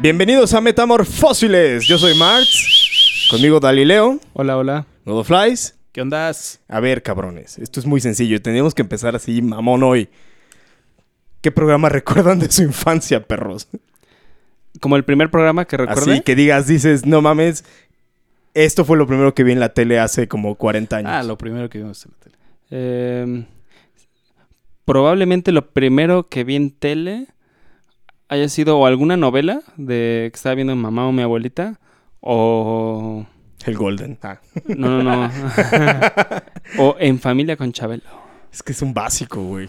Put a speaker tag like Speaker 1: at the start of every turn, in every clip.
Speaker 1: Bienvenidos a Metamorfósiles. Yo soy Marx. Conmigo Galileo,
Speaker 2: Hola, hola.
Speaker 1: Nodoflies.
Speaker 2: ¿Qué ondas?
Speaker 1: A ver, cabrones, esto es muy sencillo. Tenemos que empezar así, mamón, hoy. ¿Qué programa recuerdan de su infancia, perros?
Speaker 2: Como el primer programa que recuerdo.
Speaker 1: Así que digas, dices, no mames, esto fue lo primero que vi en la tele hace como 40 años.
Speaker 2: Ah, lo primero que vimos en la tele. Eh, probablemente lo primero que vi en tele haya sido o alguna novela de que estaba viendo mi mamá o mi abuelita o
Speaker 1: El Golden. Ah.
Speaker 2: no no no o en familia con Chabelo.
Speaker 1: Es que es un básico, güey.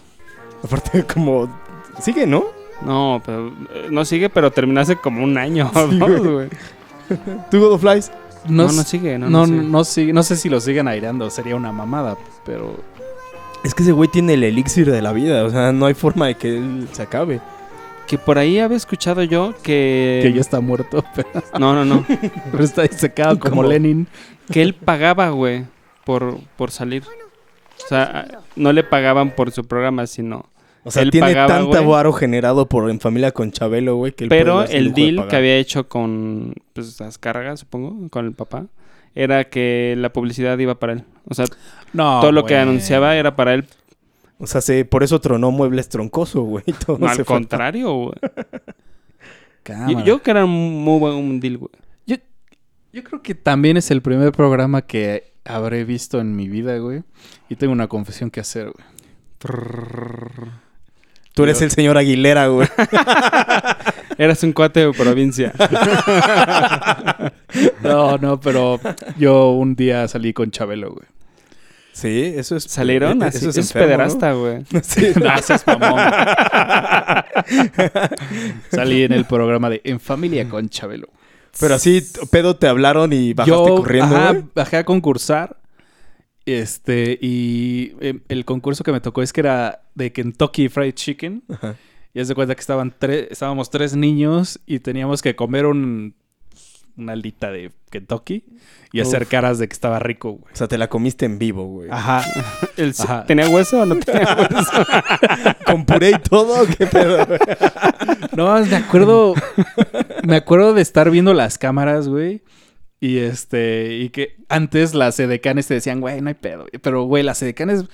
Speaker 1: Aparte, como. Sigue, ¿no?
Speaker 2: No, pero eh, no sigue, pero terminó hace como un año, o
Speaker 1: Sí,
Speaker 2: dos,
Speaker 1: güey.
Speaker 2: güey.
Speaker 1: ¿Tú, God of Flies?
Speaker 2: No,
Speaker 3: No,
Speaker 2: no
Speaker 3: s-
Speaker 2: sigue, no,
Speaker 3: no,
Speaker 2: no,
Speaker 3: no,
Speaker 2: sigue.
Speaker 3: sigue- no sé si lo siguen aireando, sería una mamada, pero
Speaker 1: Es que ese güey tiene el elixir de la vida. O sea, no hay forma de que él se acabe.
Speaker 2: Que por ahí había escuchado yo que
Speaker 3: que ya está muerto, pero,
Speaker 2: No, no, no.
Speaker 3: pero está disecado como
Speaker 1: Como-
Speaker 3: Lenin.
Speaker 2: que él pagaba, güey, por, por salir. O sea, no le pagaban por su programa, sino...
Speaker 1: O sea,
Speaker 2: Él
Speaker 1: tiene
Speaker 2: pagaba,
Speaker 1: tanta
Speaker 2: güey.
Speaker 1: varo generado por en familia con Chabelo, güey, que él puede
Speaker 2: Pero
Speaker 1: darse
Speaker 2: el
Speaker 1: lujo de
Speaker 2: deal
Speaker 1: pagar.
Speaker 2: que había hecho con pues, las cargas, supongo, con el papá, era que la publicidad iba para él. O sea,
Speaker 3: No,
Speaker 2: todo lo que
Speaker 3: Ah, güey.
Speaker 2: anunciaba era para él.
Speaker 1: O sea, se- por eso tronó muebles troncoso, güey. Todo
Speaker 2: No,
Speaker 1: se
Speaker 2: al
Speaker 1: fue-
Speaker 2: contrario, güey. Yo,
Speaker 3: Cámara.
Speaker 2: yo creo que era un muy buen deal, güey.
Speaker 3: Yo creo que también es el primer programa que habré visto en mi vida, güey. Y tengo una confesión que hacer, güey.
Speaker 1: Tú eres el señor Aguilera, güey.
Speaker 2: Eras un cuate de provincia.
Speaker 3: No, no, pero yo un día salí con Chabelo, güey.
Speaker 1: sí, eso es.
Speaker 2: Salieron
Speaker 1: eh,
Speaker 2: así.
Speaker 1: eso
Speaker 2: es
Speaker 1: enfermo,
Speaker 2: pederasta, güey.
Speaker 1: ¿no? Sí.
Speaker 2: Ah,
Speaker 3: No, seas mamón. Salí en el programa de En Familia con Chabelo.
Speaker 1: Pero así, t- pedo, te hablaron y bajaste corriendo,
Speaker 3: ajá,
Speaker 1: güey.
Speaker 3: bajé a concursar. Este, y eh, el concurso que me tocó es que era de Kentucky Fried Chicken.
Speaker 1: Ajá.
Speaker 3: Y haz de cuenta que estaban tres, estábamos tres niños y teníamos que comer un, una alita de Kentucky y
Speaker 2: Uf.
Speaker 3: hacer caras de que estaba rico, güey.
Speaker 1: O sea, te la comiste en vivo, güey.
Speaker 3: Ajá.
Speaker 2: El-
Speaker 3: Ajá.
Speaker 2: ¿Tenía hueso o no tenía hueso?
Speaker 1: Con puré y todo, qué pedo, güey?
Speaker 3: No, me acuerdo. me acuerdo de estar viendo las cámaras, güey. Y este. Y que antes las edecanes te decían, güey, no hay pedo. Pero, güey, las edecanes,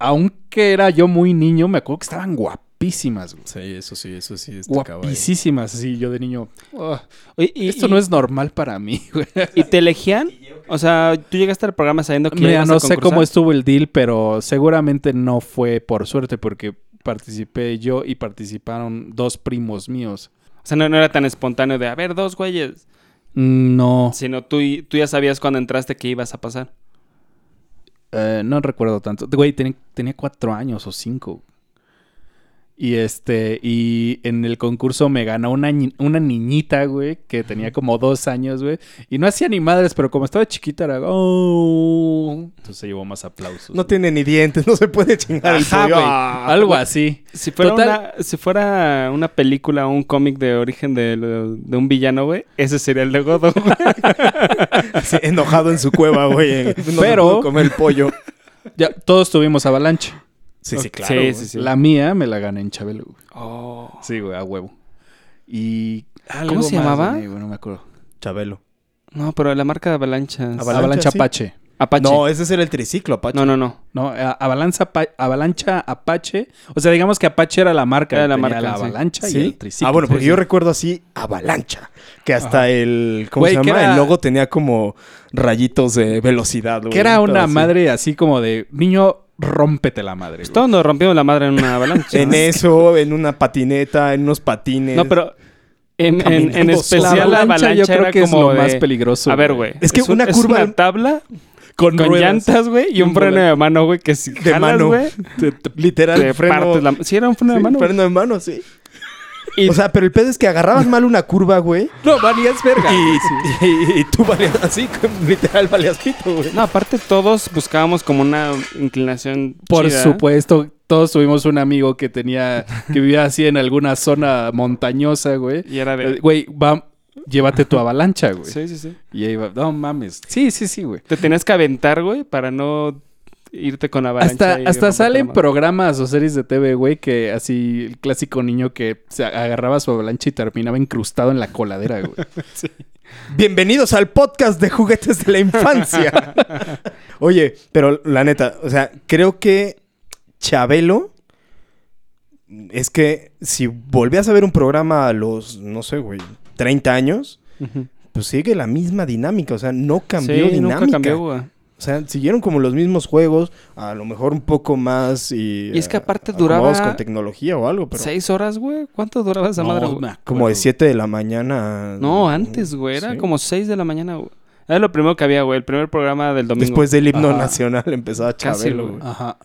Speaker 3: aunque era yo muy niño, me acuerdo que estaban guapísimas, güey.
Speaker 1: Sí, eso sí, eso sí.
Speaker 2: este
Speaker 3: Guapísimas, así yo de niño. "Oh,
Speaker 2: Oye, y-
Speaker 3: esto
Speaker 2: y-
Speaker 3: no es normal para mí, güey.
Speaker 2: ¿Y te elegían? O sea, tú llegaste al programa sabiendo que
Speaker 3: Mira,
Speaker 2: ibas a
Speaker 3: no sé
Speaker 2: concursar?
Speaker 3: cómo estuvo el deal, pero seguramente no fue por suerte porque participé yo y participaron dos primos míos.
Speaker 2: O sea, no, no era tan espontáneo de, a ver, dos güeyes.
Speaker 3: No,
Speaker 2: Sino tú, y- tú ya sabías cuando entraste que ibas a pasar.
Speaker 3: eh, no recuerdo tanto. Güey, ten- tenía cuatro años o cinco. Y este, y en el concurso me ganó una, ñi- una niñita, güey, que tenía como dos años, güey. Y no hacía ni madres, pero como estaba chiquita era, "Oh". Entonces se llevó más aplausos.
Speaker 1: No tiene ni dientes, no se puede chingar el
Speaker 3: Ajá,
Speaker 1: pollo.
Speaker 3: güey,
Speaker 1: Ah.
Speaker 3: Algo así.
Speaker 2: Si fuera,
Speaker 3: Total-
Speaker 2: una, si fuera una película o un cómic de origen de, de un villano, güey, ese sería el de Godot. güey.
Speaker 1: Así, enojado en su cueva, güey. No se
Speaker 3: Pero-
Speaker 1: pudo comer el pollo.
Speaker 3: Ya, todos tuvimos avalancha.
Speaker 1: Sí, sí,
Speaker 2: Ok.
Speaker 1: claro.
Speaker 2: Sí,
Speaker 1: güey.
Speaker 2: sí, sí.
Speaker 3: La mía me la gané en Chabelo, güey.
Speaker 2: Oh.
Speaker 3: Sí, güey, a huevo. Y.
Speaker 2: ¿Cómo se llamaba?
Speaker 3: Bueno, no me acuerdo.
Speaker 1: Chabelo.
Speaker 2: No, pero la marca de avalanchas.
Speaker 1: Aval- ¿Avalancha,
Speaker 3: Avalancha,
Speaker 1: sí?
Speaker 3: Apache.
Speaker 2: Apache.
Speaker 1: No, ese era el triciclo, Apache.
Speaker 2: no, no, no.
Speaker 3: No, a- avalanza Pa- Avalancha Apache. O sea, digamos que Apache era la marca.
Speaker 2: Era la
Speaker 3: que tenía
Speaker 2: marca,
Speaker 3: La
Speaker 2: sí.
Speaker 3: avalancha
Speaker 1: ¿Sí?
Speaker 3: y el triciclo.
Speaker 1: ah, bueno, porque
Speaker 3: Sí,
Speaker 1: yo
Speaker 3: sí.
Speaker 1: recuerdo así avalancha. Que hasta el. ¿Cómo
Speaker 3: Güey,
Speaker 1: se
Speaker 3: que
Speaker 1: llama?
Speaker 3: era-
Speaker 1: El logo tenía como rayitos de velocidad, güey.
Speaker 3: Que era
Speaker 1: todo
Speaker 3: una
Speaker 1: así.
Speaker 3: madre así como de. Niño, rómpete la madre.
Speaker 2: Pues
Speaker 3: güey.
Speaker 2: todos nos rompimos la madre en una avalancha.
Speaker 1: En eso, en una patineta, en unos patines.
Speaker 2: No, pero en, en- en
Speaker 1: Caminando sola.
Speaker 2: especial la avalancha,
Speaker 3: yo creo
Speaker 2: era
Speaker 3: que es
Speaker 2: como
Speaker 3: lo
Speaker 2: de-
Speaker 3: más peligroso.
Speaker 2: A ver,
Speaker 3: güey.
Speaker 2: güey.
Speaker 1: Es que una
Speaker 2: un-
Speaker 1: curva-
Speaker 2: una tabla
Speaker 3: Con,
Speaker 2: Con
Speaker 3: ruedas.
Speaker 2: llantas, güey, y un
Speaker 3: Un
Speaker 2: freno
Speaker 3: volante.
Speaker 2: de mano, güey, que si
Speaker 1: De
Speaker 2: jalas,
Speaker 1: mano.
Speaker 2: güey,
Speaker 1: Te- te- literal.
Speaker 2: te
Speaker 1: freno-
Speaker 2: partes la... Sí, era un freno
Speaker 1: sí,
Speaker 2: de mano. güey.
Speaker 1: freno de mano, sí.
Speaker 2: Y-
Speaker 1: O sea, pero el pedo es que agarrabas mal una curva, güey.
Speaker 3: No, valías verga.
Speaker 1: Y, y- y tú valías así, literal, valías pito, güey.
Speaker 2: No, aparte todos buscábamos como una inclinación
Speaker 3: Por
Speaker 2: chida. ¿eh?
Speaker 3: supuesto, todos tuvimos un amigo que tenía, que vivía así en alguna zona montañosa, güey.
Speaker 2: Y era
Speaker 3: Eh,
Speaker 2: de...
Speaker 3: Güey, va, llévate tu avalancha, güey.
Speaker 2: Sí, sí, sí.
Speaker 3: Y ahí va, no mames. Sí, sí, sí, güey.
Speaker 2: Te tenías que aventar, güey, para no irte con avalancha.
Speaker 3: Hasta,
Speaker 2: y
Speaker 3: hasta
Speaker 2: romperte
Speaker 3: salen
Speaker 2: la madre.
Speaker 3: programas o series de TV, güey, que así el clásico niño que se agarraba su avalancha y terminaba incrustado en la coladera, güey.
Speaker 1: Bienvenidos al podcast de juguetes de la infancia. Oye, pero la neta, o sea, creo que Chabelo es que si volvías a ver un programa a los, no sé, güey, 30 años,
Speaker 2: Ujú.
Speaker 1: pues sigue la misma dinámica, o sea, no cambió
Speaker 2: sí,
Speaker 1: dinámica.
Speaker 2: nunca cambió, güey.
Speaker 1: O sea, siguieron como los mismos juegos, a lo mejor un poco más y,
Speaker 2: Y es que
Speaker 1: eh,
Speaker 2: aparte
Speaker 1: acomodados
Speaker 2: duraba-
Speaker 1: con tecnología o algo, pero
Speaker 2: ¿Seis horas, güey? ¿Cuánto duraba esa madre, güey?
Speaker 1: como de 7 de la mañana. a-
Speaker 2: No, antes, güey. Era
Speaker 1: Sí.
Speaker 2: como seis de la mañana, güey. Era lo primero que había, güey. El primer programa del domingo.
Speaker 1: Después del himno
Speaker 3: Ajá.
Speaker 1: nacional empezaba
Speaker 2: Casi,
Speaker 1: Chabelo,
Speaker 2: güey.
Speaker 1: güey.
Speaker 3: Ajá.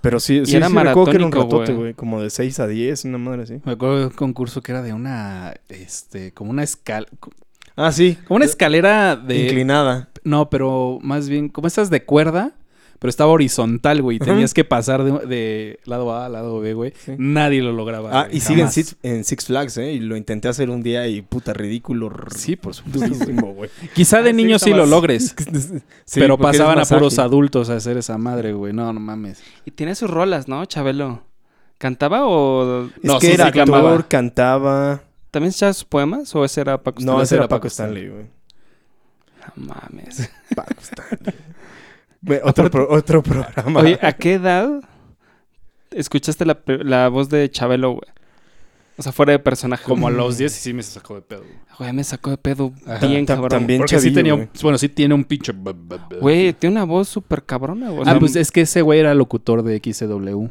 Speaker 1: Pero sí,
Speaker 2: Y
Speaker 1: sí,
Speaker 2: era
Speaker 1: sí recuerdo que era un
Speaker 2: maratónico,
Speaker 1: ratote,
Speaker 2: güey.
Speaker 1: güey. Como de 6 a 10, una madre así.
Speaker 3: Me acuerdo de un concurso que era de una, este, como una escala, como
Speaker 1: Ah, sí.
Speaker 3: una escalera de...
Speaker 1: Inclinada.
Speaker 3: No, pero más bien, como esas de cuerda, pero estaba horizontal, güey. y Tenías que pasar de, de lado A a lado B, güey.
Speaker 1: Sí.
Speaker 3: Nadie lo lograba.
Speaker 1: Ah,
Speaker 3: güey,
Speaker 1: y sigue en
Speaker 3: jamás.
Speaker 1: Six, en Six Flags, ¿eh? Y lo intenté hacer un día y puta ridículo. r-
Speaker 3: Sí, por supuesto.
Speaker 1: Durísimo, güey.
Speaker 3: Quizá de
Speaker 2: Sí,
Speaker 3: niño
Speaker 2: está
Speaker 3: sí lo
Speaker 2: más-
Speaker 3: logres.
Speaker 1: Sí,
Speaker 3: pero
Speaker 1: porque eres
Speaker 3: pasaban a
Speaker 1: más
Speaker 3: puros
Speaker 1: ágil.
Speaker 3: adultos a hacer esa madre, güey. No, no mames.
Speaker 2: Y tenía sus rolas, ¿no, Chabelo? ¿Cantaba o...?
Speaker 1: Es
Speaker 3: No,
Speaker 1: que
Speaker 3: sí
Speaker 1: era
Speaker 3: se clamaba.
Speaker 1: actor, cantaba.
Speaker 2: ¿También echaba sus poemas o ese era Paco
Speaker 1: No,
Speaker 2: Stanley?
Speaker 1: ese era Paco Stanley, güey.
Speaker 2: No mames.
Speaker 1: Paco Stanley. Güey, otro, pro- otro programa.
Speaker 2: Oye, ¿a qué edad escuchaste la, pe- la voz de Chabelo, güey? O sea, fuera de personaje.
Speaker 3: Como a los 10 y sí me sacó de pedo.
Speaker 2: Güey, me sacó de pedo
Speaker 3: Ajá.
Speaker 2: bien
Speaker 1: Ta-
Speaker 2: cabrón.
Speaker 1: también.
Speaker 3: Porque sí
Speaker 1: chavillo,
Speaker 3: tenía,
Speaker 1: güey.
Speaker 3: un- bueno, sí tiene un pinche... b- b- b-
Speaker 2: Güey, tiene una voz súper cabrona, güey. O
Speaker 3: Ah,
Speaker 2: sea,
Speaker 3: pues es que ese güey era locutor de XCW.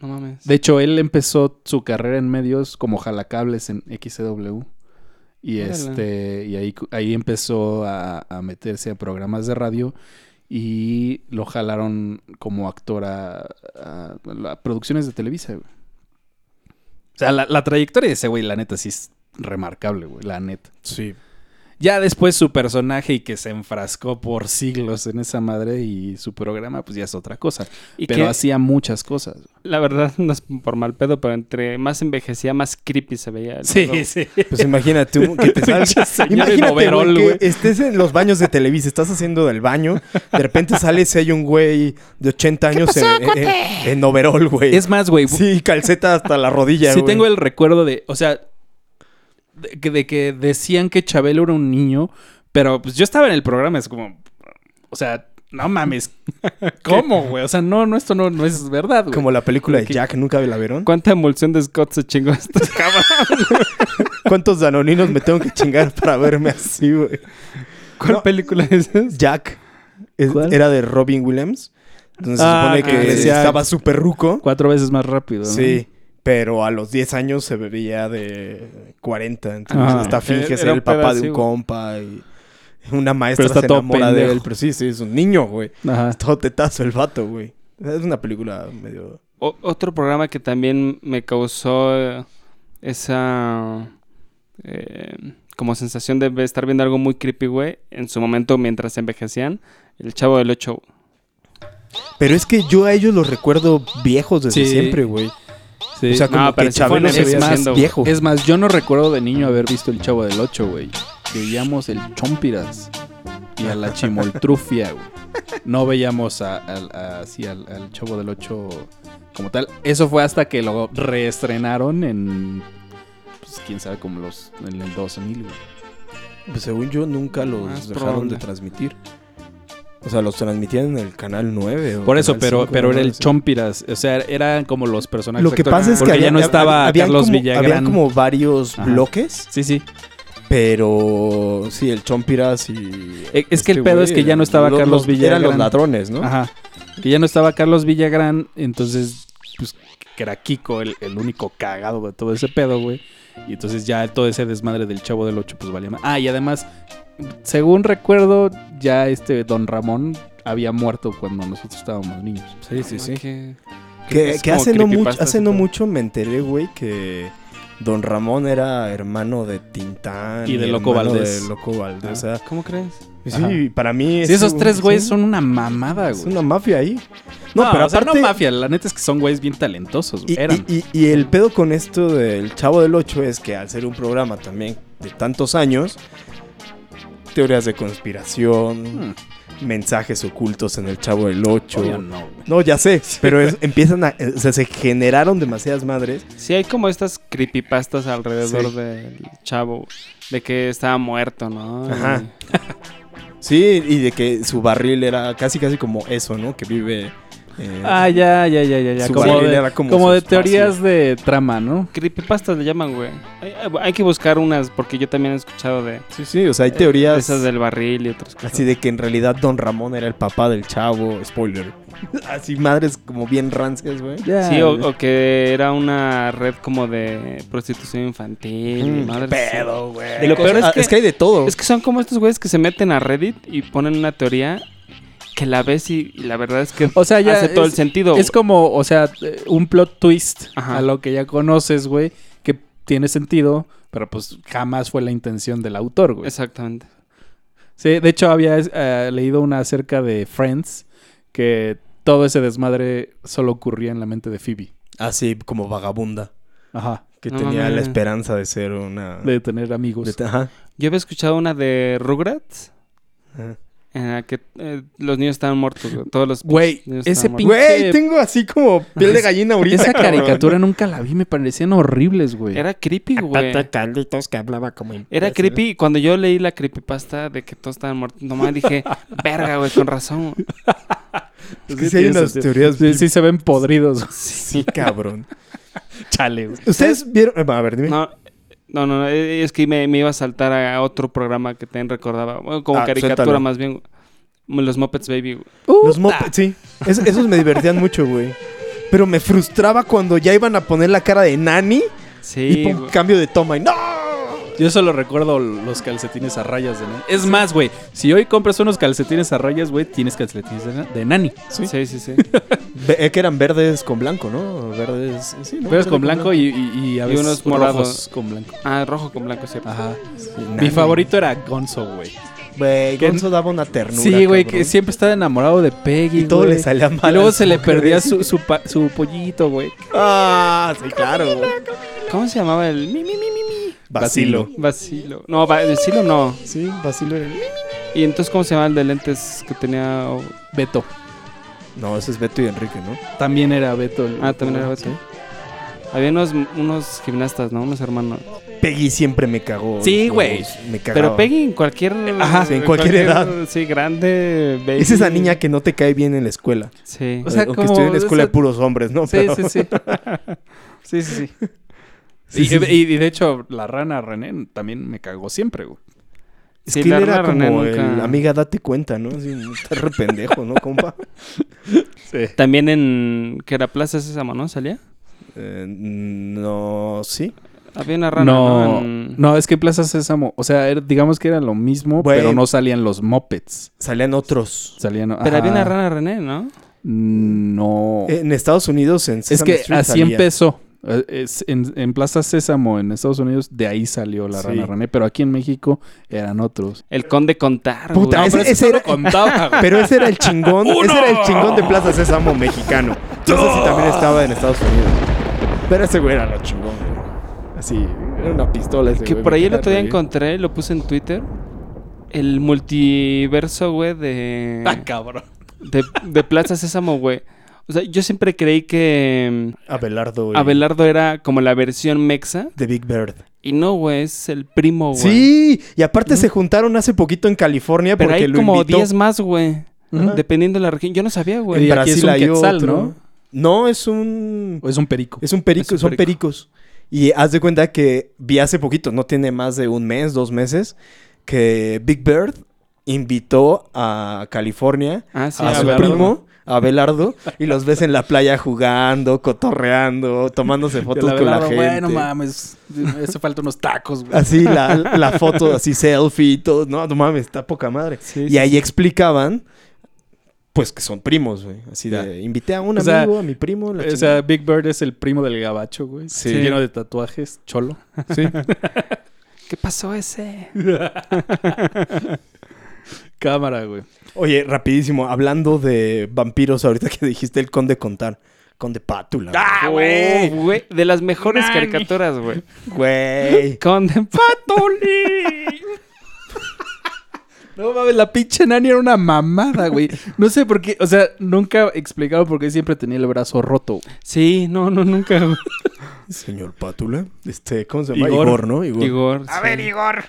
Speaker 2: No mames.
Speaker 3: De hecho, él empezó su carrera en medios como jalacables en XCW. Y
Speaker 2: Órale.
Speaker 3: este, y ahí, cu- ahí empezó a, a meterse a programas de radio y lo jalaron como actor a, a- a producciones de Televisa, güey. O sea, la, la trayectoria de ese güey, la neta, sí es remarcable, güey, la neta.
Speaker 1: Sí.
Speaker 3: Ya después su personaje y que se enfrascó por siglos en esa madre y su programa, pues ya es otra cosa.
Speaker 2: y
Speaker 3: Pero
Speaker 2: que,
Speaker 3: hacía muchas cosas.
Speaker 2: la verdad, no es por mal pedo, pero entre más envejecía, más creepy se veía. el pedo, güey.
Speaker 3: sí.
Speaker 1: Pues imagínate un- que te salga.
Speaker 3: Pinche señor en
Speaker 1: Imagínate, güey,
Speaker 3: overol,
Speaker 1: que
Speaker 3: güey.
Speaker 1: estés en los baños de Televisa, estás haciendo del baño, de repente sales y hay un güey de 80 años en- en, en, en overol, güey.
Speaker 3: Es más, güey,
Speaker 1: Sí, calceta hasta la rodilla,
Speaker 3: sí
Speaker 1: güey.
Speaker 3: tengo el recuerdo de, o sea, de que, de que decían que Chabelo era un niño, pero pues yo estaba en el programa, es como, o sea, no mames, ¿cómo, güey? O sea, no, no, esto no, no es verdad, güey.
Speaker 1: Como la película de
Speaker 2: Ok.
Speaker 1: Jack, ¿nunca la vieron?
Speaker 2: ¿Cuánta emulsión de Scott se chingó esto?
Speaker 1: ¿Cuántos danoninos me tengo que chingar para verme así, güey?
Speaker 2: ¿Cuál
Speaker 1: No.
Speaker 2: película es esa?
Speaker 1: Jack es-
Speaker 3: ¿Cuál?
Speaker 1: era de Robin Williams. Entonces
Speaker 3: Ah,
Speaker 1: se supone que
Speaker 2: ah, sí.
Speaker 1: decía- estaba súper ruco.
Speaker 3: Cuatro veces más rápido, ¿no?
Speaker 1: Sí, pero a los 10 años se bebía de 40. Entonces
Speaker 3: Ajá. E-,
Speaker 1: hasta finge
Speaker 2: Era
Speaker 1: ser
Speaker 2: un
Speaker 1: el papá
Speaker 2: pedazo,
Speaker 1: de un
Speaker 2: güey.
Speaker 1: compa y una maestra
Speaker 3: Pero está
Speaker 1: se
Speaker 3: todo
Speaker 1: enamora de él.
Speaker 3: pendejo.
Speaker 1: Pero sí, sí, es un niño, güey.
Speaker 3: Ajá.
Speaker 1: Todo tetazo el vato, güey. Es una película medio...
Speaker 2: O- otro programa que también me causó eh, esa eh, como sensación de ve- estar viendo algo muy creepy, güey, en su momento mientras envejecían, El Chavo del Ocho.
Speaker 1: Pero es que yo a ellos los recuerdo viejos desde
Speaker 3: Sí.
Speaker 1: siempre, güey.
Speaker 3: Sí.
Speaker 1: O sea,
Speaker 2: No,
Speaker 1: como
Speaker 2: pero
Speaker 1: que
Speaker 2: sí fue
Speaker 1: Chabelo
Speaker 2: en
Speaker 1: se
Speaker 2: el-
Speaker 1: veía
Speaker 2: es más
Speaker 1: más viejo.
Speaker 3: Es más, yo no recuerdo de niño haber visto el Chavo del Ocho, güey. Veíamos el Chompiras y a la Chimoltrufia, güey. No veíamos a- al- a- así al, al Chavo del Ocho como tal. Eso fue hasta que lo reestrenaron en. Pues quién sabe, como los. En el 2000, güey.
Speaker 1: Pues según yo, nunca los
Speaker 2: Más
Speaker 1: dejaron
Speaker 2: probable.
Speaker 1: de transmitir. O sea, los transmitían en el canal 9. o
Speaker 3: Por eso,
Speaker 1: canal
Speaker 3: pero,
Speaker 1: 5,
Speaker 3: pero
Speaker 1: ¿no?
Speaker 3: era el
Speaker 1: Sí.
Speaker 3: Chompiras. O sea, eran como los personajes.
Speaker 1: Lo que
Speaker 3: actuales.
Speaker 1: pasa es que
Speaker 3: Porque
Speaker 1: había-
Speaker 3: ya no
Speaker 1: hab-
Speaker 3: estaba
Speaker 1: habían
Speaker 3: Carlos
Speaker 1: como,
Speaker 3: Villagrán.
Speaker 1: Habían como varios
Speaker 3: Ajá.
Speaker 1: bloques,
Speaker 3: Sí, sí.
Speaker 1: pero sí, el Chompiras y.
Speaker 3: Eh, es que el pedo es que ya no estaba
Speaker 1: lo-
Speaker 3: Carlos
Speaker 1: los-
Speaker 3: Villagrán.
Speaker 1: Eran los ladrones, ¿no?
Speaker 3: Ajá. Que ya no estaba Carlos Villagrán, entonces, pues, que era Kiko el, el único cagado de todo ese pedo, güey. Y entonces ya todo ese desmadre del Chavo del Ocho, pues valía más. Ah, y además, según recuerdo, ya este Don Ramón había muerto cuando nosotros estábamos niños.
Speaker 1: Sí,
Speaker 2: Ah, qué-
Speaker 1: Que,
Speaker 2: es
Speaker 1: que
Speaker 2: como
Speaker 1: hace, no mucho,
Speaker 2: creepypastas
Speaker 1: hace
Speaker 2: y
Speaker 1: no
Speaker 2: todo.
Speaker 1: mucho me enteré, güey, que Don Ramón era hermano de Tintán.
Speaker 3: Y de Loco
Speaker 1: hermano
Speaker 3: Valdés.
Speaker 1: De Loco Valdés. O sea,
Speaker 2: ¿Cómo crees?
Speaker 1: sí,
Speaker 3: Ajá.
Speaker 1: para mí.
Speaker 3: Sí, esos
Speaker 1: ese,
Speaker 3: tres
Speaker 1: sí,
Speaker 3: güeyes son una mamada,
Speaker 1: Es
Speaker 3: güey.
Speaker 1: una mafia ahí.
Speaker 3: No, pero
Speaker 1: o sea,
Speaker 3: no mafia, la neta es que son güeyes bien talentosos, güey.
Speaker 1: Y,
Speaker 3: Eran.
Speaker 1: y- y- y el pedo con esto del Chavo del 8 es que al ser un programa también de tantos años, teorías de conspiración,
Speaker 3: Hmm.
Speaker 1: mensajes ocultos en el Chavo del 8.
Speaker 3: Obvio
Speaker 1: no.
Speaker 3: no, güey.
Speaker 1: ya sé, pero es- empiezan a... O sea, se generaron demasiadas madres.
Speaker 2: Sí, hay como estas creepypastas alrededor
Speaker 1: Sí.
Speaker 2: del chavo. De que estaba muerto, ¿no?
Speaker 1: Ajá. Sí, y de que su barril era casi casi como eso, ¿no? Que vive... eh,
Speaker 3: Ah, ya, ya, ya, ya, ya.
Speaker 1: Su
Speaker 3: Como
Speaker 1: barril
Speaker 3: de,
Speaker 1: era como
Speaker 3: como
Speaker 1: su
Speaker 3: de
Speaker 1: espacio.
Speaker 3: teorías de trama, ¿no?
Speaker 2: Y Creepypastas le llaman, güey. Hay, hay que buscar unas porque yo también he escuchado de
Speaker 1: Sí, sí, o sea, hay teorías...
Speaker 2: esas del barril y otras cosas.
Speaker 1: Así de que en realidad Don Ramón era el papá del chavo, spoiler. Así madres como bien rancias, güey.
Speaker 3: Ya,
Speaker 2: Sí, o,
Speaker 3: güey.
Speaker 2: o que era una red como de prostitución infantil. y
Speaker 1: Mm,
Speaker 2: madres así.
Speaker 1: Pedo, güey.
Speaker 2: Y lo peor es
Speaker 1: Ah,
Speaker 2: que-
Speaker 1: es que hay de todo.
Speaker 2: Es que son como estos güeyes que se meten a Reddit y ponen una teoría que la ves y, y la verdad es que
Speaker 3: O sea, ya
Speaker 2: hace todo el
Speaker 3: es-
Speaker 2: sentido.
Speaker 3: Es
Speaker 2: güey.
Speaker 3: como, o sea, eh, un plot twist
Speaker 2: Ajá.
Speaker 3: a lo que ya conoces, güey, que tiene sentido, pero pues jamás fue la intención del autor, güey.
Speaker 2: Exactamente.
Speaker 3: Sí, de hecho había es- eh, leído una acerca de Friends que todo ese desmadre solo ocurría en la mente de Phoebe.
Speaker 1: Así como vagabunda.
Speaker 3: Ajá.
Speaker 1: Que
Speaker 2: No
Speaker 1: tenía la
Speaker 2: mames.
Speaker 1: esperanza de ser una.
Speaker 3: De tener amigos.
Speaker 1: de- ajá.
Speaker 2: Yo había escuchado una de Rugrats
Speaker 1: Ajá.
Speaker 2: en la que eh, los niños estaban muertos. güey. Todos los
Speaker 3: Güey,
Speaker 2: niños
Speaker 3: ese
Speaker 2: estaban muertos.
Speaker 1: Güey, tengo así como piel de gallina ahorita.
Speaker 3: Esa
Speaker 1: cabrón.
Speaker 3: caricatura nunca la vi, me parecían horribles, güey.
Speaker 2: Era creepy,
Speaker 1: Ah,
Speaker 2: güey.
Speaker 1: Calditos que hablaba como.
Speaker 2: Era creepy. y Cuando yo leí la creepypasta de que todos estaban muertos, nomás dije, verga, güey, con razón.
Speaker 1: Es que sí hay
Speaker 3: tiene
Speaker 1: unas
Speaker 3: sentido.
Speaker 1: teorías.
Speaker 3: Sí, sí se ven podridos.
Speaker 1: Sí, cabrón.
Speaker 3: Chale, güey.
Speaker 1: Ustedes vieron. eh, A ver, dime.
Speaker 2: No, no, no, eh, es que me, me iba a saltar a otro programa que también recordaba. Bueno, como
Speaker 1: Ah,
Speaker 2: caricatura
Speaker 1: suéltalo.
Speaker 2: más bien. Los Muppets Baby. güey.
Speaker 1: Los mopeds, sí. Es- esos me divertían mucho, güey. Pero me frustraba cuando ya iban a poner la cara de Nani y
Speaker 2: Sí,
Speaker 1: pum,
Speaker 2: güey.
Speaker 1: cambio de toma. Y ¡No!
Speaker 3: Yo solo recuerdo los calcetines a rayas de Nani. Es más, güey, si hoy compras unos calcetines a rayas, güey, tienes calcetines de, na- de Nani.
Speaker 2: Sí, sí, sí. sí.
Speaker 1: Ve- eh, que eran verdes con blanco, ¿no? Verdes. Sí, ¿no?
Speaker 3: Pero es
Speaker 1: Verde
Speaker 3: con blanco y, y- y a
Speaker 2: Y
Speaker 3: veces
Speaker 2: unos
Speaker 3: rojos
Speaker 2: morados.
Speaker 3: con blanco.
Speaker 2: Ah, rojo con blanco, cierto.
Speaker 3: Ajá.
Speaker 1: Sí,
Speaker 3: Mi
Speaker 1: Nani.
Speaker 3: favorito era Gonzo, güey.
Speaker 1: Güey,
Speaker 3: Que-
Speaker 1: Gonzo daba una ternura.
Speaker 3: Sí, güey, que
Speaker 1: cabrón.
Speaker 3: siempre estaba enamorado de Peggy.
Speaker 1: Y todo
Speaker 3: güey.
Speaker 1: le salía mal.
Speaker 3: Y luego
Speaker 1: a
Speaker 3: se le
Speaker 1: las mujeres.
Speaker 3: perdía su, su, pa- su pollito, güey.
Speaker 1: Ah, sí, claro. güey.
Speaker 2: ¿Cómo se llamaba el mi, mi, mi, mi, mi?
Speaker 1: Vacilo.
Speaker 2: Basilo. No, va- Basilo no.
Speaker 1: Sí, Vacilo era.
Speaker 2: ¿Y entonces cómo se llamaba el de lentes que tenía? Oh, o-
Speaker 3: Beto.
Speaker 1: No, ese es Beto y Enrique, ¿no?
Speaker 3: También era Beto. el-
Speaker 2: Ah, también era Beto. Había unos, unos gimnastas, ¿no? Unos hermanos.
Speaker 1: Peggy siempre me cagó.
Speaker 3: Sí,
Speaker 1: los
Speaker 3: güey.
Speaker 1: huevos, Me cagaba.
Speaker 2: Pero Peggy en cualquier...
Speaker 1: Ajá, sí, en cualquier edad.
Speaker 2: Sí, grande, baby.
Speaker 1: Es esa niña que no te cae bien en la escuela.
Speaker 2: Sí.
Speaker 3: O sea,
Speaker 1: Aunque
Speaker 3: como
Speaker 1: estuviera en la
Speaker 3: esa-
Speaker 1: escuela de puros hombres, ¿no?
Speaker 3: Sí,
Speaker 1: Pero-
Speaker 3: sí, sí. Sí, sí, sí.
Speaker 1: Sí,
Speaker 3: y,
Speaker 1: sí.
Speaker 3: y- y de hecho, la rana René también me cagó siempre, güey.
Speaker 1: Es
Speaker 2: Sí,
Speaker 1: que él
Speaker 2: la
Speaker 1: era
Speaker 2: Rana René
Speaker 1: como
Speaker 2: nunca-
Speaker 1: el amiga, date cuenta, ¿no? Sí, está re pendejo, ¿no, compa?
Speaker 3: Sí.
Speaker 2: También en... Que era Plaza Sésamo, ¿no? ¿Salía?
Speaker 1: Eh, no, sí.
Speaker 2: Había una rana, ¿no?
Speaker 3: no,
Speaker 2: En-
Speaker 3: no, es que Plaza Sésamo, o sea, era- digamos que era lo mismo,
Speaker 1: Güey.
Speaker 3: pero no salían los mopeds.
Speaker 1: Salían otros.
Speaker 3: Salían.
Speaker 2: Pero había
Speaker 3: ajá.
Speaker 2: una rana René, ¿no?
Speaker 3: No.
Speaker 1: En Estados Unidos, en
Speaker 3: es
Speaker 1: Eh, Sesame
Speaker 3: que
Speaker 1: Street
Speaker 3: así
Speaker 1: salía.
Speaker 3: empezó. Eh, es- en, en Plaza Sésamo, en Estados Unidos, de ahí salió la
Speaker 1: Sí.
Speaker 3: rana René, pero aquí en México eran otros.
Speaker 2: El conde contar,
Speaker 1: Puta,
Speaker 2: güey.
Speaker 1: ese-
Speaker 3: pero eso
Speaker 1: ese
Speaker 3: solo
Speaker 1: era-
Speaker 3: contaba, güey.
Speaker 1: Pero ese era el chingón.
Speaker 3: ¡Uno!
Speaker 1: Ese era el chingón de Plaza Sésamo mexicano. No sé si también estaba en Estados Unidos. Pero ese güey era lo chingón, güey. Así, era una pistola ese
Speaker 2: Que
Speaker 1: güey,
Speaker 2: por
Speaker 1: me
Speaker 2: ahí el
Speaker 1: queda
Speaker 2: otro día
Speaker 1: re bien.
Speaker 2: encontré, lo puse en Twitter. El multiverso, güey, de...
Speaker 3: Ah, cabrón.
Speaker 2: de, de Plaza Sésamo, güey. O sea, yo siempre creí que
Speaker 1: Abelardo,
Speaker 2: mm,
Speaker 1: güey.
Speaker 2: Abelardo era como la versión mexa.
Speaker 1: De Big Bird.
Speaker 2: Y no, güey, es el primo, güey.
Speaker 1: Sí, y aparte se juntaron hace poquito en California
Speaker 2: pero
Speaker 1: porque
Speaker 2: hay
Speaker 1: lo
Speaker 2: como
Speaker 1: invitó.
Speaker 2: 10 más, güey.
Speaker 1: Ajá.
Speaker 2: Dependiendo de la región. Yo no sabía,
Speaker 1: En
Speaker 2: güey.
Speaker 3: Y aquí es
Speaker 1: Brasil
Speaker 3: un
Speaker 1: hay
Speaker 3: quetzal,
Speaker 1: otro.
Speaker 3: ¿no?
Speaker 1: No, es un
Speaker 3: O es un perico.
Speaker 1: es un perico,
Speaker 2: Es un
Speaker 1: son
Speaker 2: perico.
Speaker 1: pericos. Y haz de cuenta que vi hace poquito, no tiene más de un mes, dos meses, que Big Bird invitó a California
Speaker 2: Ah, sí,
Speaker 1: a su
Speaker 2: Abelardo.
Speaker 1: primo, a Belardo, y los ves en la playa jugando, cotorreando, tomándose fotos con la gente.
Speaker 3: Bueno, mames, me hace falta unos tacos, güey.
Speaker 1: Así la, la foto, así selfie y todo. No, no mames, está poca madre.
Speaker 2: Sí, sí,
Speaker 1: Y ahí explicaban, pues que son primos, güey. Así de, invité a un
Speaker 3: O sea,
Speaker 1: amigo, a mi primo. la
Speaker 3: O
Speaker 1: chingada.
Speaker 3: sea, Big Bird es el primo del gabacho, güey.
Speaker 1: Sí.
Speaker 3: Lleno de tatuajes, cholo.
Speaker 2: ¿Qué pasó ese?
Speaker 3: Cámara, güey.
Speaker 1: Oye, rapidísimo, hablando de vampiros, ahorita que dijiste el conde contar, conde pátula.
Speaker 2: ¡Ah, güey! de las mejores caricaturas, güey.
Speaker 1: güey.
Speaker 2: Conde Patoli.
Speaker 3: No mames, la pinche nani era una mamada, güey. No sé por qué, o sea, nunca explicaba por qué siempre tenía el brazo roto.
Speaker 2: Sí, no, no, nunca. güey.
Speaker 1: Señor Pátula. Este, ¿cómo se llama?
Speaker 2: Igor.
Speaker 1: Igor, ¿no? Igor.
Speaker 2: Igor. sí.
Speaker 1: Igor.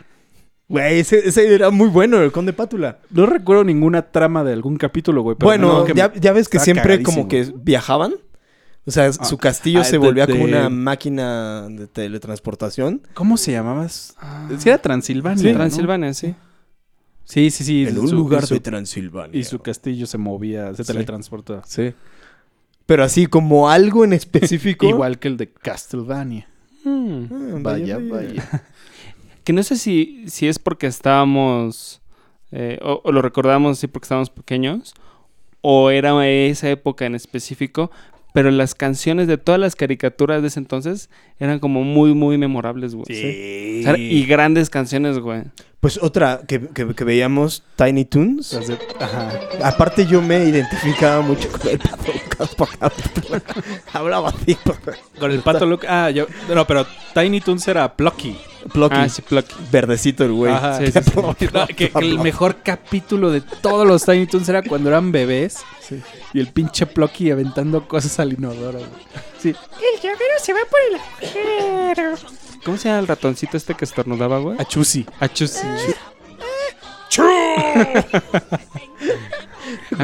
Speaker 1: Güey, ese, ese era muy bueno, el conde Pátula.
Speaker 3: No recuerdo ninguna trama de algún capítulo, güey. pero
Speaker 1: bueno,
Speaker 3: no, que
Speaker 1: ya,
Speaker 3: me-
Speaker 1: ya ves que
Speaker 3: está
Speaker 1: siempre
Speaker 3: cagadísimo.
Speaker 1: como que viajaban. O sea, su castillo
Speaker 3: ah,
Speaker 1: se
Speaker 3: de-
Speaker 1: volvía como
Speaker 3: de-
Speaker 1: una máquina de teletransportación.
Speaker 3: ¿Cómo se llamabas?
Speaker 2: Ah,
Speaker 3: Sí, era Transilvania.
Speaker 2: sí,
Speaker 3: ¿no?
Speaker 2: Transilvania, sí.
Speaker 3: Sí, sí, sí.
Speaker 1: en un
Speaker 3: su-
Speaker 1: lugar
Speaker 3: su-
Speaker 1: de Transilvania.
Speaker 3: Y su castillo se movía, se
Speaker 1: Sí.
Speaker 3: teletransportaba.
Speaker 1: Sí. Pero así como algo en específico.
Speaker 3: Igual que el de Castlevania.
Speaker 2: Mm.
Speaker 1: Ah, anda,
Speaker 3: Vaya,
Speaker 1: ya vi.
Speaker 3: vaya.
Speaker 2: Que no sé si, si es porque estábamos, eh, o, o lo recordamos sí porque estábamos pequeños, o era esa época en específico, pero las canciones de todas las caricaturas de ese entonces eran como muy, muy memorables, güey. O sea, y grandes canciones, güey.
Speaker 1: Pues otra que, que- que veíamos, Tiny Toons.
Speaker 3: Las de- Ajá.
Speaker 1: Aparte yo me identificaba mucho con el pato Lucas porque hablaba- hablaba así.
Speaker 3: Con el pato loco. Ah, yo. No, pero Tiny Toons era Plucky.
Speaker 1: Plucky.
Speaker 2: Ah, sí, Plucky.
Speaker 1: Verdecito el güey.
Speaker 3: Ajá.
Speaker 2: Sí, sí, sí.
Speaker 3: No, que, que el mejor capítulo de todos los Tiny Toons era cuando eran bebés
Speaker 1: Sí.
Speaker 3: y el pinche Plucky aventando cosas al inodoro. güey. Sí.
Speaker 2: ¿Cómo se llama el ratoncito este que estornudaba, güey?
Speaker 3: A Chusi.
Speaker 1: Pues
Speaker 2: Achus. A mí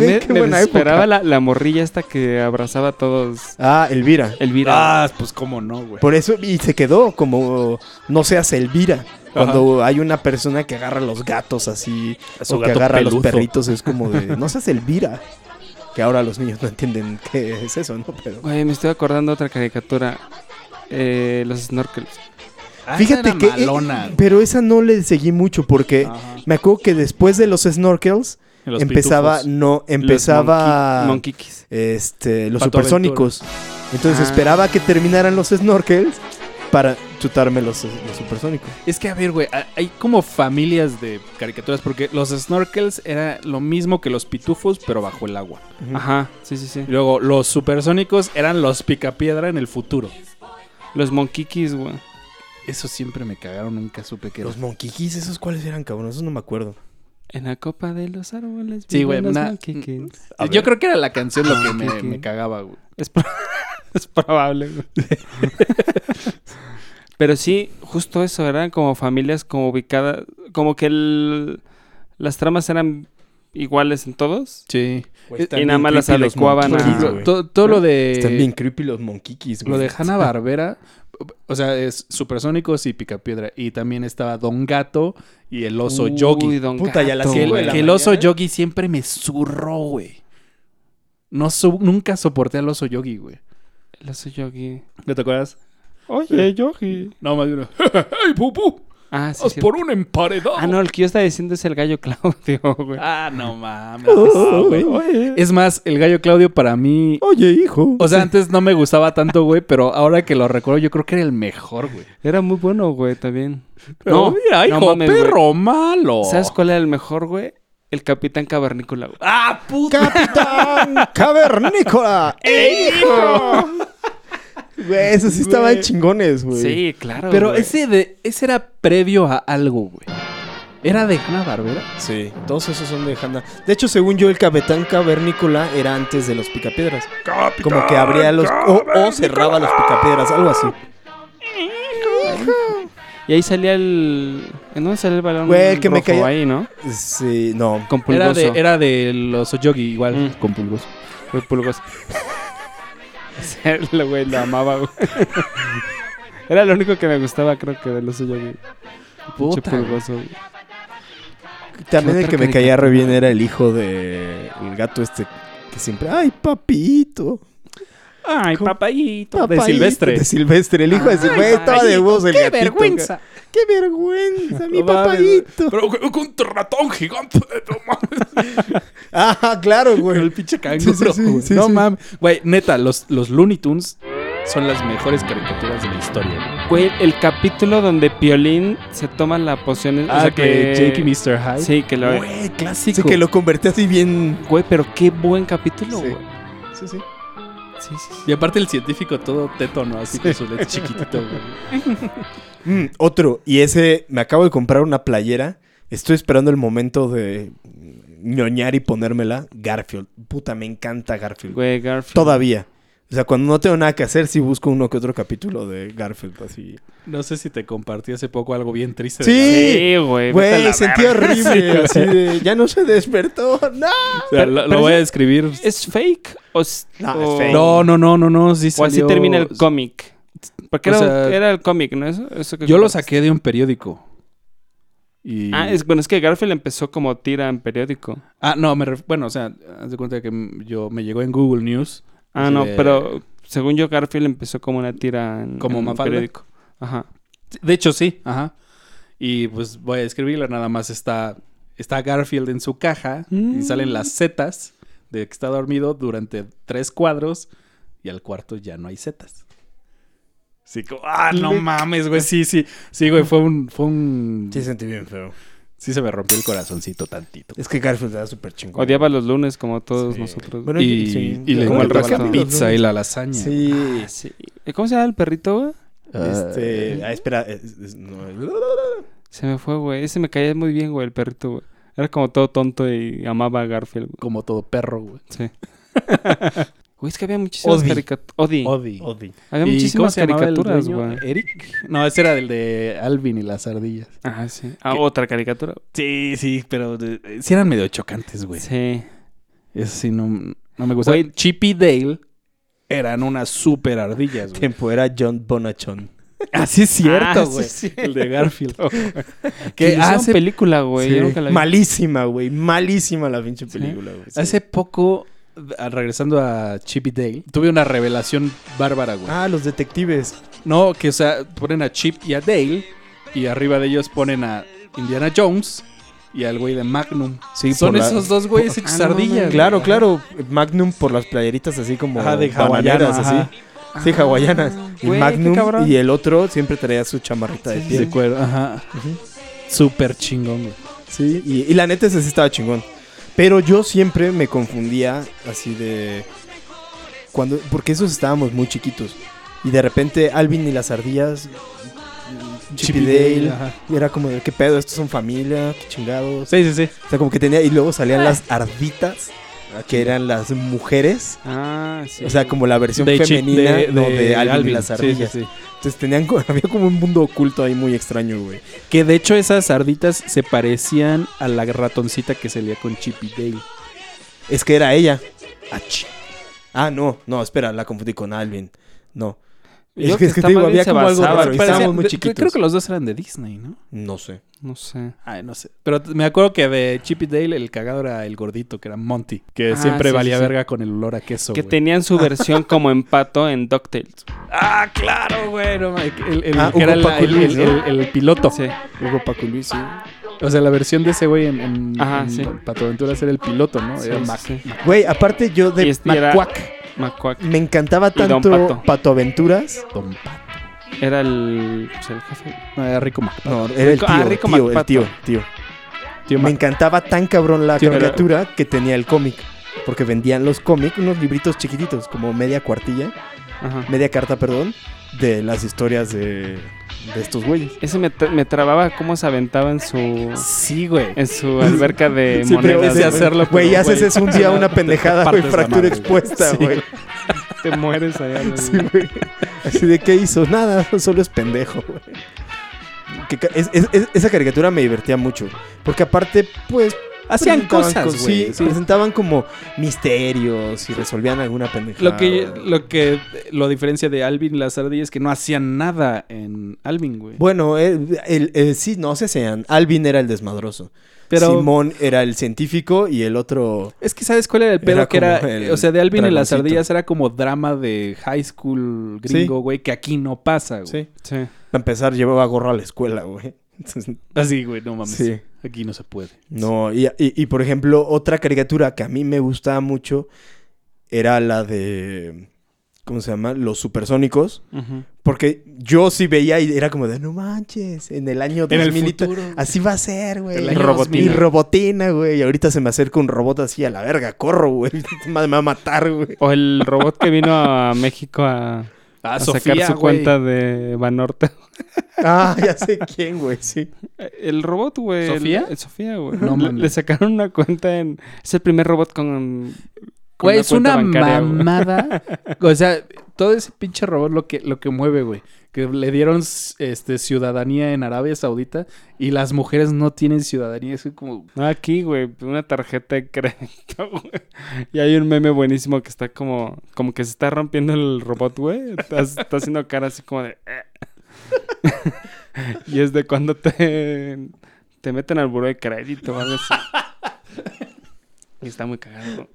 Speaker 1: Güey,
Speaker 2: me
Speaker 1: qué buena
Speaker 2: desesperaba
Speaker 1: época.
Speaker 2: la, la morrilla esta que abrazaba a todos.
Speaker 1: Ah, Elvira.
Speaker 2: Elvira.
Speaker 3: Ah, pues cómo no, güey.
Speaker 1: Por eso, y se quedó como no seas Elvira. Cuando hay una persona que agarra a los gatos así,
Speaker 3: A su
Speaker 1: o que
Speaker 3: gato
Speaker 1: agarra a los
Speaker 3: peludo.
Speaker 1: perritos, es como de no seas Elvira. Que ahora los niños no entienden qué es eso, ¿no? Pero.
Speaker 2: Güey, me estoy acordando de otra caricatura. Eh, los snorkels.
Speaker 3: Ah,
Speaker 1: Fíjate
Speaker 3: era
Speaker 1: que. eh,
Speaker 3: malona, güey.
Speaker 1: pero esa no le seguí mucho porque
Speaker 3: Ajá.
Speaker 1: me acuerdo que después de los snorkels
Speaker 3: Los
Speaker 1: empezaba.
Speaker 3: pitufos.
Speaker 1: No, empezaba.
Speaker 2: Los monkey, monkey Kiss.
Speaker 1: este, los
Speaker 3: Pato
Speaker 1: supersónicos. Entonces
Speaker 2: Ah.
Speaker 1: esperaba que terminaran los snorkels para chutarme los, los supersónicos.
Speaker 3: Es que, a ver, güey, a- hay como familias de caricaturas, porque los snorkels era lo mismo que los pitufos, pero bajo el agua.
Speaker 2: Ajá, sí, sí, sí.
Speaker 3: Y luego, los supersónicos eran los picapiedra en el futuro.
Speaker 2: Los monkey Kiss, güey.
Speaker 3: Eso siempre me cagaron, nunca supe que era.
Speaker 1: Los monquiquis, ¿esos cuáles eran, cabrón? Esos no me acuerdo.
Speaker 2: En la copa de los árboles.
Speaker 3: Sí,
Speaker 2: viven
Speaker 3: güey,
Speaker 2: los
Speaker 3: una-
Speaker 2: monkey Kiss.
Speaker 1: A
Speaker 3: Yo
Speaker 1: ver.
Speaker 3: creo que era la canción lo que
Speaker 2: Ah,
Speaker 3: me,
Speaker 2: ok.
Speaker 3: me cagaba, güey.
Speaker 2: Es, pro- es probable, güey. Pero sí, justo eso, eran como familias como ubicadas. Como que el- las tramas eran iguales en todos.
Speaker 3: Sí.
Speaker 2: Y nada más las adecuaban
Speaker 1: Monkeys,
Speaker 2: a.
Speaker 1: güey.
Speaker 3: todo, todo lo
Speaker 1: Están
Speaker 3: de.
Speaker 1: bien creepy los monquiquis,
Speaker 3: Lo de Hanna Barbera. O sea, es supersónicos y picapiedra. Y también estaba Don Gato y el oso
Speaker 2: Uy,
Speaker 3: Yogi.
Speaker 2: Don
Speaker 1: Puta, ya
Speaker 2: Gato,
Speaker 1: las
Speaker 3: Que el,
Speaker 1: cinco de la
Speaker 3: que el oso
Speaker 1: mañana.
Speaker 3: Yogi siempre me zurró, güey. No so- nunca soporté al oso Yogi, güey.
Speaker 2: El oso yogi.
Speaker 3: ¿No te acuerdas? Eh,
Speaker 2: Oye, yogi.
Speaker 3: No, más bien. ¡Hey, pupú!
Speaker 2: Ah, sí.
Speaker 3: ¡Haz
Speaker 2: sí.
Speaker 3: pues, por un emparedado!
Speaker 2: Ah, no, el que yo estaba diciendo es el gallo Claudio, güey.
Speaker 3: Ah, no mames. no, güey.
Speaker 1: oye,
Speaker 3: Es más, el gallo Claudio para mí.
Speaker 1: oye, hijo.
Speaker 3: O sea, antes no me gustaba tanto, güey, pero ahora que lo recuerdo, yo creo que era el mejor, güey.
Speaker 2: Era muy bueno, güey, también.
Speaker 3: Pero,
Speaker 2: no,
Speaker 3: mira,
Speaker 2: no
Speaker 3: hijo,
Speaker 2: mames, güey.
Speaker 3: perro malo.
Speaker 2: ¿Sabes cuál era el mejor, güey? El Capitán Cavernícola, güey.
Speaker 3: ¡Ah, puta!
Speaker 1: ¡Capitán Cavernícola! ¡Eh, hijo! Güey, esos sí estaban
Speaker 3: Güey.
Speaker 1: chingones, güey.
Speaker 2: Sí, claro.
Speaker 3: Pero
Speaker 2: güey.
Speaker 3: ese, de, ese era previo a algo, güey. ¿Era de Hanna Barbera?
Speaker 1: Sí, todos esos son de Hanna. De hecho, según yo, el Capitán Cavernícola era antes de los Picapiedras. Como que abría los... O, o cerraba los Picapiedras, algo así.
Speaker 2: Y ahí salía el. ¿En dónde salía el balón?
Speaker 1: Güey, el que me
Speaker 2: rojo
Speaker 1: caía-
Speaker 2: ahí, ¿no?
Speaker 1: Sí, no.
Speaker 2: Con
Speaker 3: Era
Speaker 2: pulgoso.
Speaker 3: de, era de los Yogi, igual.
Speaker 2: Mm.
Speaker 3: Con pulgoso.
Speaker 2: Con pulgoso. Ese, el güey, lo amaba, güey. Era lo único que me gustaba, creo que del oso yogi. Pinche
Speaker 3: Puta, güey.
Speaker 2: pulgoso, güey.
Speaker 1: También
Speaker 2: ¿Qué
Speaker 1: el
Speaker 2: otra
Speaker 1: que me caía re
Speaker 2: caricatura?
Speaker 1: bien era el hijo de el gato este que siempre, ay, papito.
Speaker 2: Ay,
Speaker 1: Con-
Speaker 2: papayito.
Speaker 1: papayito",
Speaker 3: Silvestre.
Speaker 1: De Silvestre, el hijo de
Speaker 2: Ay,
Speaker 1: Silvestre. Estaba de
Speaker 2: papayito,
Speaker 1: huevos el
Speaker 3: ¡Qué
Speaker 1: gatito,
Speaker 3: vergüenza!
Speaker 1: ca- Qué vergüenza, mi
Speaker 3: No mames, güey.
Speaker 1: papayito.
Speaker 3: Pero con con un ratón gigante. No mames.
Speaker 1: Ah, claro, güey.
Speaker 3: el pinche canguro. güey. no mames. Güey, neta, los, los Looney Tunes son las mejores caricaturas de la historia. güey.
Speaker 2: Güey, el capítulo donde Piolín se toma la poción.
Speaker 1: Ah,
Speaker 2: o sea que.
Speaker 3: Jake y Mr. Hyde.
Speaker 2: Sí, que lo.
Speaker 1: Güey, clásico.
Speaker 3: Sí,
Speaker 1: que lo convertí así bien.
Speaker 2: Güey, pero qué buen capítulo,
Speaker 1: Sí.
Speaker 2: güey.
Speaker 1: Sí, sí.
Speaker 2: Sí, sí, sí.
Speaker 3: Y aparte el científico todo tétono, así con su leche chiquitito, güey.
Speaker 1: Mm, otro, y ese, me acabo de comprar una playera Estoy esperando el momento de ñoñar y ponérmela. Garfield. Puta, me encanta Garfield.
Speaker 2: Güey, Garfield.
Speaker 1: Todavía. O sea, cuando no tengo nada que hacer, sí busco uno que otro capítulo de Garfield, así.
Speaker 3: No sé si te compartí hace poco algo bien triste.
Speaker 1: Sí.
Speaker 2: Sí, güey. vete a
Speaker 1: Güey,
Speaker 2: la
Speaker 1: sentí
Speaker 2: verga.
Speaker 1: horrible, así de, ya no se despertó, no.
Speaker 3: O sea, lo, lo
Speaker 2: Pero-
Speaker 3: voy a describir.
Speaker 2: ¿Es fake? ¿O, s-
Speaker 1: No,
Speaker 2: o-
Speaker 1: es fake.
Speaker 3: No, no, no, no, no. Sí
Speaker 2: o así
Speaker 3: salió-
Speaker 2: Pues termina el cómic? Porque
Speaker 3: O
Speaker 2: era,
Speaker 3: sea,
Speaker 2: era el cómic, ¿no? Eso, eso que
Speaker 3: Yo lo
Speaker 2: compartes.
Speaker 3: saqué de un periódico. Y...
Speaker 2: Ah, es, bueno, es que Garfield empezó como tira en periódico.
Speaker 3: Ah, no, me ref- bueno, o sea, haz de cuenta que m- yo me llegó en Google News.
Speaker 2: Ah,
Speaker 3: Así
Speaker 2: no,
Speaker 3: de-
Speaker 2: pero según yo, Garfield empezó como una tira en,
Speaker 3: Como
Speaker 2: en un
Speaker 3: Mafalda.
Speaker 2: periódico. Ajá.
Speaker 3: De hecho, sí, ajá. Y pues voy a describirla, nada más está, está Garfield en su caja
Speaker 2: Mm.
Speaker 3: y salen las setas de que está dormido durante tres cuadros y al cuarto ya no hay setas. Sí, como, ah, no mames, güey, sí, sí, sí, güey, fue un, fue un,
Speaker 1: Sí, sentí bien feo.
Speaker 3: sí se me rompió el corazoncito tantito.
Speaker 1: Es que Garfield era súper chingón.
Speaker 2: Odiaba los lunes como todos
Speaker 1: Sí.
Speaker 2: nosotros.
Speaker 1: Bueno,
Speaker 3: Y,
Speaker 1: sí.
Speaker 3: y le
Speaker 2: Como el
Speaker 3: encantaba
Speaker 2: resto.
Speaker 3: la pizza y la lasaña.
Speaker 1: Sí.
Speaker 2: Ah, Sí. ¿Y ¿Cómo se llama el perrito, güey?
Speaker 1: Este, ah, espera, es- es- no.
Speaker 2: Se me fue, güey. Ese me caía muy bien, güey, el perrito, güey. Era como todo tonto y amaba a Garfield, güey.
Speaker 3: Como todo perro, güey.
Speaker 2: Sí. Güey, es que había muchísimas
Speaker 1: Odi.
Speaker 2: caricaturas. Odi.
Speaker 3: Odi.
Speaker 1: Odi.
Speaker 2: Había
Speaker 3: ¿Y cómo
Speaker 2: muchísimas
Speaker 3: se llamaba el
Speaker 2: caricaturas,
Speaker 3: dueño? Eh,
Speaker 2: güey.
Speaker 3: ¿Eric? No, ese era del de Alvin y las ardillas.
Speaker 2: Ah, sí. Ah, otra caricatura.
Speaker 3: Sí, sí, pero eh, sí eran medio chocantes, güey.
Speaker 2: Sí.
Speaker 3: Eso sí, no, no me gusta.
Speaker 2: Güey.
Speaker 3: Chip y Dale eran unas super ardillas, güey.
Speaker 1: Tiempo era John Bonachon.
Speaker 3: Así es
Speaker 2: Ah,
Speaker 3: cierto,
Speaker 2: sí
Speaker 3: güey.
Speaker 2: es cierto.
Speaker 3: El de Garfield.
Speaker 2: Que
Speaker 3: que
Speaker 2: hace
Speaker 3: hace,
Speaker 2: película, güey.
Speaker 3: Sí.
Speaker 2: Yo nunca la vi.
Speaker 1: Malísima, güey. Malísima la pinche película, güey. Sí.
Speaker 3: hace poco, a- regresando a Chip y Dale, tuve una revelación bárbara, güey.
Speaker 1: Ah, los detectives.
Speaker 3: No, que o sea, ponen a Chip y a Dale y arriba de ellos ponen a Indiana Jones y al güey de Magnum.
Speaker 1: Sí,
Speaker 3: Son
Speaker 1: por la-
Speaker 3: esos dos güeyes hechos
Speaker 2: Ah, no
Speaker 3: ardillas.
Speaker 2: mames.
Speaker 3: güey.
Speaker 1: Claro, claro. Magnum por las playeritas así como
Speaker 3: Ajá, de hawaiano,
Speaker 1: hawaianas,
Speaker 3: ajá.
Speaker 1: así. Sí, hawaianas. Ah, y
Speaker 2: Ah, Güey, qué
Speaker 1: Magnum
Speaker 2: cabrón.
Speaker 1: y el otro siempre traía su chamarrita de
Speaker 2: Sí,
Speaker 1: piel.
Speaker 3: De cuero, ajá. Súper chingón, güey.
Speaker 1: Sí, y, y la neta ese sí estaba chingón. Pero yo siempre me confundía así de... cuando Porque esos estábamos muy chiquitos. Y de repente Alvin y las ardillas... Chip y Dale.
Speaker 3: ajá.
Speaker 1: Y era como de, ¿qué pedo? Estos son familia, qué chingados.
Speaker 3: Sí, sí, sí.
Speaker 1: O sea, como que tenía... Y luego salían las arditas, que eran las mujeres.
Speaker 2: Ah, sí.
Speaker 1: O sea, como la versión
Speaker 3: De Chip-
Speaker 1: femenina
Speaker 3: de-
Speaker 1: de, no, de
Speaker 3: de
Speaker 1: Alvin,
Speaker 3: Alvin,
Speaker 1: y las
Speaker 3: sí,
Speaker 1: ardillas.
Speaker 3: sí, sí.
Speaker 1: Entonces tenían, co- había como un mundo oculto ahí muy extraño, güey.
Speaker 3: Que de hecho esas arditas se parecían a la ratoncita que se leía con Chip y Dale.
Speaker 1: Es que era ella. Ah, chi- Ah, no, no, espera, la confundí con Alvin. No.
Speaker 2: Yo
Speaker 1: es que- es que
Speaker 2: esta
Speaker 1: te digo,
Speaker 2: madre
Speaker 1: había
Speaker 2: se
Speaker 1: como algo
Speaker 2: basaba,
Speaker 1: raro,
Speaker 2: parecía-
Speaker 1: estábamos muy
Speaker 3: de-
Speaker 1: chiquitos.
Speaker 3: Creo que los dos eran de Disney, ¿no?
Speaker 1: No sé.
Speaker 2: No sé.
Speaker 3: Ay, no sé. Pero t- me acuerdo que de Chip y Dale el cagado era el gordito, que era Monty. Que
Speaker 2: Ah,
Speaker 3: siempre
Speaker 2: sí,
Speaker 3: valía
Speaker 2: sí, sí.
Speaker 3: verga con el olor a queso.
Speaker 2: Que
Speaker 3: güey.
Speaker 2: tenían su versión como en pato en DuckTales.
Speaker 3: Ah, claro, güey. no mames. el, el-
Speaker 1: Ah,
Speaker 3: que era
Speaker 1: Hugo
Speaker 3: la-
Speaker 1: Paco
Speaker 3: el,
Speaker 1: Luis,
Speaker 3: el-
Speaker 1: ¿no?
Speaker 3: el- el piloto.
Speaker 2: Sí.
Speaker 1: Hugo Paco Luis, sí.
Speaker 3: O sea, la versión de ese güey en, en,
Speaker 2: Ajá,
Speaker 3: en
Speaker 2: sí.
Speaker 3: Pato Aventuras era el piloto, ¿no?
Speaker 2: Sí,
Speaker 3: era
Speaker 2: sí,
Speaker 3: Mac.
Speaker 2: sí.
Speaker 1: Güey, aparte yo
Speaker 2: Y
Speaker 1: de
Speaker 2: este era
Speaker 1: Macuac,
Speaker 2: Macuac.
Speaker 1: me encantaba
Speaker 2: Y Don
Speaker 1: tanto
Speaker 2: Pato.
Speaker 1: Pato. Aventuras.
Speaker 3: Don Pato.
Speaker 2: Era el, pues, el jefe.
Speaker 3: No, era rico Mac.
Speaker 1: No, era el
Speaker 2: Rico-
Speaker 1: tío,
Speaker 2: ah,
Speaker 1: el
Speaker 2: Rico
Speaker 1: tío, el
Speaker 2: Macpato.
Speaker 1: tío, tío.
Speaker 3: Tío
Speaker 1: Me
Speaker 3: Mac.
Speaker 1: encantaba tan cabrón la
Speaker 2: Sí, pero-
Speaker 1: caricatura que tenía el cómic. Porque vendían los cómics, unos libritos chiquititos, como media cuartilla,
Speaker 2: Ajá.
Speaker 1: media carta, perdón, de las historias de, de estos güeyes.
Speaker 2: Ese me, tra- me trababa cómo se aventaba en su,
Speaker 3: Sí, güey.
Speaker 2: en su alberca de
Speaker 1: Sí, pero ese
Speaker 2: monedas. güey.
Speaker 3: hacer- hacerlo,
Speaker 1: Güey,
Speaker 3: pero,
Speaker 1: haces
Speaker 3: güey,
Speaker 1: eso un día una pendejada,
Speaker 3: partes
Speaker 1: güey,
Speaker 3: la
Speaker 1: fractura
Speaker 3: madre, güey.
Speaker 1: expuesta,
Speaker 3: Sí,
Speaker 1: güey.
Speaker 2: Te mueres allá. güey.
Speaker 1: Sí, güey. Así de, ¿qué hizo? Nada, solo es pendejo, güey. Que ca- es- es- es- esa caricatura me divertía mucho. Porque aparte, pues.
Speaker 3: Hacían
Speaker 1: presentaban
Speaker 3: cosas,
Speaker 1: co-
Speaker 3: güey,
Speaker 1: Sí,
Speaker 3: sí.
Speaker 1: presentaban como misterios y resolvían alguna pendejada.
Speaker 3: Lo que,
Speaker 1: güey.
Speaker 3: lo que lo diferencia de Alvin y las ardillas es que no hacían nada en Alvin, güey.
Speaker 1: Bueno, el, el- el- sí, no se sean. Alvin era el desmadroso.
Speaker 3: Pero
Speaker 1: Simón era el científico y el otro.
Speaker 3: es que sabes cuál era el pedo
Speaker 1: Era
Speaker 3: que era,
Speaker 1: como el
Speaker 3: o sea, de Alvin y las
Speaker 1: dragoncito.
Speaker 3: ardillas era como drama de high school gringo, güey, que aquí no pasa, güey.
Speaker 1: Sí.
Speaker 2: Sí.
Speaker 1: Para empezar, llevaba gorra a la escuela, güey. Entonces,
Speaker 3: Así, güey, no mames.
Speaker 1: sí.
Speaker 3: Aquí no se puede.
Speaker 1: No, y, y- y, por ejemplo, otra caricatura que a mí me gustaba mucho era la de. ¿Cómo se llama? Los supersónicos.
Speaker 2: Ujú.
Speaker 1: Porque yo sí veía y era como de, no manches, en el año
Speaker 3: En el
Speaker 1: 2000 y ta-
Speaker 3: futuro, güey.
Speaker 1: Así va a ser, güey.
Speaker 3: El
Speaker 1: Y
Speaker 3: año
Speaker 1: Y
Speaker 3: 2000.
Speaker 1: robotina, güey. Y ahorita se me acerca un robot así a la verga, corro, güey. Madre, me va a matar, güey.
Speaker 2: O el robot que vino a México a,
Speaker 3: Ah,
Speaker 2: a sacar su
Speaker 3: güey.
Speaker 2: cuenta de Banorte.
Speaker 1: Ah, ya sé quién, güey, sí.
Speaker 2: El robot, güey. el-
Speaker 3: ¿Sofía?
Speaker 2: el Sofía, güey.
Speaker 3: No
Speaker 2: le,
Speaker 3: mames.
Speaker 2: le sacaron una cuenta en. Es el primer robot con. con
Speaker 3: Güey, es
Speaker 2: cuenta
Speaker 3: una
Speaker 2: bancaria, güey.
Speaker 3: mamada. o sea, todo ese pinche robot lo que, lo que mueve, güey. Que le dieron este, ciudadanía en Arabia Saudita y las mujeres no tienen ciudadanía. Es como,
Speaker 2: No, aquí, güey, una tarjeta de crédito, güey. Y hay un meme buenísimo que está como, como que se está rompiendo el robot, güey. Está, está haciendo cara así como de... "Eh". y es de cuando te, te meten al buro de crédito o algo así. Y está muy cagado.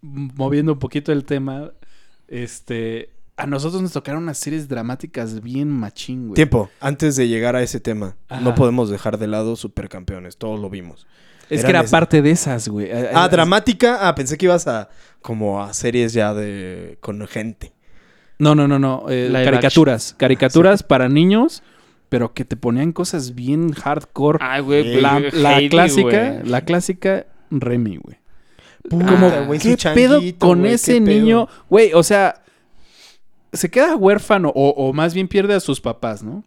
Speaker 3: moviendo un poquito el tema, este, a nosotros nos tocaron unas series dramáticas bien machín, güey.
Speaker 1: Tiempo, antes de llegar a ese tema, no
Speaker 3: Ajá.
Speaker 1: podemos dejar de lado supercampeones, todos lo vimos.
Speaker 3: Es
Speaker 1: Eran
Speaker 3: que era
Speaker 1: es-
Speaker 3: parte de esas, güey. Eh,
Speaker 1: Ah, dramática. Ah, pensé que ibas a como a series ya de con gente.
Speaker 3: No, no, no, no. eh,
Speaker 2: Live
Speaker 3: caricaturas. Caricaturas para niños, pero que te ponían cosas bien hardcore.
Speaker 2: Ay, güey.
Speaker 3: la,
Speaker 2: güey,
Speaker 3: la
Speaker 2: Heidi,
Speaker 3: clásica,
Speaker 2: güey.
Speaker 3: la clásica Remy, güey.
Speaker 1: Puta,
Speaker 3: Como,
Speaker 1: Ah, güey, su
Speaker 3: ¿qué pedo
Speaker 1: changuito,
Speaker 3: con
Speaker 1: güey,
Speaker 3: ese
Speaker 1: qué pedo.
Speaker 3: niño? Güey, o sea, se queda huérfano o, o más bien pierde a sus papás, ¿no?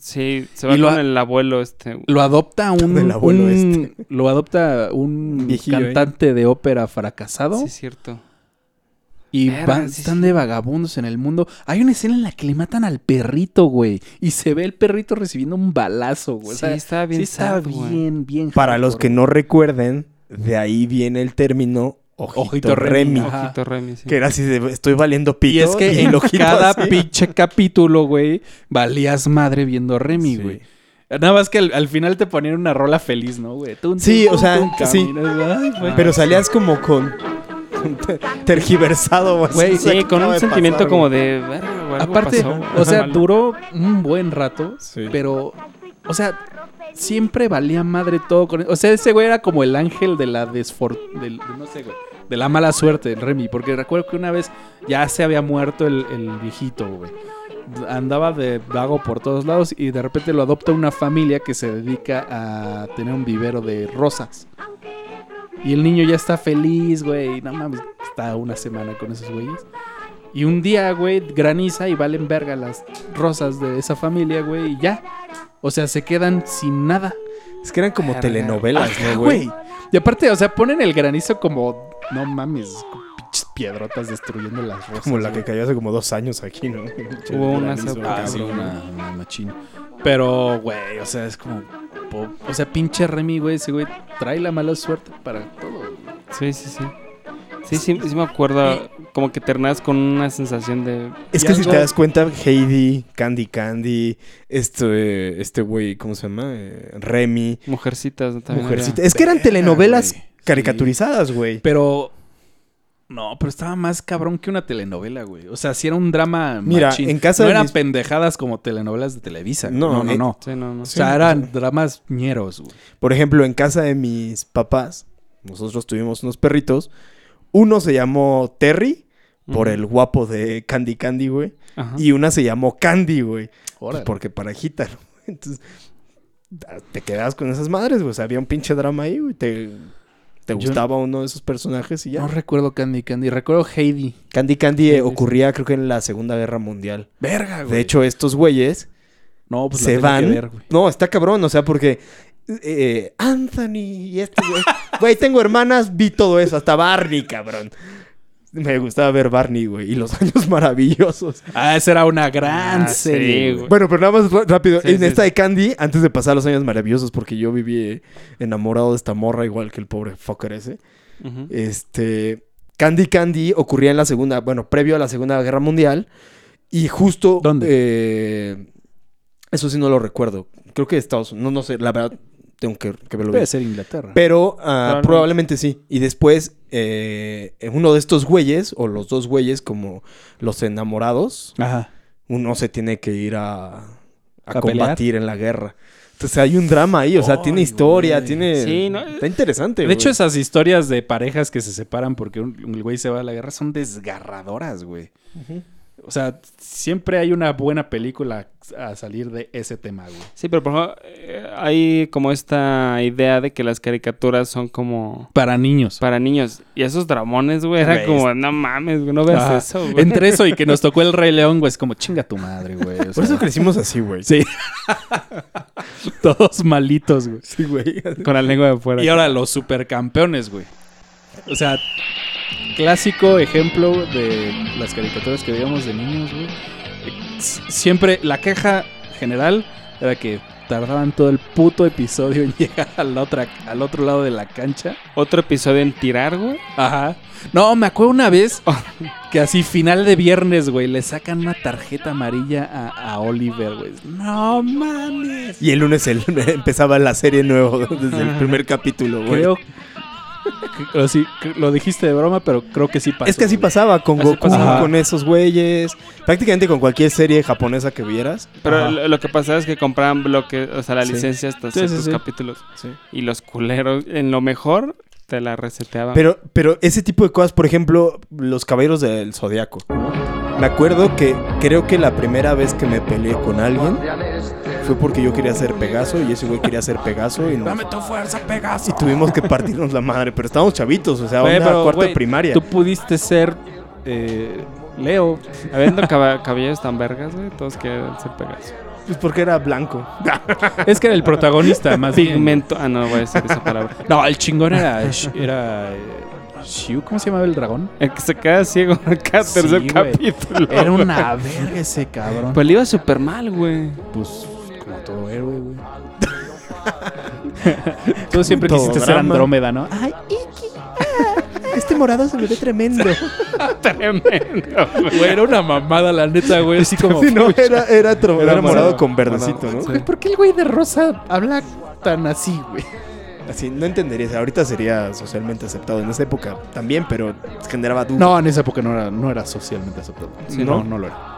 Speaker 2: Sí, se va
Speaker 3: Y lo
Speaker 2: con
Speaker 3: ha-
Speaker 2: el abuelo este. güey.
Speaker 3: Lo adopta un...
Speaker 1: El abuelo este.
Speaker 3: un- Lo adopta un
Speaker 1: Viejillo, ¿eh?
Speaker 3: cantante de ópera fracasado.
Speaker 2: Sí, es cierto.
Speaker 3: Y
Speaker 2: Verga,
Speaker 3: van,
Speaker 2: sí,
Speaker 3: están
Speaker 2: sí.
Speaker 3: de vagabundos en el mundo. Hay una escena en la que le matan al perrito, güey. Y se ve el perrito recibiendo un balazo, güey. O
Speaker 2: sí,
Speaker 3: sea,
Speaker 2: estaba bien
Speaker 3: sí está
Speaker 2: sad, güey.
Speaker 3: bien, bien.
Speaker 1: Para los que no recuerden, de ahí viene el término ojito,
Speaker 3: Ojito
Speaker 1: Remy.
Speaker 3: Remy, ajá.
Speaker 2: Ojito Remy, sí.
Speaker 1: Que era así de estoy valiendo pito.
Speaker 3: Y es que
Speaker 1: el
Speaker 3: en
Speaker 1: ojito
Speaker 3: cada
Speaker 1: así.
Speaker 3: pinche capítulo, güey, valías madre viendo Remy,
Speaker 1: Sí.
Speaker 3: güey. Nada más que al, al final te ponían una rola feliz, ¿no, güey? Tun,
Speaker 1: Sí,
Speaker 3: tun,
Speaker 1: o sea,
Speaker 3: tun,
Speaker 1: sí.
Speaker 3: caminas, ay, güey.
Speaker 1: Pero salías como con, con te- tergiversado, güey.
Speaker 3: Güey,
Speaker 1: No sé
Speaker 2: Sí,
Speaker 1: qué
Speaker 2: con
Speaker 1: acaba
Speaker 2: un
Speaker 1: de
Speaker 2: sentimiento
Speaker 1: pasar,
Speaker 2: como
Speaker 1: güey.
Speaker 2: de... "Verga, güey, algo
Speaker 3: Aparte,
Speaker 2: pasó, güey".
Speaker 3: o sea,
Speaker 2: Algo-
Speaker 3: duró un buen rato,
Speaker 1: Sí.
Speaker 3: pero, o sea, siempre valía madre todo con e-, O sea, ese güey era como el ángel de la desfor... del- de- no sé, güey, de la mala suerte, el Remy, porque recuerdo que una vez ya se había muerto el, el viejito, güey. Andaba de vago por todos lados y de repente lo adopta una familia que se dedica a tener un vivero de rosas. Y el niño ya está feliz, güey. No mames, está una semana con esos güeyes. Y un día, güey, graniza y valen verga las rosas de esa familia, güey, y ya. O sea, se quedan sin nada.
Speaker 1: Es que eran como
Speaker 2: Verga.
Speaker 1: telenovelas,
Speaker 3: Ajá,
Speaker 1: ¿no, güey?
Speaker 3: Y aparte, o sea, ponen el granizo como, no mames, con pinches piedrotas destruyendo las rosas.
Speaker 1: Como la que
Speaker 3: güey.
Speaker 1: cayó hace como dos años aquí, ¿no?
Speaker 2: Hubo una
Speaker 1: Granizo,
Speaker 2: sopa.
Speaker 3: Ah, sí,
Speaker 1: cabrón.
Speaker 3: una, una machín. Pero, güey, o sea, es como. po- O sea, pinche Remy, güey, ese güey trae la mala suerte para todo. güey.
Speaker 2: Sí, sí, sí. Sí, sí, sí me acuerdo. Como que ternas con una sensación de.
Speaker 1: Es
Speaker 3: Y
Speaker 1: que si
Speaker 3: algo-
Speaker 1: te das cuenta, Heidi, Candy Candy, este este güey, ¿cómo se llama? Eh, Remy,
Speaker 2: Mujercitas ¿no? también.
Speaker 1: Mujercita. Es que eran
Speaker 3: Verga,
Speaker 1: telenovelas
Speaker 3: güey. Sí.
Speaker 1: caricaturizadas, güey.
Speaker 3: Pero. No, pero estaba más cabrón que una telenovela, güey. O sea, sí era un drama
Speaker 1: Mira,
Speaker 3: machín.
Speaker 1: en casa
Speaker 3: No
Speaker 1: de
Speaker 3: eran
Speaker 1: mis-
Speaker 3: pendejadas como telenovelas de Televisa.
Speaker 1: No,
Speaker 3: No, no, no.
Speaker 1: eh, Pues,
Speaker 3: no.
Speaker 2: había. Sí, no, no.
Speaker 3: o sea, eran dramas ñeros, güey.
Speaker 1: Por ejemplo, en casa de mis papás, nosotros tuvimos unos perritos. Uno se llamó Terry, por
Speaker 2: Ujú.
Speaker 1: el guapo de Candy Candy, güey.
Speaker 2: Ajá.
Speaker 1: Y una se llamó Candy, güey. Pues
Speaker 3: Ah. Órale.
Speaker 1: porque para gítaro. Entonces, ta- te quedabas con esas madres, güey. O sea, había un pinche drama ahí, güey. Te, te
Speaker 3: Yo-
Speaker 1: gustaba uno de esos personajes y ya.
Speaker 3: No recuerdo Candy Candy, recuerdo Heidi.
Speaker 1: Candy Candy eh,
Speaker 2: Sí, sí, sí.
Speaker 1: ocurría, creo que en la Segunda Guerra Mundial.
Speaker 3: Verga,
Speaker 1: De hecho, estos güeyes
Speaker 3: no, Ah, pues la
Speaker 1: se
Speaker 3: tengo que
Speaker 1: van.
Speaker 3: ver, güey.
Speaker 1: no, está cabrón, o sea, porque. eh, Anthony y este güey. Güey, tengo hermanas, vi todo eso, hasta Barney, cabrón. Me gustaba ver Barney, güey, y los años maravillosos.
Speaker 3: Ah, esa era una gran
Speaker 2: Ah, sí,
Speaker 3: serie. güey.
Speaker 2: güey.
Speaker 1: Bueno, pero nada más ra- rápido.
Speaker 2: Sí,
Speaker 1: en
Speaker 2: sí,
Speaker 1: esta
Speaker 2: sí.
Speaker 1: de Candy, antes de pasar los años maravillosos, porque yo viví eh, enamorado de esta morra, igual que el pobre fucker ese.
Speaker 2: Ujú.
Speaker 3: eh,
Speaker 1: Este. Candy Candy ocurría en la segunda, bueno, previo a la Segunda Guerra Mundial. Y justo.
Speaker 3: ¿Dónde?
Speaker 1: eh, eso sí no lo recuerdo. Creo que Estados Unidos. No, no sé, la verdad, tengo que, que verlo bien.
Speaker 3: Puede ser Inglaterra.
Speaker 1: Pero ah,
Speaker 2: Claro.
Speaker 1: probablemente sí. Y después, eh, uno de estos güeyes, o los dos güeyes, como los enamorados,
Speaker 3: Ajá.
Speaker 1: uno se tiene que ir a, a
Speaker 3: ¿A
Speaker 1: combatir en la guerra. Entonces hay un drama ahí, o sea,
Speaker 3: Ay,
Speaker 1: tiene historia,
Speaker 3: güey.
Speaker 1: tiene...
Speaker 2: Sí, ¿no?
Speaker 1: Está interesante,
Speaker 3: De
Speaker 1: güey.
Speaker 3: hecho, esas historias de parejas que se separan porque un, el güey se va a la guerra son desgarradoras, güey.
Speaker 1: Ujú.
Speaker 3: O sea, siempre hay una buena película a salir de ese tema, güey.
Speaker 2: Sí, pero por ejemplo, eh, hay como esta idea de que las caricaturas son como
Speaker 3: Para niños.
Speaker 2: para niños. Y esos dramones, güey, era
Speaker 3: Güey,
Speaker 2: como, no mames, güey, no veas
Speaker 3: Ajá.
Speaker 2: eso, güey.
Speaker 3: Entre eso y que nos tocó el Rey León, güey, es como chinga tu madre, güey. o
Speaker 1: Por eso
Speaker 3: sea,
Speaker 1: crecimos así, güey.
Speaker 3: Sí. Todos malitos, güey.
Speaker 1: Sí, güey.
Speaker 2: Con la lengua de afuera.
Speaker 3: Y ahora los supercampeones, güey. O sea, clásico ejemplo de las caricaturas que veíamos de niños, güey. S- Siempre la queja general era que tardaban todo el puto episodio en llegar a la otra, al otro lado de la cancha.
Speaker 2: Otro episodio en tirar, güey.
Speaker 3: Ajá. No, me acuerdo una vez que así final de viernes, güey, le sacan una tarjeta amarilla a, a Oliver, güey. No mames.
Speaker 1: Y el lunes el- empezaba la serie nueva desde el primer capítulo, güey.
Speaker 3: Creo. Lo, sí, lo dijiste de broma, pero creo que sí pasó.
Speaker 1: es que así
Speaker 3: güey.
Speaker 1: pasaba con
Speaker 2: Así
Speaker 1: Goku,
Speaker 3: pasaba.
Speaker 1: con esos güeyes. Prácticamente con cualquier serie japonesa que vieras.
Speaker 2: Pero
Speaker 3: Ajá.
Speaker 2: lo, lo que pasaba es que compraban bloques, o sea, la
Speaker 3: Sí.
Speaker 2: licencia hasta
Speaker 3: Sí, sí,
Speaker 2: ciertos
Speaker 3: sí.
Speaker 2: capítulos.
Speaker 3: Sí.
Speaker 2: Y los culeros, en lo mejor, te la reseteaban.
Speaker 1: Pero, pero ese tipo de cosas, por ejemplo, los caballeros del zodiaco. Me acuerdo que creo que la primera vez que me peleé con alguien fue porque yo quería ser Pegaso y ese güey quería ser Pegaso y, nos-
Speaker 3: tu fuerza, Pegaso.
Speaker 1: y tuvimos que partirnos la madre. Pero estábamos chavitos, o sea,
Speaker 3: Güey,
Speaker 1: una
Speaker 3: pero,
Speaker 1: cuarta
Speaker 3: güey,
Speaker 1: de primaria.
Speaker 3: Tú pudiste ser eh, Leo.
Speaker 2: Habiendo caba- cabellos tan vergas, güey, todos quieren ser pegados.
Speaker 1: Pues porque era blanco.
Speaker 3: Es que era el protagonista, más bien.
Speaker 2: Pigmento. Ah, no voy a decir esa palabra.
Speaker 3: No, el chingón era. era eh, Shiu, ¿cómo se llamaba el dragón?
Speaker 2: El que se queda ciego en cada
Speaker 3: Sí,
Speaker 2: tercer
Speaker 3: güey. Eh.
Speaker 2: capítulo.
Speaker 3: Era
Speaker 2: güey.
Speaker 3: una verga ese cabrón.
Speaker 2: Pues le iba súper mal, güey.
Speaker 3: Pues como todo héroe, güey. Tú siempre
Speaker 1: Todo
Speaker 3: quisiste ser
Speaker 1: drama.
Speaker 3: Andrómeda, ¿no?
Speaker 1: Ay, Iki. Este morado se me ve tremendo.
Speaker 2: Tremendo, güey.
Speaker 3: Güey, era una mamada, la neta, güey. Así como.
Speaker 1: Sí, no, era, era, tro-
Speaker 3: Era
Speaker 1: era morado
Speaker 3: morado.
Speaker 1: con verdecito, ¿no?
Speaker 3: Güey, ¿Por qué el güey de rosa habla tan así, güey?
Speaker 1: Así, no entenderías. Ahorita sería socialmente aceptado en esa época también, pero generaba dudas.
Speaker 3: No, en esa época no era, no era socialmente aceptado.
Speaker 1: Sí,
Speaker 3: no,
Speaker 1: ¿no?
Speaker 3: no, lo era.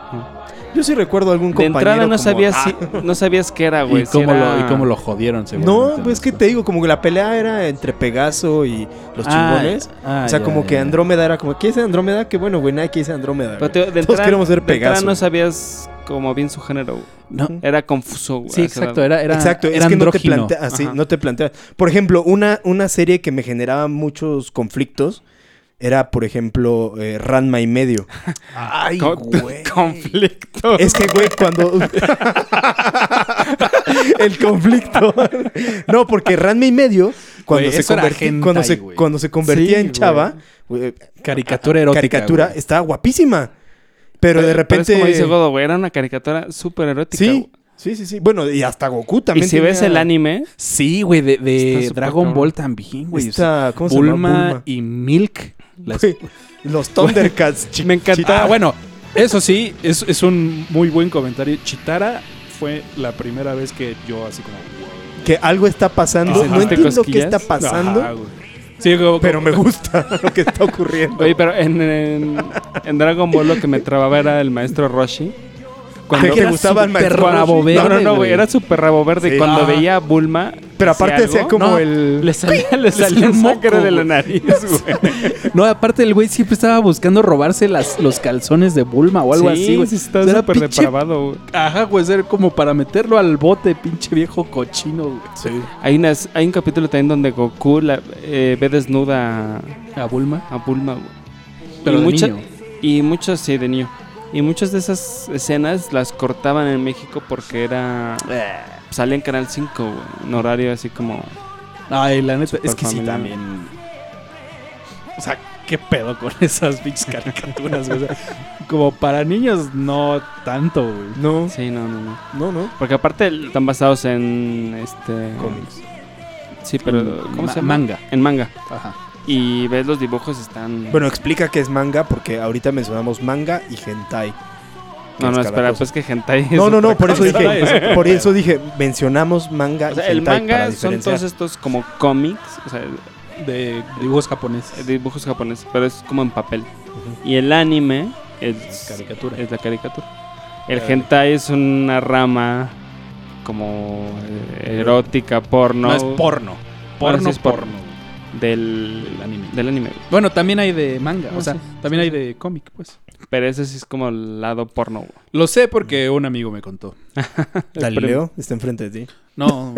Speaker 1: Yo sí recuerdo algún
Speaker 2: De
Speaker 1: compañero.
Speaker 2: entrada no
Speaker 1: como-
Speaker 2: sabías,
Speaker 1: Ah.
Speaker 2: si, no sabías qué era, güey.
Speaker 3: ¿Y,
Speaker 2: si
Speaker 3: cómo
Speaker 2: era-
Speaker 3: lo, y cómo lo jodieron, seguramente.
Speaker 1: No, pues es que te digo, como que la pelea era entre Pegaso y los
Speaker 3: Ah,
Speaker 1: chingones.
Speaker 3: ah,
Speaker 1: o sea,
Speaker 3: ya,
Speaker 1: como
Speaker 3: ya,
Speaker 1: que
Speaker 3: ya.
Speaker 1: Andrómeda era como, ¿quién es Andrómeda? Que bueno, güey, nadie quiere ser Andrómeda. güey.
Speaker 2: Pero te- de
Speaker 1: Todos
Speaker 2: entrada-
Speaker 1: queremos ser
Speaker 2: de entrada
Speaker 1: Pegaso.
Speaker 2: no sabías como bien su género, güey.
Speaker 3: No.
Speaker 2: Era confuso, güey.
Speaker 3: Sí,
Speaker 2: a esa
Speaker 3: exacto.
Speaker 2: edad.
Speaker 3: Era, era,
Speaker 1: Exacto,
Speaker 3: era
Speaker 1: es que no te
Speaker 3: andrógino.
Speaker 1: planteas, así,
Speaker 2: Ajá.
Speaker 1: no te planteas. Por ejemplo, una, una serie que me generaba muchos conflictos era, por ejemplo, eh, Ranma y medio. Ay,
Speaker 2: Con- conflicto.
Speaker 1: Es que, güey, cuando. el conflicto. no, porque Ranma y medio, cuando,
Speaker 3: Güey,
Speaker 1: se,
Speaker 3: eso era
Speaker 1: convertí-
Speaker 3: hentai,
Speaker 1: cuando, se,
Speaker 3: güey.
Speaker 1: cuando se convertía
Speaker 2: Sí,
Speaker 1: en chava, güey,
Speaker 3: Caricatura erótica.
Speaker 1: caricatura,
Speaker 3: güey.
Speaker 1: estaba guapísima. Pero, de
Speaker 2: Pero es
Speaker 1: repente.
Speaker 2: como dice Godo, güey, era una caricatura súper erótica.
Speaker 1: sí,
Speaker 2: güey.
Speaker 1: sí, sí, sí. Bueno, y hasta Goku
Speaker 2: Y
Speaker 1: también.
Speaker 2: si ves
Speaker 1: tenía
Speaker 2: el anime,
Speaker 3: Sí, güey, de, de
Speaker 2: Está súper
Speaker 3: Dragon
Speaker 2: cabrón.
Speaker 3: Ball también, güey.
Speaker 1: esta- ¿Cómo se llama?
Speaker 3: Bulma,
Speaker 1: Bulma.
Speaker 3: y Milk. las-
Speaker 1: Güey, Los Thundercats, chi-
Speaker 2: me encantaba.
Speaker 3: Ah, bueno, eso sí, es, es un muy buen comentario. Chitara fue la primera vez que yo así como... wow.
Speaker 1: Que algo está pasando.
Speaker 2: Ajá.
Speaker 1: No entiendo qué
Speaker 2: Cosquillas. Ah,
Speaker 1: está pasando,
Speaker 3: Ajá, güey. Sí, como-
Speaker 1: pero me gusta lo que está ocurriendo.
Speaker 2: Oye, pero en, en- en Dragon Ball lo que me trababa era el maestro Roshi.
Speaker 1: Ay, que le gustaba al maestro
Speaker 3: Super rabo
Speaker 1: Roshi.
Speaker 2: No,
Speaker 3: verde,
Speaker 2: no, no, güey,
Speaker 3: güey.
Speaker 2: era súper rabo verde.
Speaker 1: Sí.
Speaker 2: Y cuando
Speaker 1: Ah.
Speaker 2: veía a Bulma.
Speaker 1: Pero aparte hacía
Speaker 2: algo,
Speaker 1: como
Speaker 3: No.
Speaker 1: el.
Speaker 2: Le salía, le salía
Speaker 3: salía un
Speaker 2: sangre
Speaker 3: moco,
Speaker 2: de la
Speaker 3: güey.
Speaker 2: nariz, güey.
Speaker 3: No, aparte el güey siempre estaba buscando robarse las, los calzones de Bulma o algo
Speaker 2: sí,
Speaker 3: así, güey.
Speaker 2: Sí, está
Speaker 3: Era
Speaker 2: súper
Speaker 3: pinche-
Speaker 2: depravado, güey.
Speaker 3: Ajá, güey, era como para meterlo al bote, pinche viejo cochino, güey.
Speaker 1: Sí.
Speaker 2: Hay, unas- hay un capítulo también donde Goku la, eh, ve desnuda
Speaker 3: A Bulma.
Speaker 2: a Bulma, güey.
Speaker 3: Pero
Speaker 2: y
Speaker 3: de
Speaker 2: mucha-
Speaker 3: niño.
Speaker 2: Y muchas, sí, de niño. Y muchas de esas escenas las cortaban en México porque era. Salía en Canal 5, güey. En horario así como.
Speaker 3: Ay, la neta, es
Speaker 2: Super
Speaker 3: que sí
Speaker 2: familiar.
Speaker 3: también. O sea, qué pedo con esas pinches caricaturas, güey. O sea, como para niños, no tanto, güey.
Speaker 1: No,
Speaker 2: Sí, no, no, no.
Speaker 1: no, no.
Speaker 2: Porque aparte el- están basados en. Este.
Speaker 1: Cómics.
Speaker 2: Sí, pero.
Speaker 3: Mm,
Speaker 2: ¿Cómo
Speaker 3: ma-
Speaker 2: se llama?
Speaker 3: Manga.
Speaker 2: En manga.
Speaker 3: Ajá.
Speaker 2: Y ves los dibujos, están.
Speaker 1: Bueno, explica qué es manga porque ahorita mencionamos manga y hentai. que es
Speaker 2: no, no,
Speaker 1: cada
Speaker 2: espera,
Speaker 1: cosa.
Speaker 2: pues que hentai. es
Speaker 1: No, no, no,
Speaker 2: otra
Speaker 1: por eso
Speaker 2: cosa.
Speaker 1: dije,
Speaker 3: Hentai.
Speaker 1: por eso dije, mencionamos manga
Speaker 2: O sea,
Speaker 1: y
Speaker 2: el
Speaker 1: hentai para
Speaker 2: manga son
Speaker 1: diferenciar.
Speaker 2: todos estos como cómics, o sea,
Speaker 3: De dibujos japoneses.
Speaker 2: eh, dibujos japoneses, pero es como en papel. Y el anime es,
Speaker 3: Caricatura.
Speaker 2: es la caricatura. El
Speaker 3: Claro.
Speaker 2: hentai es una rama como eh, erótica, porno,
Speaker 3: No, es porno.
Speaker 2: Ahora
Speaker 3: Porno,
Speaker 2: sí es porno.
Speaker 3: porno.
Speaker 2: del,
Speaker 3: Del anime.
Speaker 2: del anime.
Speaker 3: Bueno, también hay de manga.
Speaker 2: Ah,
Speaker 3: o sea,
Speaker 2: sí.
Speaker 3: también hay de cómic, pues.
Speaker 2: Pero ese sí es como el lado porno. güey.
Speaker 3: Lo sé porque un amigo me contó.
Speaker 1: Galileo está enfrente de ti.
Speaker 3: No.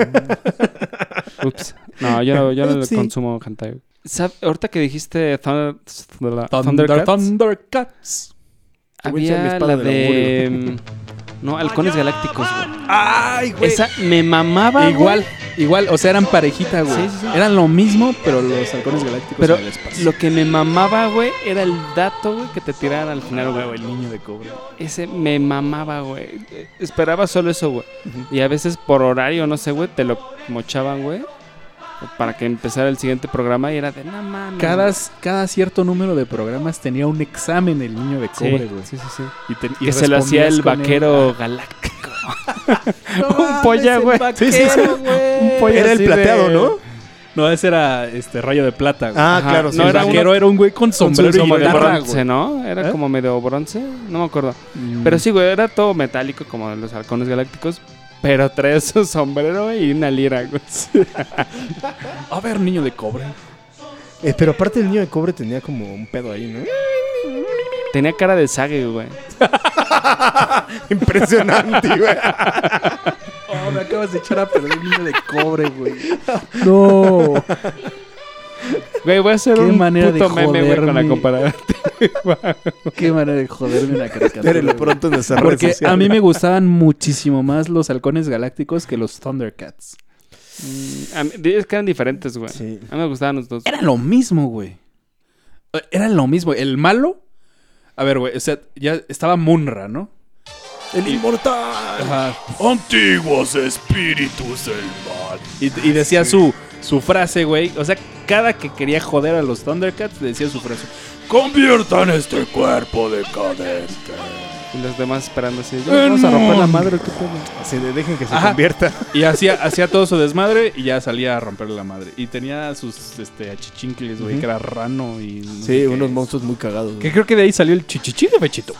Speaker 2: Ups. No, yo no, yo no
Speaker 1: Upsi.
Speaker 2: consumo hentai. güey. ¿Sab- Ahorita que dijiste Thun- Thundercats,
Speaker 3: Thunder, Thundercats.
Speaker 1: Te voy a echar mi
Speaker 2: había
Speaker 1: espada
Speaker 2: la
Speaker 1: del
Speaker 2: de... mm, No, Halcones Galácticos, güey.
Speaker 3: Ay, güey.
Speaker 2: Esa me mamaba, güey.
Speaker 3: Igual, igual, o sea, eran parejita, güey.
Speaker 2: Sí, sí, sí.
Speaker 3: Eran lo mismo, pero los halcones galácticos
Speaker 2: Pero
Speaker 3: en el espacio.
Speaker 2: lo que me mamaba, güey, era el dato, güey, que te tiraran al final, güey.
Speaker 3: el niño de cobre.
Speaker 2: Ese me mamaba, güey. Eh, Esperaba solo eso, güey. Y a veces por horario, no sé, güey, te lo mochaban, güey. Para que empezara el siguiente programa y era de no mames.
Speaker 3: Cada,
Speaker 2: güey".
Speaker 3: cada cierto número de programas tenía un examen el niño de
Speaker 2: Sí,
Speaker 3: cobre, güey.
Speaker 2: sí, sí, sí.
Speaker 3: Y te- y
Speaker 2: Que se lo hacía
Speaker 3: respondías
Speaker 2: el
Speaker 3: con él.
Speaker 2: vaquero galáctico.
Speaker 3: No
Speaker 2: un
Speaker 3: mames,
Speaker 2: polla,
Speaker 3: el
Speaker 2: güey.
Speaker 1: Sí, sí, sí.
Speaker 3: vaquero, güey.
Speaker 2: Un pollo
Speaker 1: Era el
Speaker 2: así
Speaker 1: plateado,
Speaker 2: de-
Speaker 1: ¿no?
Speaker 3: No, ese era este rayo de plata, güey.
Speaker 1: Ah,
Speaker 2: Ajá.
Speaker 1: claro, sí.
Speaker 2: No,
Speaker 3: el
Speaker 2: era
Speaker 3: vaquero
Speaker 2: uno-
Speaker 3: era un güey con sombrero
Speaker 2: como
Speaker 3: y
Speaker 2: de
Speaker 3: guitarra,
Speaker 2: bronce, ¿no? Era
Speaker 3: ¿Eh?
Speaker 2: como medio bronce, no me acuerdo.
Speaker 3: güey.
Speaker 2: Pero sí, güey, era todo metálico como los halcones galácticos. Pero trae su sombrero y una lira, güey.
Speaker 3: A ver, niño de cobre.
Speaker 1: Eh, pero aparte el niño de cobre tenía como un pedo ahí, ¿no?
Speaker 2: Tenía cara de sague, güey.
Speaker 1: Impresionante, güey.
Speaker 3: Oh, me acabas de echar a perder el niño de cobre, güey. No.
Speaker 2: Güey, voy a hacer
Speaker 3: Qué
Speaker 2: un
Speaker 3: manera de
Speaker 2: puto meme, güey, con la
Speaker 3: joderme.
Speaker 2: comparada.
Speaker 3: Qué manera de joderme una caricatura.
Speaker 1: Espérenlo
Speaker 3: güey.
Speaker 1: pronto en nuestras redes
Speaker 3: Porque
Speaker 1: sociales.
Speaker 3: a mí me gustaban muchísimo más los halcones galácticos que los Thundercats.
Speaker 2: A mí- Es que eran diferentes, güey.
Speaker 1: Sí.
Speaker 2: A mí me gustaban los dos.
Speaker 3: Era lo mismo, güey. Eh, Era lo mismo. El malo. A ver, güey. O sea, ya estaba Munra, ¿no?
Speaker 1: ¡El inmortal!
Speaker 3: Ajá.
Speaker 4: Antiguos espíritus del mal.
Speaker 3: Y, y decía su, su frase, güey. O sea, cada que quería joder a los Thundercats, decía su frase.
Speaker 4: Conviertan este cuerpo decadente.
Speaker 2: Y los demás esperando así. "Ya nos Vamos a romper la madre, qué pedo".
Speaker 1: Así de, dejen que se
Speaker 3: Ajá.
Speaker 1: convierta.
Speaker 3: Y hacía, hacía todo su desmadre y ya salía a romperle la madre. Y tenía sus este, achichincles, güey,
Speaker 1: Ujú.
Speaker 3: que era rano y. no sé
Speaker 1: Sí,
Speaker 3: qué.
Speaker 1: unos monstruos muy cagados.
Speaker 3: Que creo que de ahí salió el chichichi de Pechito.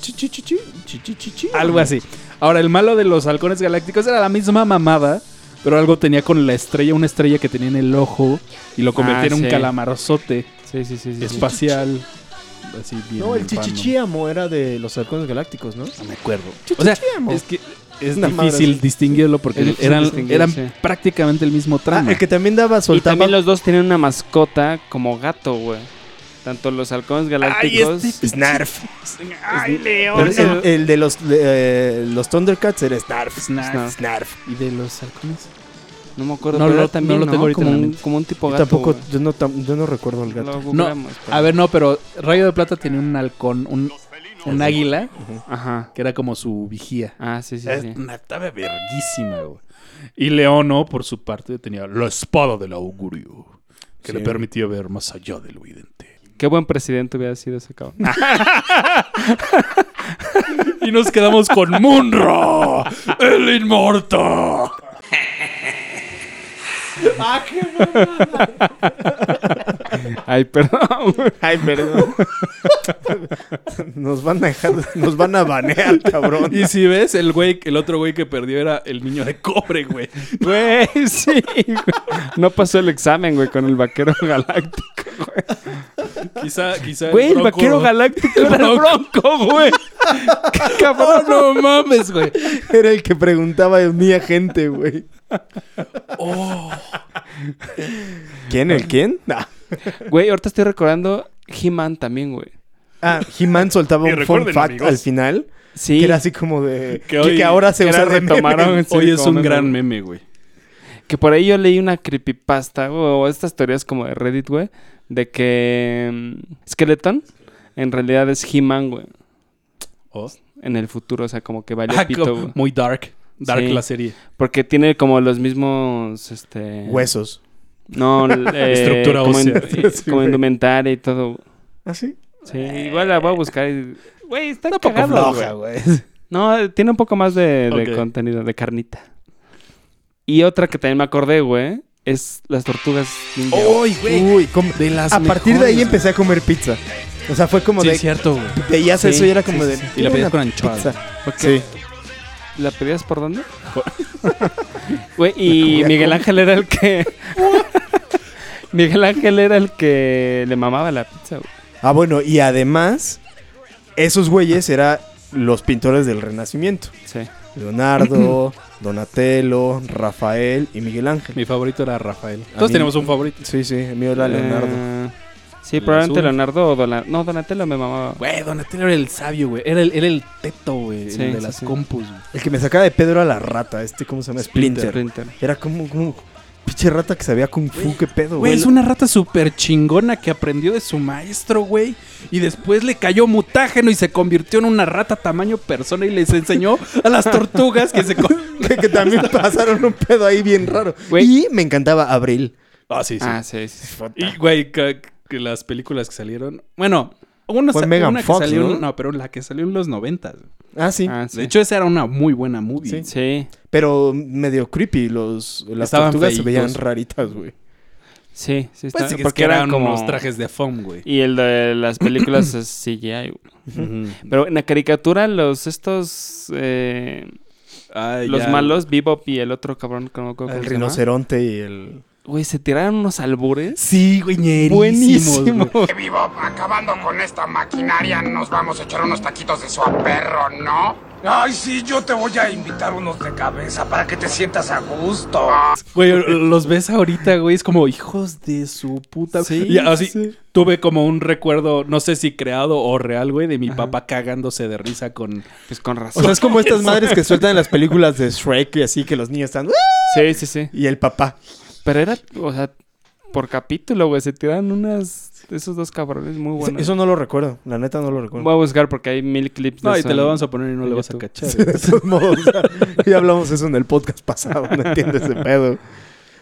Speaker 3: Chichichichi, chichichichi. Algo así. Ahora, el malo de los halcones galácticos era la misma mamada, pero algo tenía con la estrella, una estrella que tenía en el ojo y lo convertía
Speaker 2: Ah,
Speaker 3: en un
Speaker 2: sí.
Speaker 3: calamarzote
Speaker 2: Sí, sí, sí. sí, sí.
Speaker 3: espacial. Así bien.
Speaker 5: No, el
Speaker 3: urbano.
Speaker 5: chichichiamo era de los halcones galácticos, ¿no?
Speaker 3: No me acuerdo. O sea, es que es
Speaker 1: Una madre
Speaker 3: difícil
Speaker 1: así.
Speaker 3: distinguirlo porque
Speaker 2: Es difícil
Speaker 3: eran,
Speaker 2: distinguir,
Speaker 3: eran
Speaker 2: sí.
Speaker 3: prácticamente el mismo
Speaker 1: Ah,
Speaker 3: trama.
Speaker 1: el que también daba,
Speaker 2: Y
Speaker 1: soltaba.
Speaker 2: también los dos tenían una mascota como gato, güey. Tanto los halcones
Speaker 3: este
Speaker 2: galácticos.
Speaker 1: Snarf.
Speaker 3: Ay, Leo.
Speaker 1: Pero el, el de los, de, eh, los Thundercats era Snarf.
Speaker 2: Snarf.
Speaker 1: Snarf.
Speaker 3: ¿Y de los halcones?
Speaker 2: No me acuerdo,
Speaker 3: No
Speaker 2: pero
Speaker 3: lo-
Speaker 2: era también
Speaker 3: no lo tengo ahorita
Speaker 2: como,
Speaker 3: en la
Speaker 2: un,
Speaker 3: mente.
Speaker 2: como un tipo
Speaker 1: Yo
Speaker 2: gato.
Speaker 1: tampoco,
Speaker 2: güey.
Speaker 1: yo no, tam- yo no recuerdo al gato.
Speaker 2: Lo
Speaker 3: No,
Speaker 2: googleamos, pero-
Speaker 3: a ver, no, pero Rayo de Plata tenía un halcón, un, un águila,
Speaker 2: Ajá.
Speaker 3: que era como su vigía.
Speaker 2: Ah, sí, sí, sí.
Speaker 3: Ah. Es una estaba verguísima, güey. Y Leono, por su parte, tenía la espada del augurio, que le permitía ver más allá de lo evidente.
Speaker 2: Qué buen presidente hubiera sido ese cabrón.
Speaker 3: Y nos quedamos con Munra, el inmortal.
Speaker 2: Ay, perdón. güey.
Speaker 1: Ay, perdón. nos van a dejar, nos van a banear, cabrón.
Speaker 3: Y si ves, el güey, el otro güey que perdió era el niño de cobre, güey.
Speaker 2: Güey, sí. güey. No pasó el examen, güey, con el vaquero galáctico.
Speaker 3: Quizá, quizá.
Speaker 2: Güey, el
Speaker 3: Bronco-
Speaker 2: vaquero galáctico era el bronco, güey. Qué
Speaker 3: Oh,
Speaker 2: cabrón.
Speaker 3: no mames, güey.
Speaker 1: Era el que preguntaba a mi agente, güey. ¿Quién? ¿El quién? Oh. Nah.
Speaker 2: Güey, ahorita estoy recordando He-Man también, güey.
Speaker 1: Ah, He-Man soltaba
Speaker 4: Y
Speaker 1: un fun
Speaker 4: recuerden,
Speaker 1: fact
Speaker 4: amigos,
Speaker 1: al final.
Speaker 2: Sí.
Speaker 1: Que era así como de. Que,
Speaker 3: Que hoy-
Speaker 1: que ahora se
Speaker 2: que
Speaker 1: usa
Speaker 2: ahora
Speaker 1: de meme.
Speaker 2: retomaron. Sí,
Speaker 3: Hoy es
Speaker 2: como
Speaker 3: un
Speaker 2: meme,
Speaker 3: gran
Speaker 2: güey.
Speaker 3: meme, güey.
Speaker 2: Que por ahí yo leí una creepypasta, güey, o estas teorías como de Reddit, güey, de que mm, Skeleton en realidad es He-Man, güey,
Speaker 3: Oh.
Speaker 2: en el futuro, o sea, como que valió
Speaker 3: Ah,
Speaker 2: pito,
Speaker 3: co-
Speaker 2: güey.
Speaker 3: muy dark. Dark
Speaker 2: Sí.
Speaker 3: la serie.
Speaker 2: Porque tiene como los mismos, este...
Speaker 1: Huesos.
Speaker 2: No, l- eh,
Speaker 3: Estructura
Speaker 2: como, in-
Speaker 3: ósea.
Speaker 2: eh, como indumentaria y todo.
Speaker 1: ¿Ah, sí?
Speaker 2: Sí, igual la voy a buscar y... Güey, está
Speaker 3: Está poco
Speaker 2: cagado,
Speaker 3: floja,
Speaker 2: güey. No, eh, tiene un poco más de, de
Speaker 3: Ok.
Speaker 2: contenido, de carnita. Y otra que también me acordé, güey, es las tortugas ninja.
Speaker 3: ¡Uy,
Speaker 1: Uy, com-
Speaker 3: Oh, De las
Speaker 1: a partir de ahí
Speaker 3: mejores,
Speaker 1: empecé a comer pizza. O sea, fue como
Speaker 3: güey. Sí,
Speaker 1: de.
Speaker 3: es cierto, güey.
Speaker 1: Veías
Speaker 2: Sí,
Speaker 1: Eh, eso y era
Speaker 2: sí,
Speaker 1: como
Speaker 2: sí,
Speaker 1: de.
Speaker 2: sí.
Speaker 3: Y la
Speaker 1: "Quiero
Speaker 3: pedías
Speaker 1: una
Speaker 3: con anchoa.
Speaker 1: pizza".
Speaker 2: Porque-
Speaker 1: Sí.
Speaker 2: ¿La pedías por dónde? Güey, y Miguel Ángel era el que. Miguel Ángel era el que le mamaba la pizza, güey.
Speaker 1: Ah, bueno, y además esos güeyes eran los pintores del Renacimiento.
Speaker 2: Sí.
Speaker 1: Leonardo, Donatello, Rafael y Miguel Ángel.
Speaker 3: Mi favorito era Rafael.
Speaker 1: A
Speaker 3: Todos
Speaker 1: mí-
Speaker 3: tenemos un favorito.
Speaker 1: Sí, sí, el mío era Leonardo.
Speaker 2: Eh, sí,
Speaker 3: El
Speaker 2: probablemente
Speaker 3: azul.
Speaker 2: Leonardo o Donatello. No, Donatello me mamaba.
Speaker 3: Güey, Donatello era el sabio, güey. Era el, era el teto, güey.
Speaker 2: Sí,
Speaker 3: el de
Speaker 2: sí,
Speaker 3: las
Speaker 2: sí.
Speaker 3: compus, güey.
Speaker 1: El que me sacaba de Pedro era la rata, este, ¿cómo se llama? Splinter.
Speaker 2: Splinter.
Speaker 1: Era como, como pinche rata que sabía kung fu, qué pedo, güey.
Speaker 3: Güey, es una rata súper chingona que aprendió de su maestro, güey. Y después le cayó mutágeno y se convirtió en una rata tamaño persona y les enseñó a las tortugas que se... co-
Speaker 1: que, que también pasaron un pedo ahí bien raro.
Speaker 2: Güey.
Speaker 1: Y me encantaba Abril.
Speaker 3: Ah, sí, sí.
Speaker 2: Ah, sí, sí.
Speaker 3: Y, güey, ca- que las películas que salieron... Bueno, una,
Speaker 1: Fue
Speaker 3: sa-
Speaker 1: Megan
Speaker 3: una
Speaker 1: Fox,
Speaker 3: que salió...
Speaker 1: ¿no?
Speaker 3: ¿no? pero la que salió en los noventas.
Speaker 1: Ah, sí.
Speaker 2: Ah, sí.
Speaker 3: De hecho, esa era una muy buena
Speaker 1: Sí.
Speaker 3: movie.
Speaker 2: Sí,
Speaker 1: Pero medio creepy. Los, las
Speaker 3: Estaban
Speaker 1: tortugas se
Speaker 3: feitos.
Speaker 1: veían raritas, güey.
Speaker 2: sí, sí.
Speaker 3: Pues
Speaker 2: está-
Speaker 3: sí, es
Speaker 2: Ah, porque
Speaker 3: que
Speaker 2: eran
Speaker 3: eran
Speaker 2: como...
Speaker 3: unos trajes de foam, güey.
Speaker 2: Y el de las películas es CGI. güey. Pero en la caricatura los estos... eh,
Speaker 3: Ay,
Speaker 2: los
Speaker 3: ya.
Speaker 2: malos, Bebop y el otro cabrón. Como, como
Speaker 1: El rinoceronte y el...
Speaker 2: Güey, se tiraron unos albures.
Speaker 3: Sí, güey, ñerísimos,
Speaker 1: Buenísimo.
Speaker 3: güey.
Speaker 6: Vivo, acabando con esta maquinaria, nos vamos a echar unos taquitos de su perro, ¿no? Ay, sí, yo te voy a invitar unos de cabeza para que te sientas a gusto.
Speaker 3: Güey, los ves ahorita, güey, es como hijos de su puta.
Speaker 2: Sí,
Speaker 3: y así
Speaker 2: sí.
Speaker 3: tuve como un recuerdo, no sé si creado o real, güey, de mi papá cagándose de risa con
Speaker 2: Pues con
Speaker 1: O
Speaker 2: razón.
Speaker 1: sea, es como estas madres que sueltan en las películas de Shrek y así que los niños están... "¡Ah!",
Speaker 2: Sí, sí, sí.
Speaker 1: Y el papá.
Speaker 2: Pero era, o sea, por capítulo, güey. Se tiraban unas... Esos dos cabrones muy buenos.
Speaker 1: Eso no lo recuerdo. La neta no lo recuerdo.
Speaker 2: Voy a buscar porque hay mil clips de
Speaker 3: No, y
Speaker 2: eso
Speaker 3: te lo
Speaker 2: en-
Speaker 3: vamos a poner y no
Speaker 2: en
Speaker 3: lo vas a
Speaker 2: YouTube.
Speaker 3: cachar.
Speaker 1: De todos modos, o sea, ya hablamos eso en el podcast pasado, no entiendo ese pedo.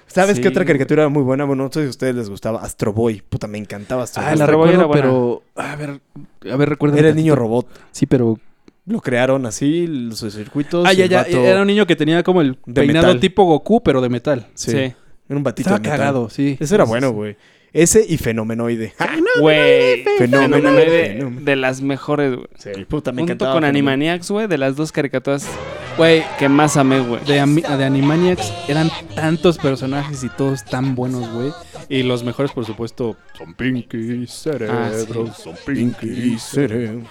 Speaker 1: ¿Sabes
Speaker 2: Sí.
Speaker 1: qué otra caricatura era muy buena? Bueno, no sé si a ustedes les gustaba Astro Boy. Puta, me encantaba Astro
Speaker 3: Ah,
Speaker 1: Boy.
Speaker 3: la
Speaker 2: Astro Boy
Speaker 3: recuerdo,
Speaker 2: era
Speaker 3: pero a ver, a ver, recuerda.
Speaker 1: Era el niño robot.
Speaker 3: Sí, pero
Speaker 1: Lo crearon así, los- sus circuitos.
Speaker 3: Ah,
Speaker 1: y
Speaker 3: ya,
Speaker 1: el
Speaker 3: ya,
Speaker 1: vato-
Speaker 3: era un niño que tenía como el
Speaker 1: De
Speaker 3: peinado
Speaker 1: metal.
Speaker 3: tipo Goku, pero de metal.
Speaker 1: Sí.
Speaker 2: Sí.
Speaker 1: Era un batito
Speaker 3: Estaba
Speaker 1: de metal.
Speaker 3: cagado, sí.
Speaker 1: Ese era bueno, güey. Ese y Fenomenoide. Ah, ¡Ja!
Speaker 2: Güey,
Speaker 1: Fenómeno,
Speaker 2: fenómeno de,
Speaker 1: fenómeno.
Speaker 2: de las mejores, güey.
Speaker 1: Sí, puta, me
Speaker 2: Junto
Speaker 1: encantaba.
Speaker 2: con
Speaker 1: Fenomenoide.
Speaker 2: Animaniacs, güey, de las dos caricaturas
Speaker 3: Güey,
Speaker 2: que más amé, güey.
Speaker 3: de, Ami- de Animaniacs eran tantos personajes y todos tan buenos, güey. Y los mejores, por supuesto,
Speaker 4: Son Pinky Cerebro,
Speaker 2: Ah, sí.
Speaker 4: son Pinky Cerebro.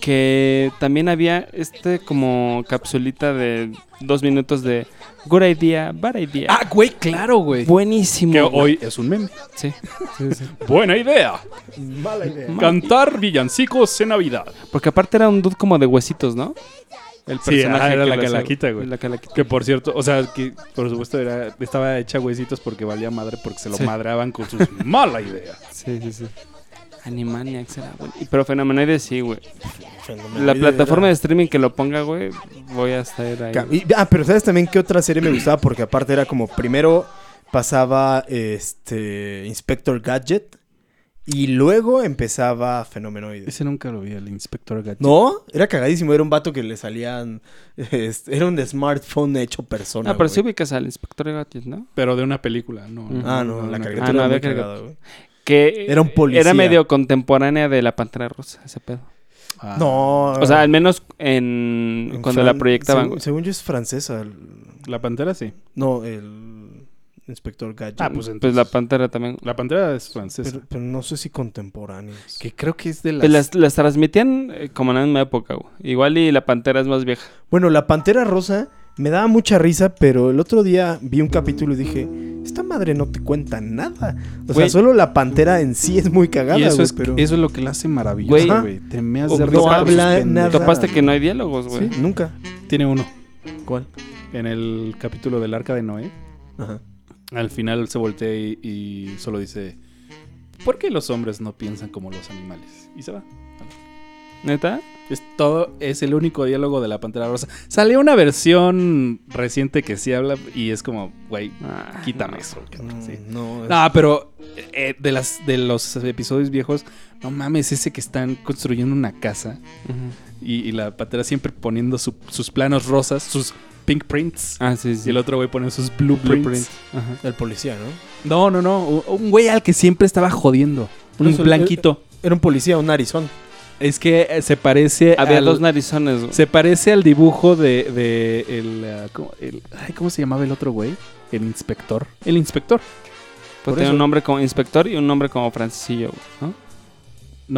Speaker 2: Que también había este como capsulita de dos minutos de Good Idea, Bad Idea.
Speaker 3: Ah, güey, claro, güey.
Speaker 2: Buenísimo.
Speaker 3: Que
Speaker 2: güey.
Speaker 3: hoy es un meme.
Speaker 2: Sí.
Speaker 4: Buena idea.
Speaker 2: Ma-
Speaker 4: Cantar villancicos en Navidad.
Speaker 2: Porque aparte era un dude como de huesitos, ¿no? El
Speaker 3: Sí, ah, era
Speaker 2: que
Speaker 3: la
Speaker 2: lo hacía-
Speaker 3: calaquita, güey.
Speaker 2: La calaquita.
Speaker 3: Que por cierto, o sea, que por supuesto era, estaba hecha huesitos porque valía madre porque se lo
Speaker 2: Sí.
Speaker 3: madraban con sus mala idea.
Speaker 2: Sí, sí, sí. Animaniacs era, güey. Pero Fenomenoide sí, güey.
Speaker 1: Fenomenoide
Speaker 2: La
Speaker 1: era-
Speaker 2: plataforma de streaming que lo ponga, güey, voy a estar ahí.
Speaker 1: Ca- y- ah, pero ¿sabes también qué otra serie me gustaba? Porque aparte era como primero pasaba este Inspector Gadget y luego empezaba Fenomenoide.
Speaker 3: Ese nunca lo vi, el inspector Gadget.
Speaker 1: No, era cagadísimo, era un vato que le salían este, era un smartphone hecho persona.
Speaker 2: Ah, pero sí
Speaker 1: güey.
Speaker 2: ubicas al inspector Gatis, ¿no?
Speaker 3: Pero de una película, no.
Speaker 2: Ujú.
Speaker 1: Ah, no, la
Speaker 3: no,
Speaker 1: caricatura
Speaker 2: Ah, no,
Speaker 1: era muy
Speaker 2: había caricatura.
Speaker 1: cagada, güey.
Speaker 2: Que
Speaker 1: Era un
Speaker 2: eh,
Speaker 1: policía.
Speaker 2: Era medio contemporánea de la Pantera Rosa, ese pedo.
Speaker 3: Ah.
Speaker 1: No.
Speaker 2: O sea, al menos en,
Speaker 1: en
Speaker 2: cuando
Speaker 1: Fran-
Speaker 2: la proyectaban.
Speaker 1: según,
Speaker 2: güey.
Speaker 1: según yo es francesa. el-
Speaker 3: La pantera sí.
Speaker 1: no, el Inspector Gadget.
Speaker 3: Ah, pues
Speaker 2: Pues
Speaker 3: entonces.
Speaker 2: la Pantera también.
Speaker 3: la, pantera es francesa.
Speaker 1: pero, pero no sé si contemporáneos.
Speaker 3: que creo que es de las.
Speaker 2: Pues las, las transmitían eh, como en la misma época, güey. Igual y la Pantera es más vieja.
Speaker 1: Bueno, la Pantera Rosa me daba mucha risa, pero el otro día vi un capítulo y dije, esta madre no te cuenta nada. O sea,
Speaker 2: Güey.
Speaker 1: solo la Pantera en sí es muy cagada,
Speaker 3: y eso,
Speaker 1: güey,
Speaker 3: es,
Speaker 1: pero...
Speaker 3: eso es lo que la hace
Speaker 2: Güey.
Speaker 3: maravillosa, güey. Te me has
Speaker 2: O-
Speaker 3: de
Speaker 2: no
Speaker 3: risa por sus
Speaker 1: habla
Speaker 3: pendejos.
Speaker 1: nada.
Speaker 2: Topaste que no hay diálogos, güey.
Speaker 1: Sí, nunca.
Speaker 3: Tiene uno.
Speaker 1: ¿Cuál?
Speaker 3: En el capítulo del Arca de Noé.
Speaker 1: Ajá.
Speaker 3: Al final se voltea y, y solo dice: ¿Por qué los hombres no piensan como los animales? Y se va.
Speaker 2: ¿Neta?
Speaker 3: Es todo, es el único diálogo de la pantera rosa. Salió una versión reciente que sí habla y es como, güey,
Speaker 2: Ah,
Speaker 3: quítame
Speaker 2: no.
Speaker 3: eso. cabrón, sí.
Speaker 1: Mm, No, es-
Speaker 3: No, pero eh, de, las, de los episodios viejos, no mames, ese que están construyendo una casa
Speaker 2: Ujú.
Speaker 3: y, y la pantera siempre poniendo su- sus planos rosas, sus pink prints.
Speaker 2: Ah, sí, sí.
Speaker 3: Y el otro güey pone sus blue
Speaker 2: Blueprint.
Speaker 3: prints.
Speaker 2: Ajá.
Speaker 1: el policía, ¿no?
Speaker 3: No, no, no. un- Un güey al que siempre estaba jodiendo.
Speaker 1: Por
Speaker 3: Un
Speaker 1: eso,
Speaker 3: blanquito.
Speaker 1: Era un policía, un narizón.
Speaker 3: Es que eh, se parece
Speaker 2: Había
Speaker 3: al-
Speaker 2: dos narizones, güey.
Speaker 3: Se parece al dibujo de, de el, ah, ¿cómo, el- ay, ¿cómo se llamaba el otro güey? El inspector. El inspector.
Speaker 2: Pues tenía un nombre como inspector y un nombre como Francisillo, güey, ¿no?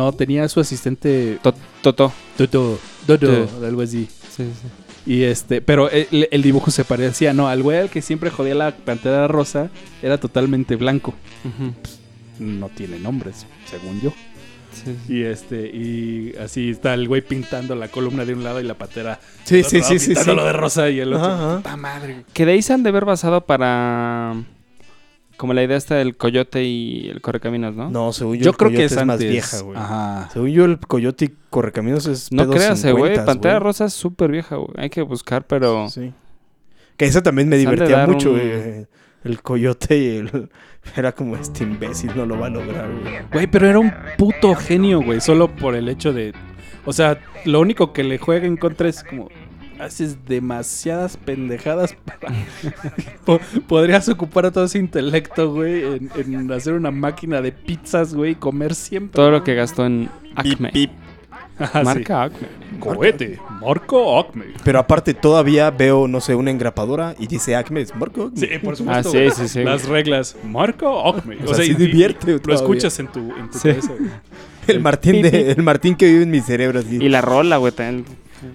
Speaker 3: No, tenía su asistente
Speaker 2: To- Totó.
Speaker 3: Toto, Dodo,
Speaker 2: Sí.
Speaker 3: algo así.
Speaker 2: Sí, sí, sí.
Speaker 3: Y este, pero el, el dibujo se parecía, no, al güey al que siempre jodía la pantera rosa era totalmente blanco.
Speaker 2: Ujú.
Speaker 3: No tiene nombres, según yo.
Speaker 2: Sí, sí.
Speaker 3: Y este, y así está el güey pintando la columna de un lado y la patera.
Speaker 1: Sí, sí, sí, sí, sí.
Speaker 3: Pintándolo de rosa y el otro.
Speaker 1: Ajá, ajá.
Speaker 3: ¡Puta madre!
Speaker 2: Que de ahí se han de haber basado para. Como la idea está del coyote y el correcaminos, ¿no?
Speaker 1: No, según yo,
Speaker 3: Yo
Speaker 1: el
Speaker 3: creo que
Speaker 1: Coyote
Speaker 3: es,
Speaker 1: más
Speaker 3: antes.
Speaker 1: vieja, güey.
Speaker 3: Ajá.
Speaker 1: Según yo, el Coyote y Correcaminos es.
Speaker 2: No
Speaker 1: pedo
Speaker 2: creas, eh, güey.
Speaker 1: 50s,
Speaker 2: Pantera Rosa es súper vieja, güey. Hay que buscar, pero.
Speaker 1: Sí. Que esa también me
Speaker 2: Se han de
Speaker 1: divertía
Speaker 2: dar
Speaker 1: mucho,
Speaker 2: un-
Speaker 1: güey. El Coyote y el. Era como este imbécil, no lo va a lograr, güey.
Speaker 3: Güey, pero era un puto genio, güey. Solo por el hecho de. O sea, lo único que le juega en contra es como. Haces demasiadas pendejadas para. Po- Podrías ocupar todo ese intelecto, güey, en, en hacer una máquina de pizzas, güey, y comer siempre.
Speaker 2: Todo lo que gastó en Acme.
Speaker 3: Ajá, sí.
Speaker 2: Marca Acme.
Speaker 4: Cohete, Marco Acme.
Speaker 1: Pero aparte, todavía veo, no sé, una engrapadora y dice "Ah, Acme, es Marco. Acme".
Speaker 3: Sí, por
Speaker 2: Ah,
Speaker 3: supuesto.
Speaker 2: sí, sí, sí. güey.
Speaker 3: Las reglas.
Speaker 4: Marco Acme.
Speaker 1: O sea, sí divierte
Speaker 4: Lo
Speaker 1: todavía.
Speaker 4: escuchas en tu, en tu
Speaker 2: Sí.
Speaker 4: cabeza. güey.
Speaker 1: El Martín, de, el Martín que vive en mi cerebro, así.
Speaker 2: Y la rola, güey, también.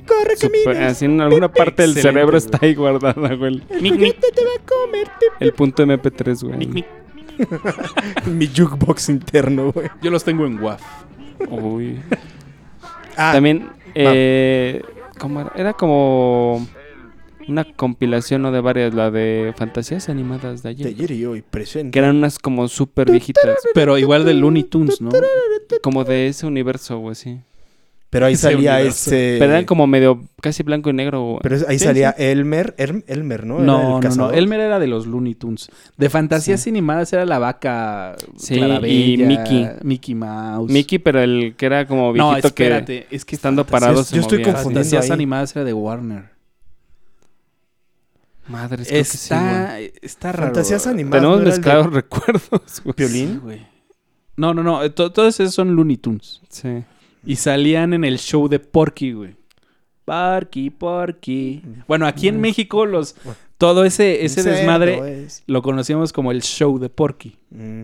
Speaker 1: Corre,
Speaker 2: Super- así en alguna parte del
Speaker 3: Excelente,
Speaker 2: cerebro
Speaker 3: güey.
Speaker 2: está ahí guardada, güey. El,
Speaker 1: te va a comer,
Speaker 2: el punto MP3, güey.
Speaker 1: Mi jukebox interno, güey.
Speaker 3: Yo los tengo en WAF.
Speaker 2: Uy.
Speaker 1: Ah,
Speaker 2: También, eh, ¿cómo era? Era como una compilación, ¿no? De varias, la de fantasías animadas de ayer.
Speaker 1: de ayer y hoy,
Speaker 2: Que
Speaker 1: presente.
Speaker 2: eran unas como súper viejitas.
Speaker 3: Pero igual de Looney Tunes, ¿no?
Speaker 2: Como de ese universo, güey, sí.
Speaker 1: Pero ahí
Speaker 3: Ese
Speaker 1: salía
Speaker 3: universo.
Speaker 1: este.
Speaker 2: Pero eran como medio, casi blanco y negro, güey.
Speaker 1: Pero es- ahí
Speaker 3: Sí,
Speaker 1: salía Elmer, Elm- Elmer, ¿no? Era el
Speaker 3: No, no, no.
Speaker 1: cazador.
Speaker 3: Elmer era de los Looney Tunes. De fantasías animadas era la vaca.
Speaker 2: Sí,
Speaker 3: Clarabella,
Speaker 2: y Mickey.
Speaker 3: Mickey Mouse.
Speaker 2: Mickey, pero el que era como
Speaker 3: No,
Speaker 2: viejito que
Speaker 3: espérate. Es que
Speaker 2: estando
Speaker 3: fantasías-
Speaker 2: parado se
Speaker 1: yo estoy
Speaker 2: movía.
Speaker 1: confundido.
Speaker 3: Fantasías
Speaker 1: ahí.
Speaker 3: animadas era de Warner.
Speaker 2: Madre, es que sí, güey.
Speaker 3: Está, está raro.
Speaker 1: Fantasías animadas.
Speaker 2: Tenemos
Speaker 1: ¿no era el de
Speaker 2: mezclados recuerdos, güey.
Speaker 3: Sí, güey. No, no, no. to- Todos esos son Looney Tunes.
Speaker 2: Sí.
Speaker 3: Y salían en el show de Porky, güey. Porky, Porky. Bueno, aquí
Speaker 1: Mm.
Speaker 3: en México los... Todo ese, ese
Speaker 1: Cerdo,
Speaker 3: desmadre
Speaker 1: es.
Speaker 3: lo conocíamos como el show de Porky.
Speaker 1: Mm.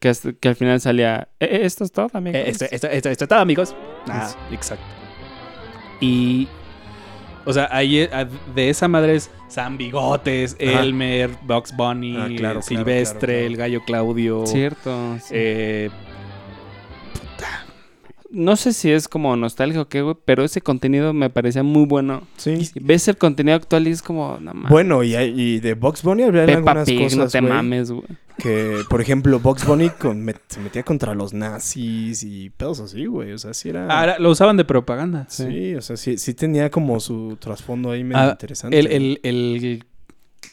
Speaker 2: Que, hasta- que al final salía, "Eh, eh, esto es todo, amigos.
Speaker 3: Eh,
Speaker 1: este,
Speaker 3: Esto, esto, esto, esto es todo, amigos. Ah, exacto. Y. O sea, ahí eh, ah, de esa madre es San Bigotes,
Speaker 1: Ajá.
Speaker 3: Elmer, Box Bunny,
Speaker 1: Ah, claro, claro,
Speaker 3: Silvestre,
Speaker 1: claro, claro.
Speaker 3: el gallo
Speaker 1: oh.
Speaker 3: Claudio.
Speaker 2: Cierto. sí.
Speaker 3: eh,
Speaker 2: no sé si es como nostalgia o qué, güey, pero ese contenido me parecía muy bueno.
Speaker 1: Sí.
Speaker 2: Y ves el contenido actual y es como, no mames.
Speaker 1: Bueno, y, hay- y de Box Bunny había
Speaker 2: Peppa
Speaker 1: algunas
Speaker 2: Pig,
Speaker 1: cosas.
Speaker 2: no te
Speaker 1: güey,
Speaker 2: mames, güey.
Speaker 1: Que, por ejemplo, Box Bunny con- met- se metía contra los nazis y pedos así, güey. O sea, sí era.
Speaker 3: ahora ah, lo usaban de propaganda.
Speaker 1: Ah. sí, o sea, sí, sí tenía como su trasfondo ahí medio
Speaker 3: Ah,
Speaker 1: interesante.
Speaker 3: El, el, el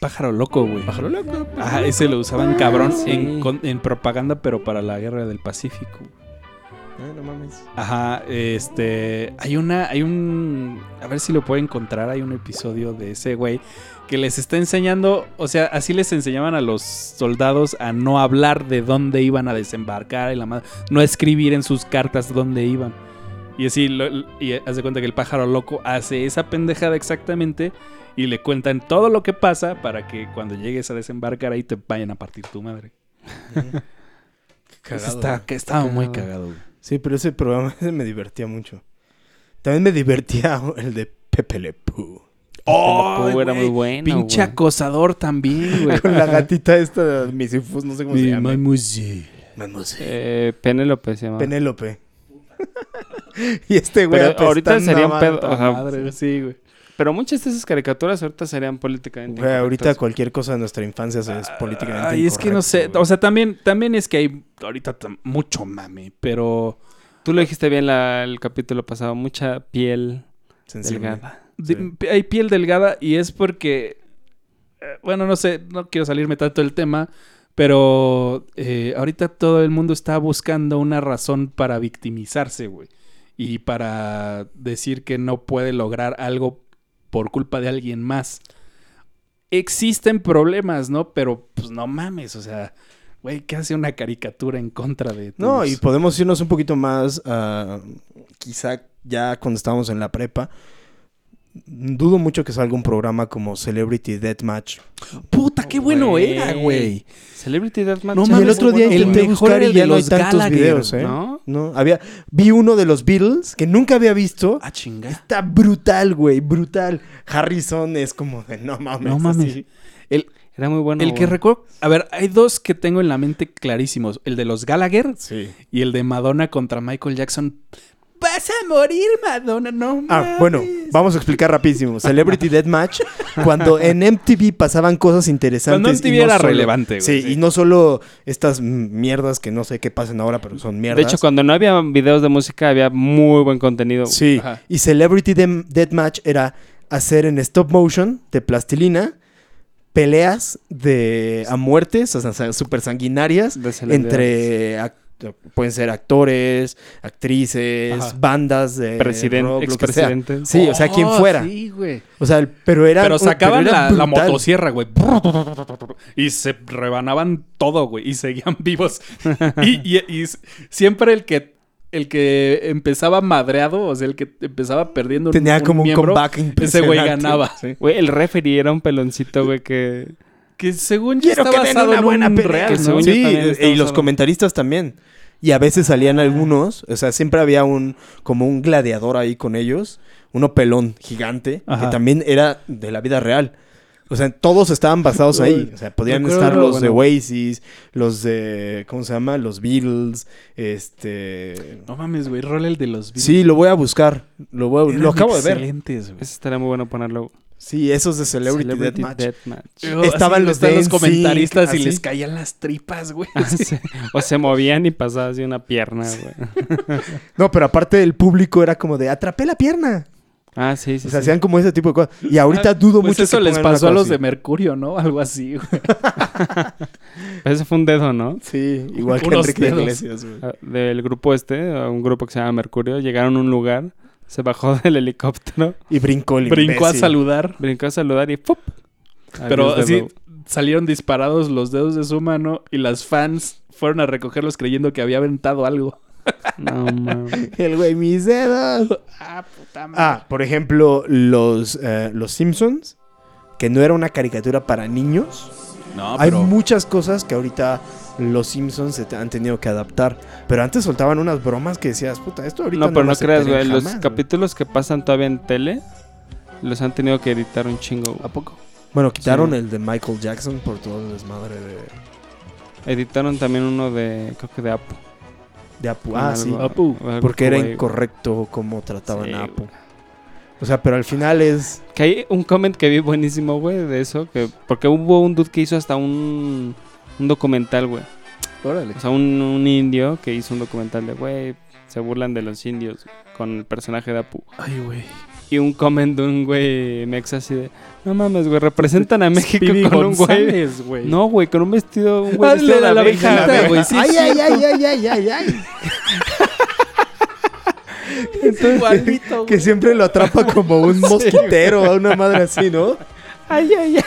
Speaker 3: pájaro loco, güey.
Speaker 1: Pájaro loco.
Speaker 3: Ah, ese lo usaban cabrón
Speaker 2: Sí.
Speaker 3: en, con- en propaganda, pero para la guerra del Pacífico.
Speaker 1: Ah, no mames.
Speaker 3: Ajá, este. Hay una. Hay un. A ver si lo puedo encontrar. Hay un episodio de ese güey que les está enseñando. O sea, así les enseñaban a los soldados a no hablar de dónde iban a desembarcar y la madre. No escribir en sus cartas dónde iban. Y así, lo- y hace cuenta que el pájaro loco hace esa pendejada exactamente y le cuentan todo lo que pasa para que cuando llegues a desembarcar ahí te vayan a partir tu madre. Eso está, que estaba muy
Speaker 2: Cagado.
Speaker 3: cagado. güey.
Speaker 1: Sí, pero ese programa ese me divertía mucho. También me divertía el de Pepe Le Pew.
Speaker 2: Oh, era muy
Speaker 3: güey!
Speaker 2: bueno.
Speaker 3: Pinche
Speaker 2: güey.
Speaker 3: acosador también, güey.
Speaker 1: Con la gatita esta, mis infus, no sé cómo se
Speaker 3: Mi
Speaker 1: llama.
Speaker 3: mamusi.
Speaker 1: Mademoiselle.
Speaker 2: Eh, Penélope se llama.
Speaker 1: Penélope. y este güey
Speaker 2: Pero ahorita
Speaker 1: apestando
Speaker 2: sería
Speaker 1: a
Speaker 2: un pedo.
Speaker 1: manta.
Speaker 2: Ajá.
Speaker 3: Madre, sí, güey.
Speaker 2: Pero muchas de esas caricaturas ahorita serían políticamente.
Speaker 1: Güey, ahorita
Speaker 2: incorrectas.
Speaker 1: cualquier cosa de nuestra infancia se- es políticamente
Speaker 3: Ah, Ay, es que no sé.
Speaker 1: incorrecto,
Speaker 3: O sea, también, también es que hay ahorita tam- mucho mame, pero
Speaker 2: Tú lo dijiste bien la- el capítulo pasado. Mucha piel
Speaker 1: güey. Sensible.
Speaker 2: delgada.
Speaker 3: de- hay piel delgada y es porque. eh, Bueno, no sé, no quiero salirme tanto del tema, pero eh, ahorita todo el mundo está buscando una razón para victimizarse, güey. Y para decir que no puede lograr algo por culpa de alguien más. Existen problemas, ¿no? Pero pues no mames, o sea, güey, ¿qué hace una caricatura en contra de tus-
Speaker 1: No, y podemos ah, irnos un poquito más, a quizá ya cuando estábamos en la prepa, Dudo mucho que salga un programa como Celebrity Deathmatch.
Speaker 3: Puta, qué bueno
Speaker 2: Güey.
Speaker 3: era, güey.
Speaker 2: Celebrity Deathmatch.
Speaker 3: No
Speaker 2: sí,
Speaker 1: Y el
Speaker 3: mames,
Speaker 1: otro día
Speaker 3: bueno, el
Speaker 1: intenté
Speaker 3: mejor
Speaker 1: buscar
Speaker 3: era
Speaker 1: y
Speaker 3: el
Speaker 1: ya
Speaker 3: de
Speaker 1: no hay
Speaker 3: los
Speaker 1: tantos
Speaker 3: Gallagher,
Speaker 1: videos, ¿eh?
Speaker 2: ¿no?
Speaker 1: había... Vi uno de los Beatles que nunca había visto.
Speaker 3: Ah, chinga.
Speaker 1: Está brutal, güey, brutal. Harrison es como de no mames.
Speaker 3: No mames.
Speaker 1: así.
Speaker 3: El,
Speaker 2: Era muy bueno.
Speaker 3: el que
Speaker 2: güey.
Speaker 3: recuerdo. A ver, hay dos que tengo en la mente clarísimos: el de los Gallagher
Speaker 1: Sí.
Speaker 3: y el de Madonna contra Michael Jackson. Vas a morir, Madonna, no
Speaker 1: Ah, bueno, vamos a explicar rapidísimo. Celebrity Deathmatch, cuando en MTV pasaban cosas interesantes.
Speaker 3: Cuando MTV
Speaker 1: y no
Speaker 3: era
Speaker 1: solo-
Speaker 3: relevante, güey,
Speaker 1: Sí,
Speaker 3: sí.
Speaker 1: y no solo estas mierdas que no sé qué pasan ahora, pero son mierdas.
Speaker 2: De hecho, cuando no había videos de música, había muy buen contenido. güey.
Speaker 1: Sí,
Speaker 3: Ajá.
Speaker 1: y Celebrity Dem- Deathmatch era hacer en stop motion de plastilina peleas de a muertes, o sea, súper sanguinarias,
Speaker 2: De celebridades.
Speaker 1: entre ac- pueden ser actores, actrices,
Speaker 3: Ajá.
Speaker 1: bandas de
Speaker 2: Presidente-
Speaker 1: rock, lo que sea.
Speaker 2: expresidente.
Speaker 1: Sí, o sea, quien
Speaker 3: Oh,
Speaker 1: fuera.
Speaker 3: Sí, güey.
Speaker 1: O sea, el- pero era
Speaker 3: Pero sacaban
Speaker 1: pero era
Speaker 3: la, la
Speaker 1: brutal.
Speaker 3: motosierra, güey. Y se rebanaban todo, güey. Y seguían vivos. Y, y- y s- siempre el que el que empezaba madreado, o sea, el que empezaba perdiendo un-
Speaker 1: Tenía
Speaker 3: un
Speaker 1: como un
Speaker 3: miembro,
Speaker 1: comeback
Speaker 3: Ese güey
Speaker 1: impresionante.
Speaker 3: ganaba.
Speaker 2: Güey, el referee era un peloncito, güey, que...
Speaker 3: Que según yo
Speaker 1: Quiero
Speaker 3: está
Speaker 1: que den
Speaker 3: basado
Speaker 1: una
Speaker 3: en
Speaker 1: buena
Speaker 3: un
Speaker 1: pelea.
Speaker 3: real,
Speaker 2: que
Speaker 3: ¿no?
Speaker 2: según yo
Speaker 1: Sí,
Speaker 2: también
Speaker 1: eh, y
Speaker 2: estamos
Speaker 1: los
Speaker 2: hablando.
Speaker 1: comentaristas también. Y a veces salían algunos, o sea, siempre había un como un gladiador ahí con ellos, uno pelón gigante,
Speaker 3: Ajá.
Speaker 1: que también era de la vida real. O sea, todos estaban basados ahí. O sea, podían
Speaker 3: recuerdo
Speaker 1: estar
Speaker 3: uno,
Speaker 1: los de
Speaker 3: bueno.
Speaker 1: Oasis, los de. ¿Cómo se llama? Los Beatles. Este.
Speaker 3: No mames, güey. Rola el de los Beatles.
Speaker 1: Sí, lo voy a buscar. Lo, voy a-
Speaker 3: Eran
Speaker 1: lo acabo de ver.
Speaker 3: Excelentes, güey.
Speaker 2: Eso estaría muy bueno ponerlo.
Speaker 1: Sí, esos de Celebrity,
Speaker 2: Celebrity
Speaker 1: Deathmatch.
Speaker 2: Deathmatch.
Speaker 3: Yo,
Speaker 1: Estaban
Speaker 3: así,
Speaker 1: los
Speaker 3: están
Speaker 1: de NSYNC,
Speaker 3: comentaristas y
Speaker 1: así.
Speaker 3: les caían las tripas, güey.
Speaker 2: Ah, o se movían y pasaba así una pierna, güey.
Speaker 1: No, pero aparte del público era como de atrapé la pierna.
Speaker 2: Ah, sí, sí.
Speaker 1: O sea,
Speaker 2: sí.
Speaker 1: hacían como ese tipo de cosas. Y ahorita dudo
Speaker 3: Pues
Speaker 1: mucho
Speaker 3: eso
Speaker 1: que
Speaker 3: les
Speaker 1: pongan una
Speaker 3: pasó a
Speaker 1: cosa
Speaker 3: los
Speaker 1: así.
Speaker 3: de Mercurio, ¿no? Algo así, güey.
Speaker 2: Pero Ese fue un dedo, ¿no?
Speaker 1: Sí, igual que
Speaker 3: Unos
Speaker 1: Enrique
Speaker 3: dedos.
Speaker 1: Iglesias, güey.
Speaker 2: Ah, Del grupo este, a un grupo que se llama Mercurio. Llegaron a un lugar, se bajó del helicóptero,
Speaker 1: Y brincó el
Speaker 3: Brincó a
Speaker 1: imbécil.
Speaker 3: saludar.
Speaker 2: brincó a saludar y ¡fup! Adiós,
Speaker 3: Pero
Speaker 2: dedo.
Speaker 3: así salieron disparados los dedos de su mano y las fans fueron a recogerlos creyendo que había aventado algo.
Speaker 2: No, mames.
Speaker 1: El güey, mis dedos.
Speaker 3: Ah, puta
Speaker 1: Ah, por ejemplo, los, eh, los Simpsons, que no era una caricatura para niños.
Speaker 3: no,
Speaker 1: Hay
Speaker 3: pero
Speaker 1: muchas cosas que ahorita los Simpsons se te- han tenido que adaptar. Pero antes soltaban unas bromas que decías, puta, esto ahorita
Speaker 2: No, pero no
Speaker 1: lo
Speaker 2: creas, güey.
Speaker 1: aceptarían
Speaker 2: Los
Speaker 1: jamás, güey".
Speaker 2: capítulos que pasan todavía en tele los han tenido que editar un chingo. güey.
Speaker 3: ¿a poco?
Speaker 1: Bueno, quitaron
Speaker 2: Sí.
Speaker 1: el de Michael Jackson por todo el desmadre de,
Speaker 2: Editaron también uno de, creo que de Apu.
Speaker 1: de Apu. Ah, sí.
Speaker 3: algo. Apu.
Speaker 1: Porque era
Speaker 2: incorrecto.
Speaker 1: incorrecto cómo trataban
Speaker 2: Sí,
Speaker 1: a Apu.
Speaker 2: güey.
Speaker 1: O sea, pero al final es...
Speaker 2: Que hay un comment que vi buenísimo, güey, de eso. Que, porque hubo un dude que hizo hasta un, un documental, güey.
Speaker 5: Órale.
Speaker 2: O sea, un, un indio que hizo un documental de, güey, se burlan de los indios con el personaje de Apu.
Speaker 3: Ay, güey.
Speaker 2: Y un comment de un güey mexa así de, no mames, güey, representan a México
Speaker 3: Speedy
Speaker 2: con un güey.
Speaker 3: González, güey.
Speaker 2: No, güey, con un vestido, un güey
Speaker 3: Ah,
Speaker 2: vestido
Speaker 3: de la
Speaker 2: abeja,
Speaker 3: abejita,
Speaker 2: güey.
Speaker 3: güey, sí,
Speaker 1: ay,
Speaker 3: es
Speaker 1: ay,
Speaker 3: cierto.
Speaker 1: ay, ay, ay, ay, ay.
Speaker 3: Es igualito,
Speaker 1: Que
Speaker 3: güey.
Speaker 1: siempre lo atrapa como un mosquitero a una madre así, ¿no? Ay, ay, ay,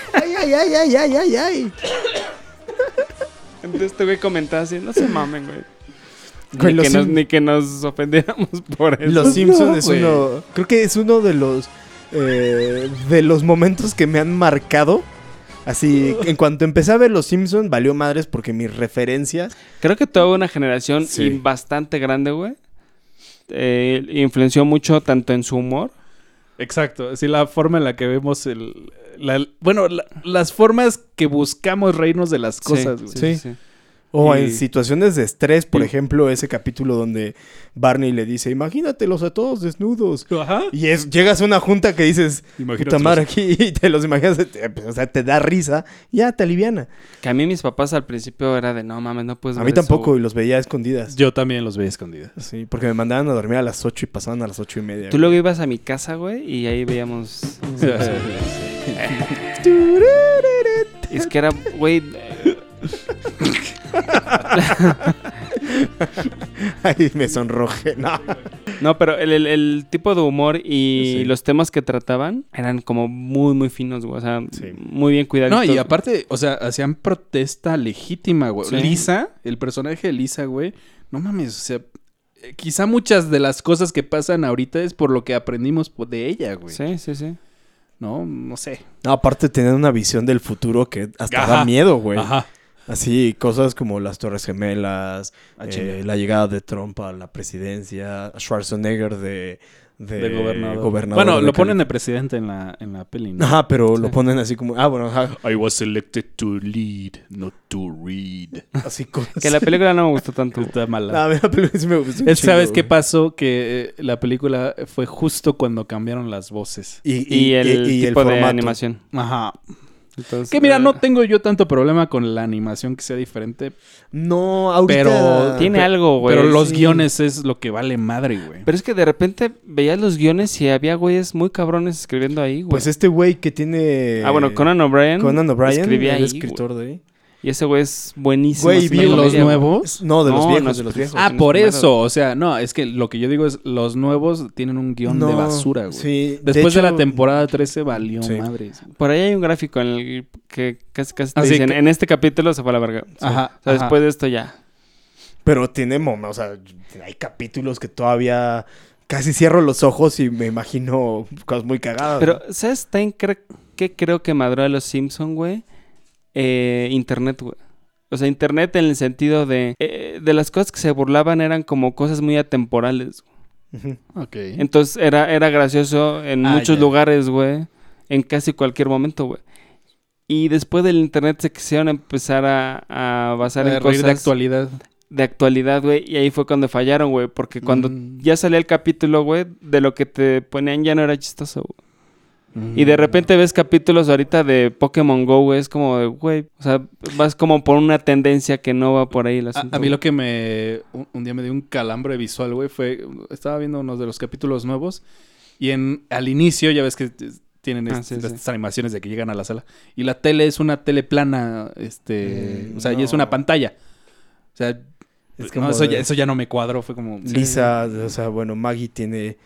Speaker 1: ay, ay, ay, ay.
Speaker 2: Entonces este güey comentaba así, no se mamen, güey.
Speaker 1: Güey,
Speaker 2: Ni
Speaker 1: los
Speaker 2: que, nos,
Speaker 1: Sim-
Speaker 2: ni que nos ofendiéramos por eso.
Speaker 1: Los Simpsons es
Speaker 3: güey.
Speaker 1: uno. Creo que es uno de los. eh, de los momentos que me han marcado. Así, en cuanto empecé a ver Los Simpsons, valió madres porque mis referencias.
Speaker 2: Creo que toda una generación
Speaker 1: Sí.
Speaker 2: y bastante grande, güey. eh, influenció mucho tanto en su humor.
Speaker 3: Exacto, sí, la forma en la que vemos el... la- bueno, la- las formas que buscamos reírnos de las cosas,
Speaker 2: Sí,
Speaker 3: güey.
Speaker 2: sí,
Speaker 1: Sí.
Speaker 2: sí.
Speaker 1: O en
Speaker 3: Y-
Speaker 1: situaciones de estrés, por
Speaker 3: y-
Speaker 1: ejemplo, ese capítulo donde Barney le dice: Imagínatelos a todos desnudos.
Speaker 3: Ajá.
Speaker 1: Y es, llegas a una junta que dices, puta madre aquí, y te los imaginas, te- pues, o sea, te da risa, ya te aliviana.
Speaker 2: Que a mí mis papás al principio era de no mames, no
Speaker 3: Pues,
Speaker 2: puedes
Speaker 1: a
Speaker 2: ver
Speaker 1: mí
Speaker 2: eso,
Speaker 1: tampoco,
Speaker 2: güey".
Speaker 1: y los veía a escondidas.
Speaker 3: Yo también los veía escondidas.
Speaker 1: Sí, porque me mandaban a dormir a las 8 y pasaban a las ocho y media.
Speaker 2: Tú luego ibas a mi casa, güey, y ahí veíamos. es que era, güey. eh,
Speaker 1: Ay, me sonrojé, no.
Speaker 2: No, pero el, el- el tipo de humor y los temas que trataban eran como muy, muy finos, güey. O sea,
Speaker 1: Sí.
Speaker 2: muy bien cuidados.
Speaker 3: No, y aparte, o sea, hacían protesta legítima, güey.
Speaker 2: Sí.
Speaker 3: Lisa, el personaje de Lisa, güey. No mames, o sea, eh, quizá muchas de las cosas que pasan ahorita es por lo que aprendimos po- de ella, güey.
Speaker 2: Sí, sí, sí.
Speaker 3: No, no sé.
Speaker 1: No, aparte tener una visión del futuro que hasta da
Speaker 3: Ajá.
Speaker 1: miedo, güey.
Speaker 3: Ajá.
Speaker 1: Así, cosas como las Torres Gemelas,
Speaker 3: Ah,
Speaker 1: eh,
Speaker 3: chinga.
Speaker 1: la llegada de Trump a la presidencia, Schwarzenegger de, de
Speaker 3: De gobernador.
Speaker 1: gobernador
Speaker 3: bueno,
Speaker 1: de
Speaker 3: lo ponen
Speaker 1: Cali-
Speaker 3: de presidente en la, en la peli, ¿no?
Speaker 1: Ajá, pero lo ponen así como. Ah, bueno, ajá.
Speaker 4: I was elected to lead, not to read.
Speaker 1: Así cosas.
Speaker 2: Que la película no me gustó tanto.
Speaker 3: Está mala.
Speaker 1: Ah, la película sí me gustó un
Speaker 3: Es- ¿Sabes
Speaker 1: chingo,
Speaker 3: qué
Speaker 1: güey.
Speaker 3: pasó? Que eh, la película fue justo cuando cambiaron las voces.
Speaker 1: Y,
Speaker 2: Y, el
Speaker 1: y- y
Speaker 2: tipo de
Speaker 1: formato.
Speaker 2: animación.
Speaker 3: Ajá.
Speaker 2: Entonces,
Speaker 3: Que mira,
Speaker 2: eh,
Speaker 3: no tengo yo tanto problema con la animación que sea diferente,
Speaker 1: No, ahorita.
Speaker 3: Pero
Speaker 2: ah, Tiene
Speaker 3: Pe-
Speaker 2: algo, güey.
Speaker 1: Pues
Speaker 3: pero los
Speaker 2: Sí.
Speaker 3: guiones es lo que vale madre, güey.
Speaker 2: Pero es que de repente veías los guiones y había güeyes muy cabrones escribiendo ahí, güey.
Speaker 1: Pues este güey que tiene.
Speaker 2: ah, bueno, Conan O'Brien.
Speaker 1: Conan O'Brien, el
Speaker 2: escribía ahí,
Speaker 1: escritor de ahí.
Speaker 2: güey. Y ese güey es buenísimo.
Speaker 1: Güey,
Speaker 2: haciendo
Speaker 1: vi
Speaker 2: comedia,
Speaker 1: los
Speaker 2: güey.
Speaker 3: nuevos?
Speaker 1: No, de los
Speaker 2: No,
Speaker 1: viejos,
Speaker 2: no,
Speaker 1: de los
Speaker 2: pues,
Speaker 1: viejos.
Speaker 2: Ah,
Speaker 3: Ah,
Speaker 2: no
Speaker 3: por
Speaker 2: es malo.
Speaker 3: eso, o sea, no, es que lo que yo digo es los nuevos tienen un guión de
Speaker 1: No,
Speaker 3: basura, güey.
Speaker 1: sí, de
Speaker 3: Después de,
Speaker 1: hecho-
Speaker 3: la temporada 13 valió
Speaker 1: Sí.
Speaker 3: madres. güey.
Speaker 2: Por ahí hay un gráfico en el que casi, casi te
Speaker 3: Así
Speaker 2: dicen,
Speaker 3: Ah, que-
Speaker 2: en este capítulo se fue a la verga. Sí.
Speaker 3: Ajá,
Speaker 2: O sea,
Speaker 3: ajá.
Speaker 2: después de esto ya.
Speaker 1: Pero tiene mom- o sea, hay capítulos que todavía casi cierro los ojos y me imagino cosas muy
Speaker 3: Ah.
Speaker 1: cagadas.
Speaker 2: Pero, ¿sabes también cre- qué creo que madró a los Simpson, güey? Eh, internet, güey. O sea, internet en el sentido de... eh, de las cosas que se burlaban eran como cosas muy atemporales,
Speaker 1: Ujú.
Speaker 3: Ok.
Speaker 2: Entonces era, era gracioso en
Speaker 3: Ah,
Speaker 2: muchos
Speaker 3: ya.
Speaker 2: lugares, güey. En casi cualquier momento, güey. Y después del internet se quisieron empezar a, a basar
Speaker 3: Eh,
Speaker 2: en
Speaker 3: reír
Speaker 2: cosas
Speaker 3: de actualidad.
Speaker 2: de actualidad, güey. Y ahí fue cuando fallaron, güey. Porque cuando
Speaker 3: Mm.
Speaker 2: ya salía el capítulo, güey, de lo que te ponían ya no era chistoso, güey. Y
Speaker 3: Mm.
Speaker 2: de repente ves capítulos ahorita de Pokémon Go, güey. Es como, de, güey, o sea, vas como por una tendencia que no va por ahí el
Speaker 3: A,
Speaker 2: asunto.
Speaker 3: a mí
Speaker 2: güey.
Speaker 3: lo que me. Un, un día me dio un calambre visual, güey, fue. Estaba viendo unos de los capítulos nuevos. Y en al inicio, ya ves que t- tienen
Speaker 2: Ah,
Speaker 3: est-
Speaker 2: sí, sí.
Speaker 3: estas animaciones de que llegan a la sala. Y la tele es una tele plana, este.
Speaker 1: Mm,
Speaker 3: o sea, y es
Speaker 1: no.
Speaker 3: una pantalla. O sea,
Speaker 1: Es
Speaker 3: no,
Speaker 1: como
Speaker 3: eso,
Speaker 1: de-
Speaker 3: ya, eso ya no me cuadró. Fue como.
Speaker 1: Lisa, o sea, bueno, Maggie tiene.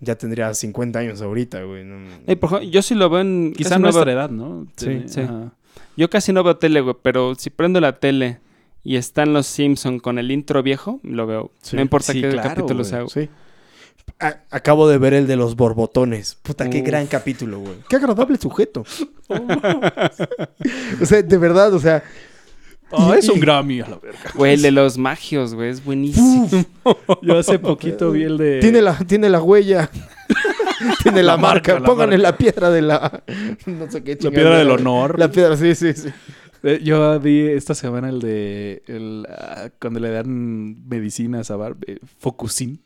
Speaker 1: Ya tendría 50 años ahorita, güey. no-
Speaker 2: Ey, por ejemplo, yo sí lo veo en...
Speaker 3: Quizá
Speaker 2: casi no veo-
Speaker 3: nuestra edad, ¿no?
Speaker 2: Sí,
Speaker 3: Tiene-
Speaker 2: sí.
Speaker 3: ajá.
Speaker 2: Yo casi no veo tele, güey, pero si prendo la tele y están los Simpson con el intro viejo, lo veo.
Speaker 1: Sí.
Speaker 2: no importa
Speaker 3: Sí,
Speaker 2: qué
Speaker 3: claro,
Speaker 2: capítulo
Speaker 3: güey.
Speaker 2: sea. güey.
Speaker 1: Sí. A- acabo de ver el de los borbotones. Puta, qué
Speaker 2: Uf.
Speaker 1: gran capítulo, güey. Qué agradable sujeto. o sea, de verdad, o sea.
Speaker 3: Ah,
Speaker 1: Y-
Speaker 3: es un
Speaker 1: y-
Speaker 3: Grammy a la verga.
Speaker 2: Güey, el de los magios, güey, es buenísimo.
Speaker 3: Yo hace poquito vi el de.
Speaker 1: Tiene la, tiene la huella. tiene la,
Speaker 3: Eh. La
Speaker 1: marca.
Speaker 3: marca, la
Speaker 1: Pónganle
Speaker 3: marca.
Speaker 1: la piedra de la. No sé qué
Speaker 3: La
Speaker 1: chingada.
Speaker 3: piedra del honor.
Speaker 1: La piedra, sí, sí, sí.
Speaker 3: Eh, Yo vi esta semana el de el, ah, cuando le dan medicinas a Barb, eh, Focusin.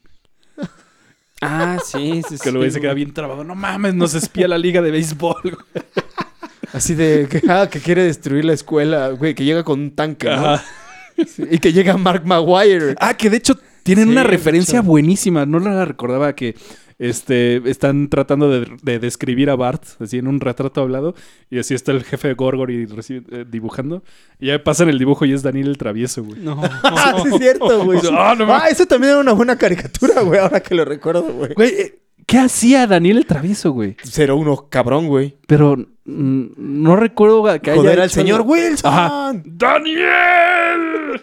Speaker 2: ah, sí, sí, sí.
Speaker 3: Que luego se
Speaker 2: güey.
Speaker 3: queda bien trabado. No mames, nos espía la liga de béisbol. güey".
Speaker 1: Así de que, ah, que quiere destruir la escuela, güey, que llega con un tanque, ¿no?
Speaker 3: Ajá.
Speaker 1: Sí, y que llega Mark Maguire.
Speaker 3: Ah, que de hecho tienen
Speaker 1: Sí,
Speaker 3: una
Speaker 1: de
Speaker 3: referencia
Speaker 1: hecho.
Speaker 3: buenísima. No la recordaba que este, están tratando de, de describir a Bart así en un retrato hablado. Y así está el jefe de Gorgor y recibe- eh, dibujando. Y ya pasan el dibujo y es Daniel el travieso, güey.
Speaker 2: No.
Speaker 1: Ah, sí es cierto, güey.
Speaker 3: Ah, no mames.
Speaker 1: Ah, eso también era una buena caricatura, güey, ahora que lo recuerdo, güey.
Speaker 3: Güey, eh, ¿qué hacía Daniel el travieso, güey?
Speaker 1: Cero uno, cabrón, güey.
Speaker 3: Pero mm, no recuerdo que haya
Speaker 1: Joder al
Speaker 3: hecho
Speaker 1: señor
Speaker 3: algo-
Speaker 1: Wilson.
Speaker 3: Ajá. ¡Daniel!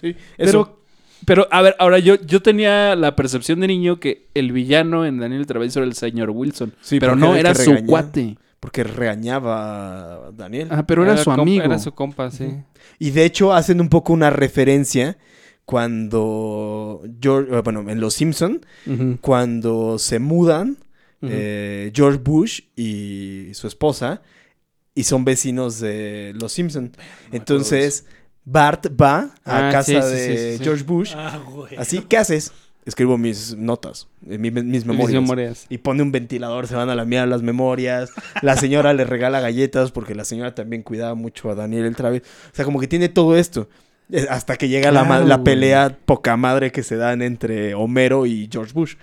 Speaker 1: Sí, eso.
Speaker 3: Pero, pero, a ver, ahora yo, yo tenía la percepción de niño que el villano en Daniel el Travieso era el señor Wilson.
Speaker 1: Sí,
Speaker 3: pero
Speaker 1: porque
Speaker 3: no,
Speaker 1: era
Speaker 3: era
Speaker 1: el que
Speaker 3: su
Speaker 1: regañaba.
Speaker 3: cuate.
Speaker 1: Porque regañaba a Daniel.
Speaker 3: Ah, pero era, su
Speaker 2: compa-
Speaker 3: amigo.
Speaker 2: Era su compa, sí.
Speaker 1: Y de hecho hacen un poco una referencia cuando George, eh, bueno, en Los Simpson,
Speaker 3: Ujú.
Speaker 1: cuando se mudan eh, George Bush y su esposa y son vecinos de Los Simpson. Entonces Bart va a
Speaker 2: Ah,
Speaker 1: casa
Speaker 2: sí, sí,
Speaker 1: de
Speaker 2: sí, Ah, sí, sí.
Speaker 1: George Bush. Así, ¿qué haces? Escribo mis notas, eh, mi- mis, memorias.
Speaker 2: Mauricio Moreas.
Speaker 1: Y pone un ventilador, se van a la mierda las memorias. La señora le regala galletas porque la señora también cuidaba mucho a Daniel el Travis. O sea, como que tiene todo esto. Eh, Hasta que llega la ma-
Speaker 3: Claro,
Speaker 1: la,
Speaker 3: güey.
Speaker 1: pelea poca madre que se dan entre Homero y George Bush.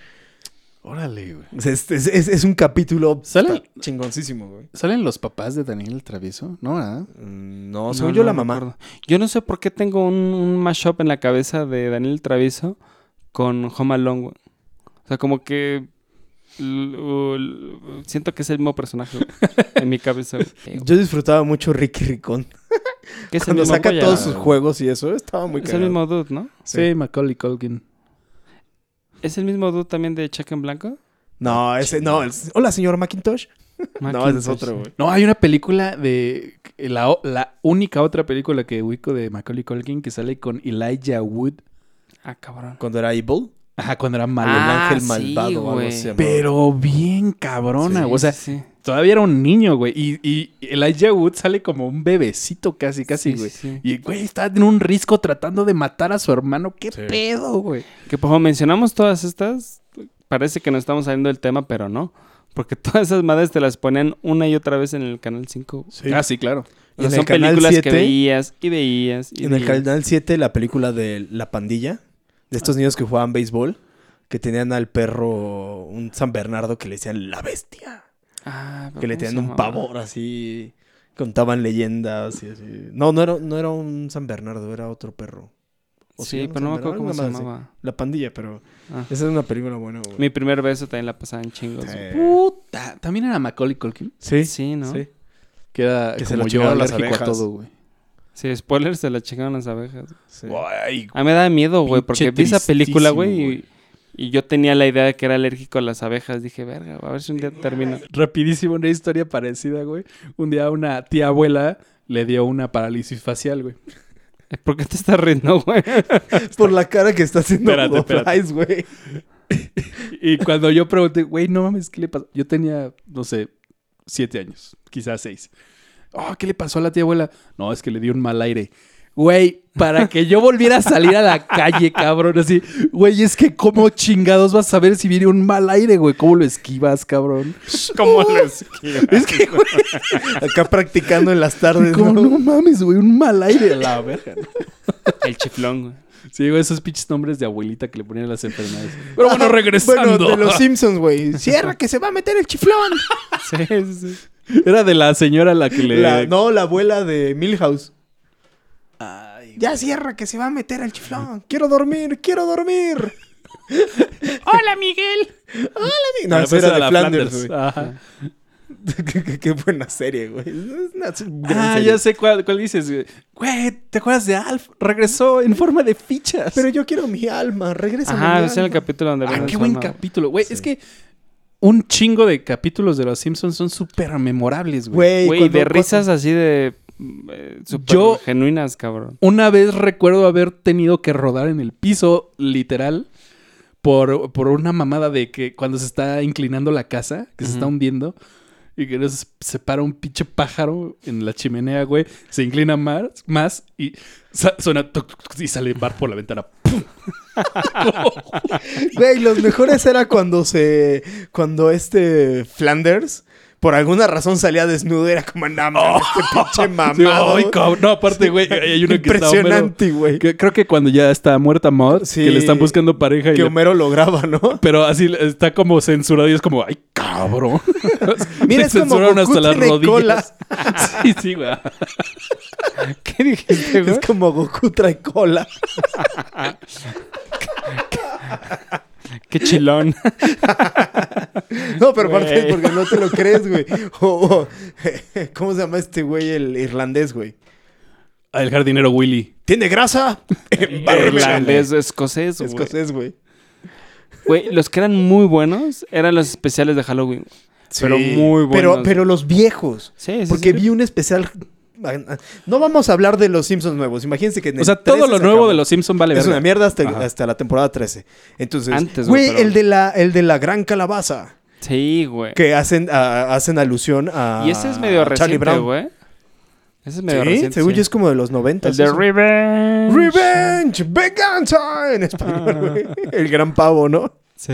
Speaker 3: Órale, güey.
Speaker 1: O sea, Es, es- es- es un capítulo
Speaker 3: ¿Sale?
Speaker 1: puta, chingoncísimo, güey.
Speaker 3: ¿Salen los papás de Daniel el Travieso? No, ¿ah?
Speaker 1: Mm, No,
Speaker 2: No,
Speaker 1: según yo
Speaker 2: no
Speaker 1: la mamá.
Speaker 2: recuerdo. Yo no sé por qué tengo un, un mashup en la cabeza de Daniel Traviso con Home Alone, güey. O sea, como que... l- u- l- siento que es el mismo personaje güey, en mi cabeza. güey.
Speaker 1: Yo disfrutaba mucho Ricky Ricón.
Speaker 2: Que es el
Speaker 1: Cuando
Speaker 2: mismo
Speaker 1: saca
Speaker 2: güey,
Speaker 1: todos
Speaker 2: ah,
Speaker 1: sus juegos y eso, estaba muy
Speaker 2: Es
Speaker 1: cagado.
Speaker 2: el mismo dude, ¿no?
Speaker 1: Sí.
Speaker 3: Macaulay Culkin.
Speaker 2: ¿Es el mismo dude también de Check en Blanco?
Speaker 1: No, ese no. es- Hola, señor Macintosh. No, ese es
Speaker 2: Macintosh.
Speaker 1: otro, güey.
Speaker 3: No, hay una película de. La, o- la única otra película que ubico de Macaulay Culkin que sale con Elijah Wood.
Speaker 2: Ah, cabrón.
Speaker 5: Cuando era Evil,
Speaker 3: Ajá, cuando era
Speaker 5: el
Speaker 3: malo.
Speaker 2: Ah,
Speaker 5: ángel
Speaker 2: sí,
Speaker 5: malvado o algo
Speaker 2: güey.
Speaker 5: así.
Speaker 3: Pero bien cabrona,
Speaker 5: Sí,
Speaker 3: güey. O sea,
Speaker 2: sí, sí.
Speaker 3: todavía era un niño, güey. Y, y Elijah Wood sale como un bebecito casi, casi,
Speaker 2: Sí,
Speaker 3: güey.
Speaker 2: sí, sí.
Speaker 3: Y, güey, está en un risco tratando de matar a su hermano. ¿Qué pedo, güey?
Speaker 2: Que pues, como mencionamos todas estas, parece que nos estamos saliendo del tema, pero no. Porque todas esas madres te las ponían una y otra vez en el Canal 5.
Speaker 3: Ah, sí, claro.
Speaker 2: O
Speaker 1: en
Speaker 2: sea,
Speaker 1: el
Speaker 2: son
Speaker 1: Canal
Speaker 2: películas que
Speaker 1: 7,
Speaker 2: veías y veías. Y
Speaker 1: En el
Speaker 2: veías.
Speaker 1: Canal 7, la película de La Pandilla, de estos niños que jugaban béisbol, que tenían al perro, un San Bernardo que le decían la bestia,
Speaker 2: Ah, pero
Speaker 1: que le
Speaker 2: ¿cómo se
Speaker 1: tenían un
Speaker 2: llamaba?
Speaker 1: pavor así, contaban leyendas y así. No, no era, no era un San Bernardo, era otro perro. ¿O se
Speaker 2: Sí,
Speaker 1: llama
Speaker 2: pero no me
Speaker 1: San
Speaker 2: acuerdo cómo se
Speaker 1: Bernardo? Una madre así.
Speaker 2: llamaba.
Speaker 1: La Pandilla, pero
Speaker 2: Ah.
Speaker 1: esa es una película buena, güey.
Speaker 2: Mi primer beso también la pasaba en chingos. güey.
Speaker 1: Eh,
Speaker 3: Puta. También era Macaulay Culkin.
Speaker 1: Sí,
Speaker 2: Sí, ¿no?
Speaker 1: sí.
Speaker 3: Que era
Speaker 1: Que se lo
Speaker 3: como yo
Speaker 1: chingaron las
Speaker 3: alérgico a
Speaker 1: abejas.
Speaker 3: todo, güey.
Speaker 2: Sí, spoilers, se la chingaron las abejas.
Speaker 1: sí.
Speaker 3: Ay,
Speaker 2: A mí me da miedo, güey,
Speaker 3: Pinche
Speaker 2: porque vi esa película,
Speaker 3: tristísimo,
Speaker 2: güey, y, y yo tenía la idea de que era alérgico a las abejas. Dije, verga, a ver si un día termino.
Speaker 3: rapidísimo una historia parecida, güey. Un día una tía abuela le dio una parálisis facial, güey.
Speaker 2: ¿Por qué te estás riendo, güey?
Speaker 1: Por la cara que está haciendo
Speaker 3: Espérate,
Speaker 1: Godofries, güey.
Speaker 3: Y cuando yo pregunté, güey, no mames, ¿qué le pasó? Yo tenía, no sé, siete años, quizás seis. Oh, ¿qué le pasó a la tía abuela? No, es que le dio un mal aire. Güey, para que yo volviera a salir a la calle, cabrón, así. Güey, es que cómo chingados vas a saber si viene un mal aire, güey. ¿Cómo lo esquivas, cabrón?
Speaker 2: ¿Cómo lo esquivas?
Speaker 3: Es que, güey,
Speaker 1: Acá practicando en las tardes,
Speaker 3: como
Speaker 1: ¿no?
Speaker 3: no mames, güey, un mal aire. La verga,
Speaker 2: El chiflón, güey.
Speaker 3: Sí, güey, esos pinches nombres de abuelita que le ponían a las enfermedades. Pero bueno, regresando.
Speaker 1: Bueno, de los Simpsons, güey. Cierra que se va a meter el chiflón.
Speaker 2: Sí, sí, sí.
Speaker 3: Era de la señora la que le...
Speaker 1: La- no, la abuela de Milhouse. ya cierra que se va a meter al chiflón. Quiero dormir, quiero dormir. Hola, Miguel. Hola, Miguel. No,
Speaker 3: Ah,
Speaker 1: esa
Speaker 3: pues
Speaker 1: era
Speaker 3: era
Speaker 1: de
Speaker 3: la
Speaker 1: Flanders, güey.
Speaker 3: Ajá.
Speaker 1: qué, qué- qué buena serie, güey. Es una su- gran
Speaker 3: Ah,
Speaker 1: serie.
Speaker 3: ya sé cuál, cuál dices. güey. Güey, ¿te acuerdas de Alf? Regresó en forma de fichas.
Speaker 1: Pero yo quiero mi alma. Regresa
Speaker 2: Ajá,
Speaker 1: mi
Speaker 2: ese era
Speaker 1: alma.
Speaker 2: el capítulo donde
Speaker 3: Ah,
Speaker 2: venden
Speaker 3: qué
Speaker 2: su
Speaker 3: buen
Speaker 2: alma, güey.
Speaker 3: capítulo, güey. Es que un chingo de capítulos de Los Simpsons son súper memorables, güey.
Speaker 1: Güey,
Speaker 2: Güey,
Speaker 1: cuando-
Speaker 2: de
Speaker 1: cuando-
Speaker 2: risas así de... eh, super
Speaker 3: Yo-
Speaker 2: genuinas, cabrón.
Speaker 3: Una vez recuerdo haber tenido que rodar en el piso, literal, por, por una mamada de que cuando se está inclinando la casa, que se está hundiendo, y que nos se para un pinche pájaro en la chimenea, güey, se inclina más, más y sa- suena toc, toc, toc, y sale bar por la ventana.
Speaker 1: Güey, los mejores era cuando se. Cuando este Flanders. Por alguna razón salía desnudo, era como andamos este pinche
Speaker 3: Oh, Sí,
Speaker 1: mamado.
Speaker 3: ay, cabrón. No, aparte, güey, hay uno que está Homero-
Speaker 1: Impresionante, güey.
Speaker 3: que creo que cuando ya está muerta Maud,
Speaker 1: Sí.
Speaker 3: que le están buscando pareja y
Speaker 1: Que
Speaker 3: le-
Speaker 1: Homero lo graba, ¿no?
Speaker 3: Pero así está como censurado y es como, ay, cabrón.
Speaker 1: Mira,
Speaker 3: Le
Speaker 1: es como
Speaker 3: censuraron
Speaker 1: Goku tiene cola.
Speaker 3: sí, sí, güey. Ah,
Speaker 2: ¿Qué dijiste, güey?
Speaker 1: Es como Goku trae cola.
Speaker 2: Qué chilón.
Speaker 1: No, pero aparte
Speaker 2: Güey.
Speaker 1: porque no te lo crees, güey. O- o, ¿Cómo se llama este güey, el irlandés, güey?
Speaker 3: Ah, El jardinero Willy.
Speaker 1: ¿Tiene grasa?
Speaker 2: Irlandés, escocés, güey.
Speaker 1: Escocés, güey.
Speaker 2: Güey, los que eran muy buenos eran los especiales de Halloween. Pero
Speaker 1: Sí.
Speaker 2: muy buenos.
Speaker 1: Pero, pero los viejos.
Speaker 2: Sí, sí,
Speaker 1: Porque
Speaker 2: sí.
Speaker 1: vi un especial. No vamos a hablar de los Simpsons nuevos. Imagínense que. en
Speaker 3: O sea,
Speaker 1: el 13
Speaker 3: todo lo
Speaker 1: se
Speaker 3: nuevo
Speaker 1: acabó.
Speaker 3: de los Simpsons vale
Speaker 1: Es
Speaker 3: verga.
Speaker 1: una mierda hasta,
Speaker 3: Ajá.
Speaker 1: hasta la temporada 13. Entonces,
Speaker 2: Antes,
Speaker 1: güey,
Speaker 2: güey, pero-
Speaker 1: el, de la, el de la gran calabaza.
Speaker 2: Sí, güey.
Speaker 1: Que hacen, a- hacen alusión a.
Speaker 2: Y ese es medio
Speaker 1: a Charlie
Speaker 2: reciente,
Speaker 1: Brown.
Speaker 2: güey. Ese es
Speaker 1: Sí,
Speaker 2: medio reciente.
Speaker 1: según
Speaker 2: sí.
Speaker 1: yo es como de los 90.
Speaker 2: El de Revenge. Ah.
Speaker 1: Revenge, venganza en español, güey. El gran pavo, ¿no?
Speaker 2: Sí.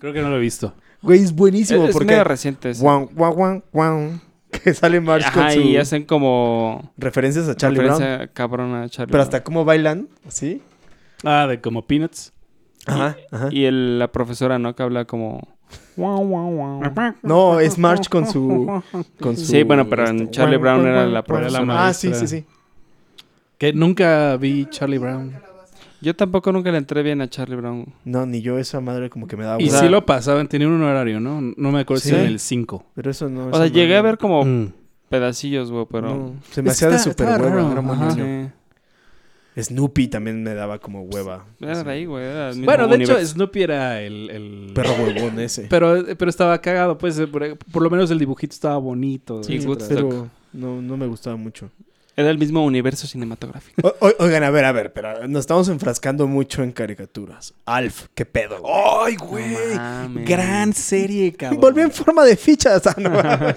Speaker 3: Creo que no lo he visto.
Speaker 1: Güey, es
Speaker 2: Es,
Speaker 1: buenísimo
Speaker 2: es
Speaker 1: porque.
Speaker 2: medio reciente. sí.
Speaker 1: Guau, guau, guau, guau. Que sale Marge con
Speaker 2: Ajá,
Speaker 1: su.
Speaker 2: y hacen como...
Speaker 1: Referencias a Charlie Brown.
Speaker 2: referencia cabrona a Charlie
Speaker 1: Pero
Speaker 2: Brown.
Speaker 1: hasta cómo bailan, así.
Speaker 3: Ah, de como Peanuts.
Speaker 1: Ajá, ajá.
Speaker 2: Y el- la profesora, ¿no? Que habla como... guau, guau, guau.
Speaker 1: No, es March con su. Con su este,
Speaker 2: Sí, bueno, pero en Charlie Brown era la
Speaker 3: la
Speaker 2: profesora.
Speaker 3: ma-
Speaker 1: Ah, sí, sí, sí.
Speaker 3: Que nunca vi Charlie Brown.
Speaker 2: Yo tampoco nunca le entré bien a Charlie Brown.
Speaker 1: No, ni yo esa madre como que me daba
Speaker 3: Y
Speaker 1: hueva.
Speaker 2: sea-
Speaker 3: sí lo pasaban, tenían un horario, ¿no? No me acuerdo si
Speaker 1: Ah, Sí. Oh.
Speaker 3: era en el 5.
Speaker 1: Pero eso no.
Speaker 2: O
Speaker 1: esa
Speaker 2: sea, llegué
Speaker 1: madre-
Speaker 2: a ver como
Speaker 3: Mm.
Speaker 2: pedacillos, güey, pero...
Speaker 1: No, se me
Speaker 3: Es que
Speaker 1: hacía de
Speaker 3: está-
Speaker 1: super
Speaker 3: estaba
Speaker 1: hueva.
Speaker 3: raro,
Speaker 1: Era muy
Speaker 3: ajá.
Speaker 1: niño.
Speaker 2: Sí.
Speaker 1: Snoopy también me daba como hueva.
Speaker 2: Era de ahí, güey. era del mismo
Speaker 3: Bueno, de hecho,
Speaker 2: universo.
Speaker 3: Snoopy era el... el-
Speaker 1: Perro huevón ese.
Speaker 3: Pero, pero estaba cagado, pues. eh, Por, por lo menos el dibujito estaba bonito.
Speaker 2: Sí,
Speaker 3: etcétera.
Speaker 2: Woodstock.
Speaker 1: Pero no, no me gustaba mucho.
Speaker 2: Era el mismo universo cinematográfico.
Speaker 1: O- o- oigan, a ver, a ver, pero nos estamos enfrascando mucho en caricaturas. Alf, qué pedo. ¡Ay, güey!
Speaker 2: mames.
Speaker 1: Gran serie, cabrón. Volvió en forma de fichas. ah, no mames.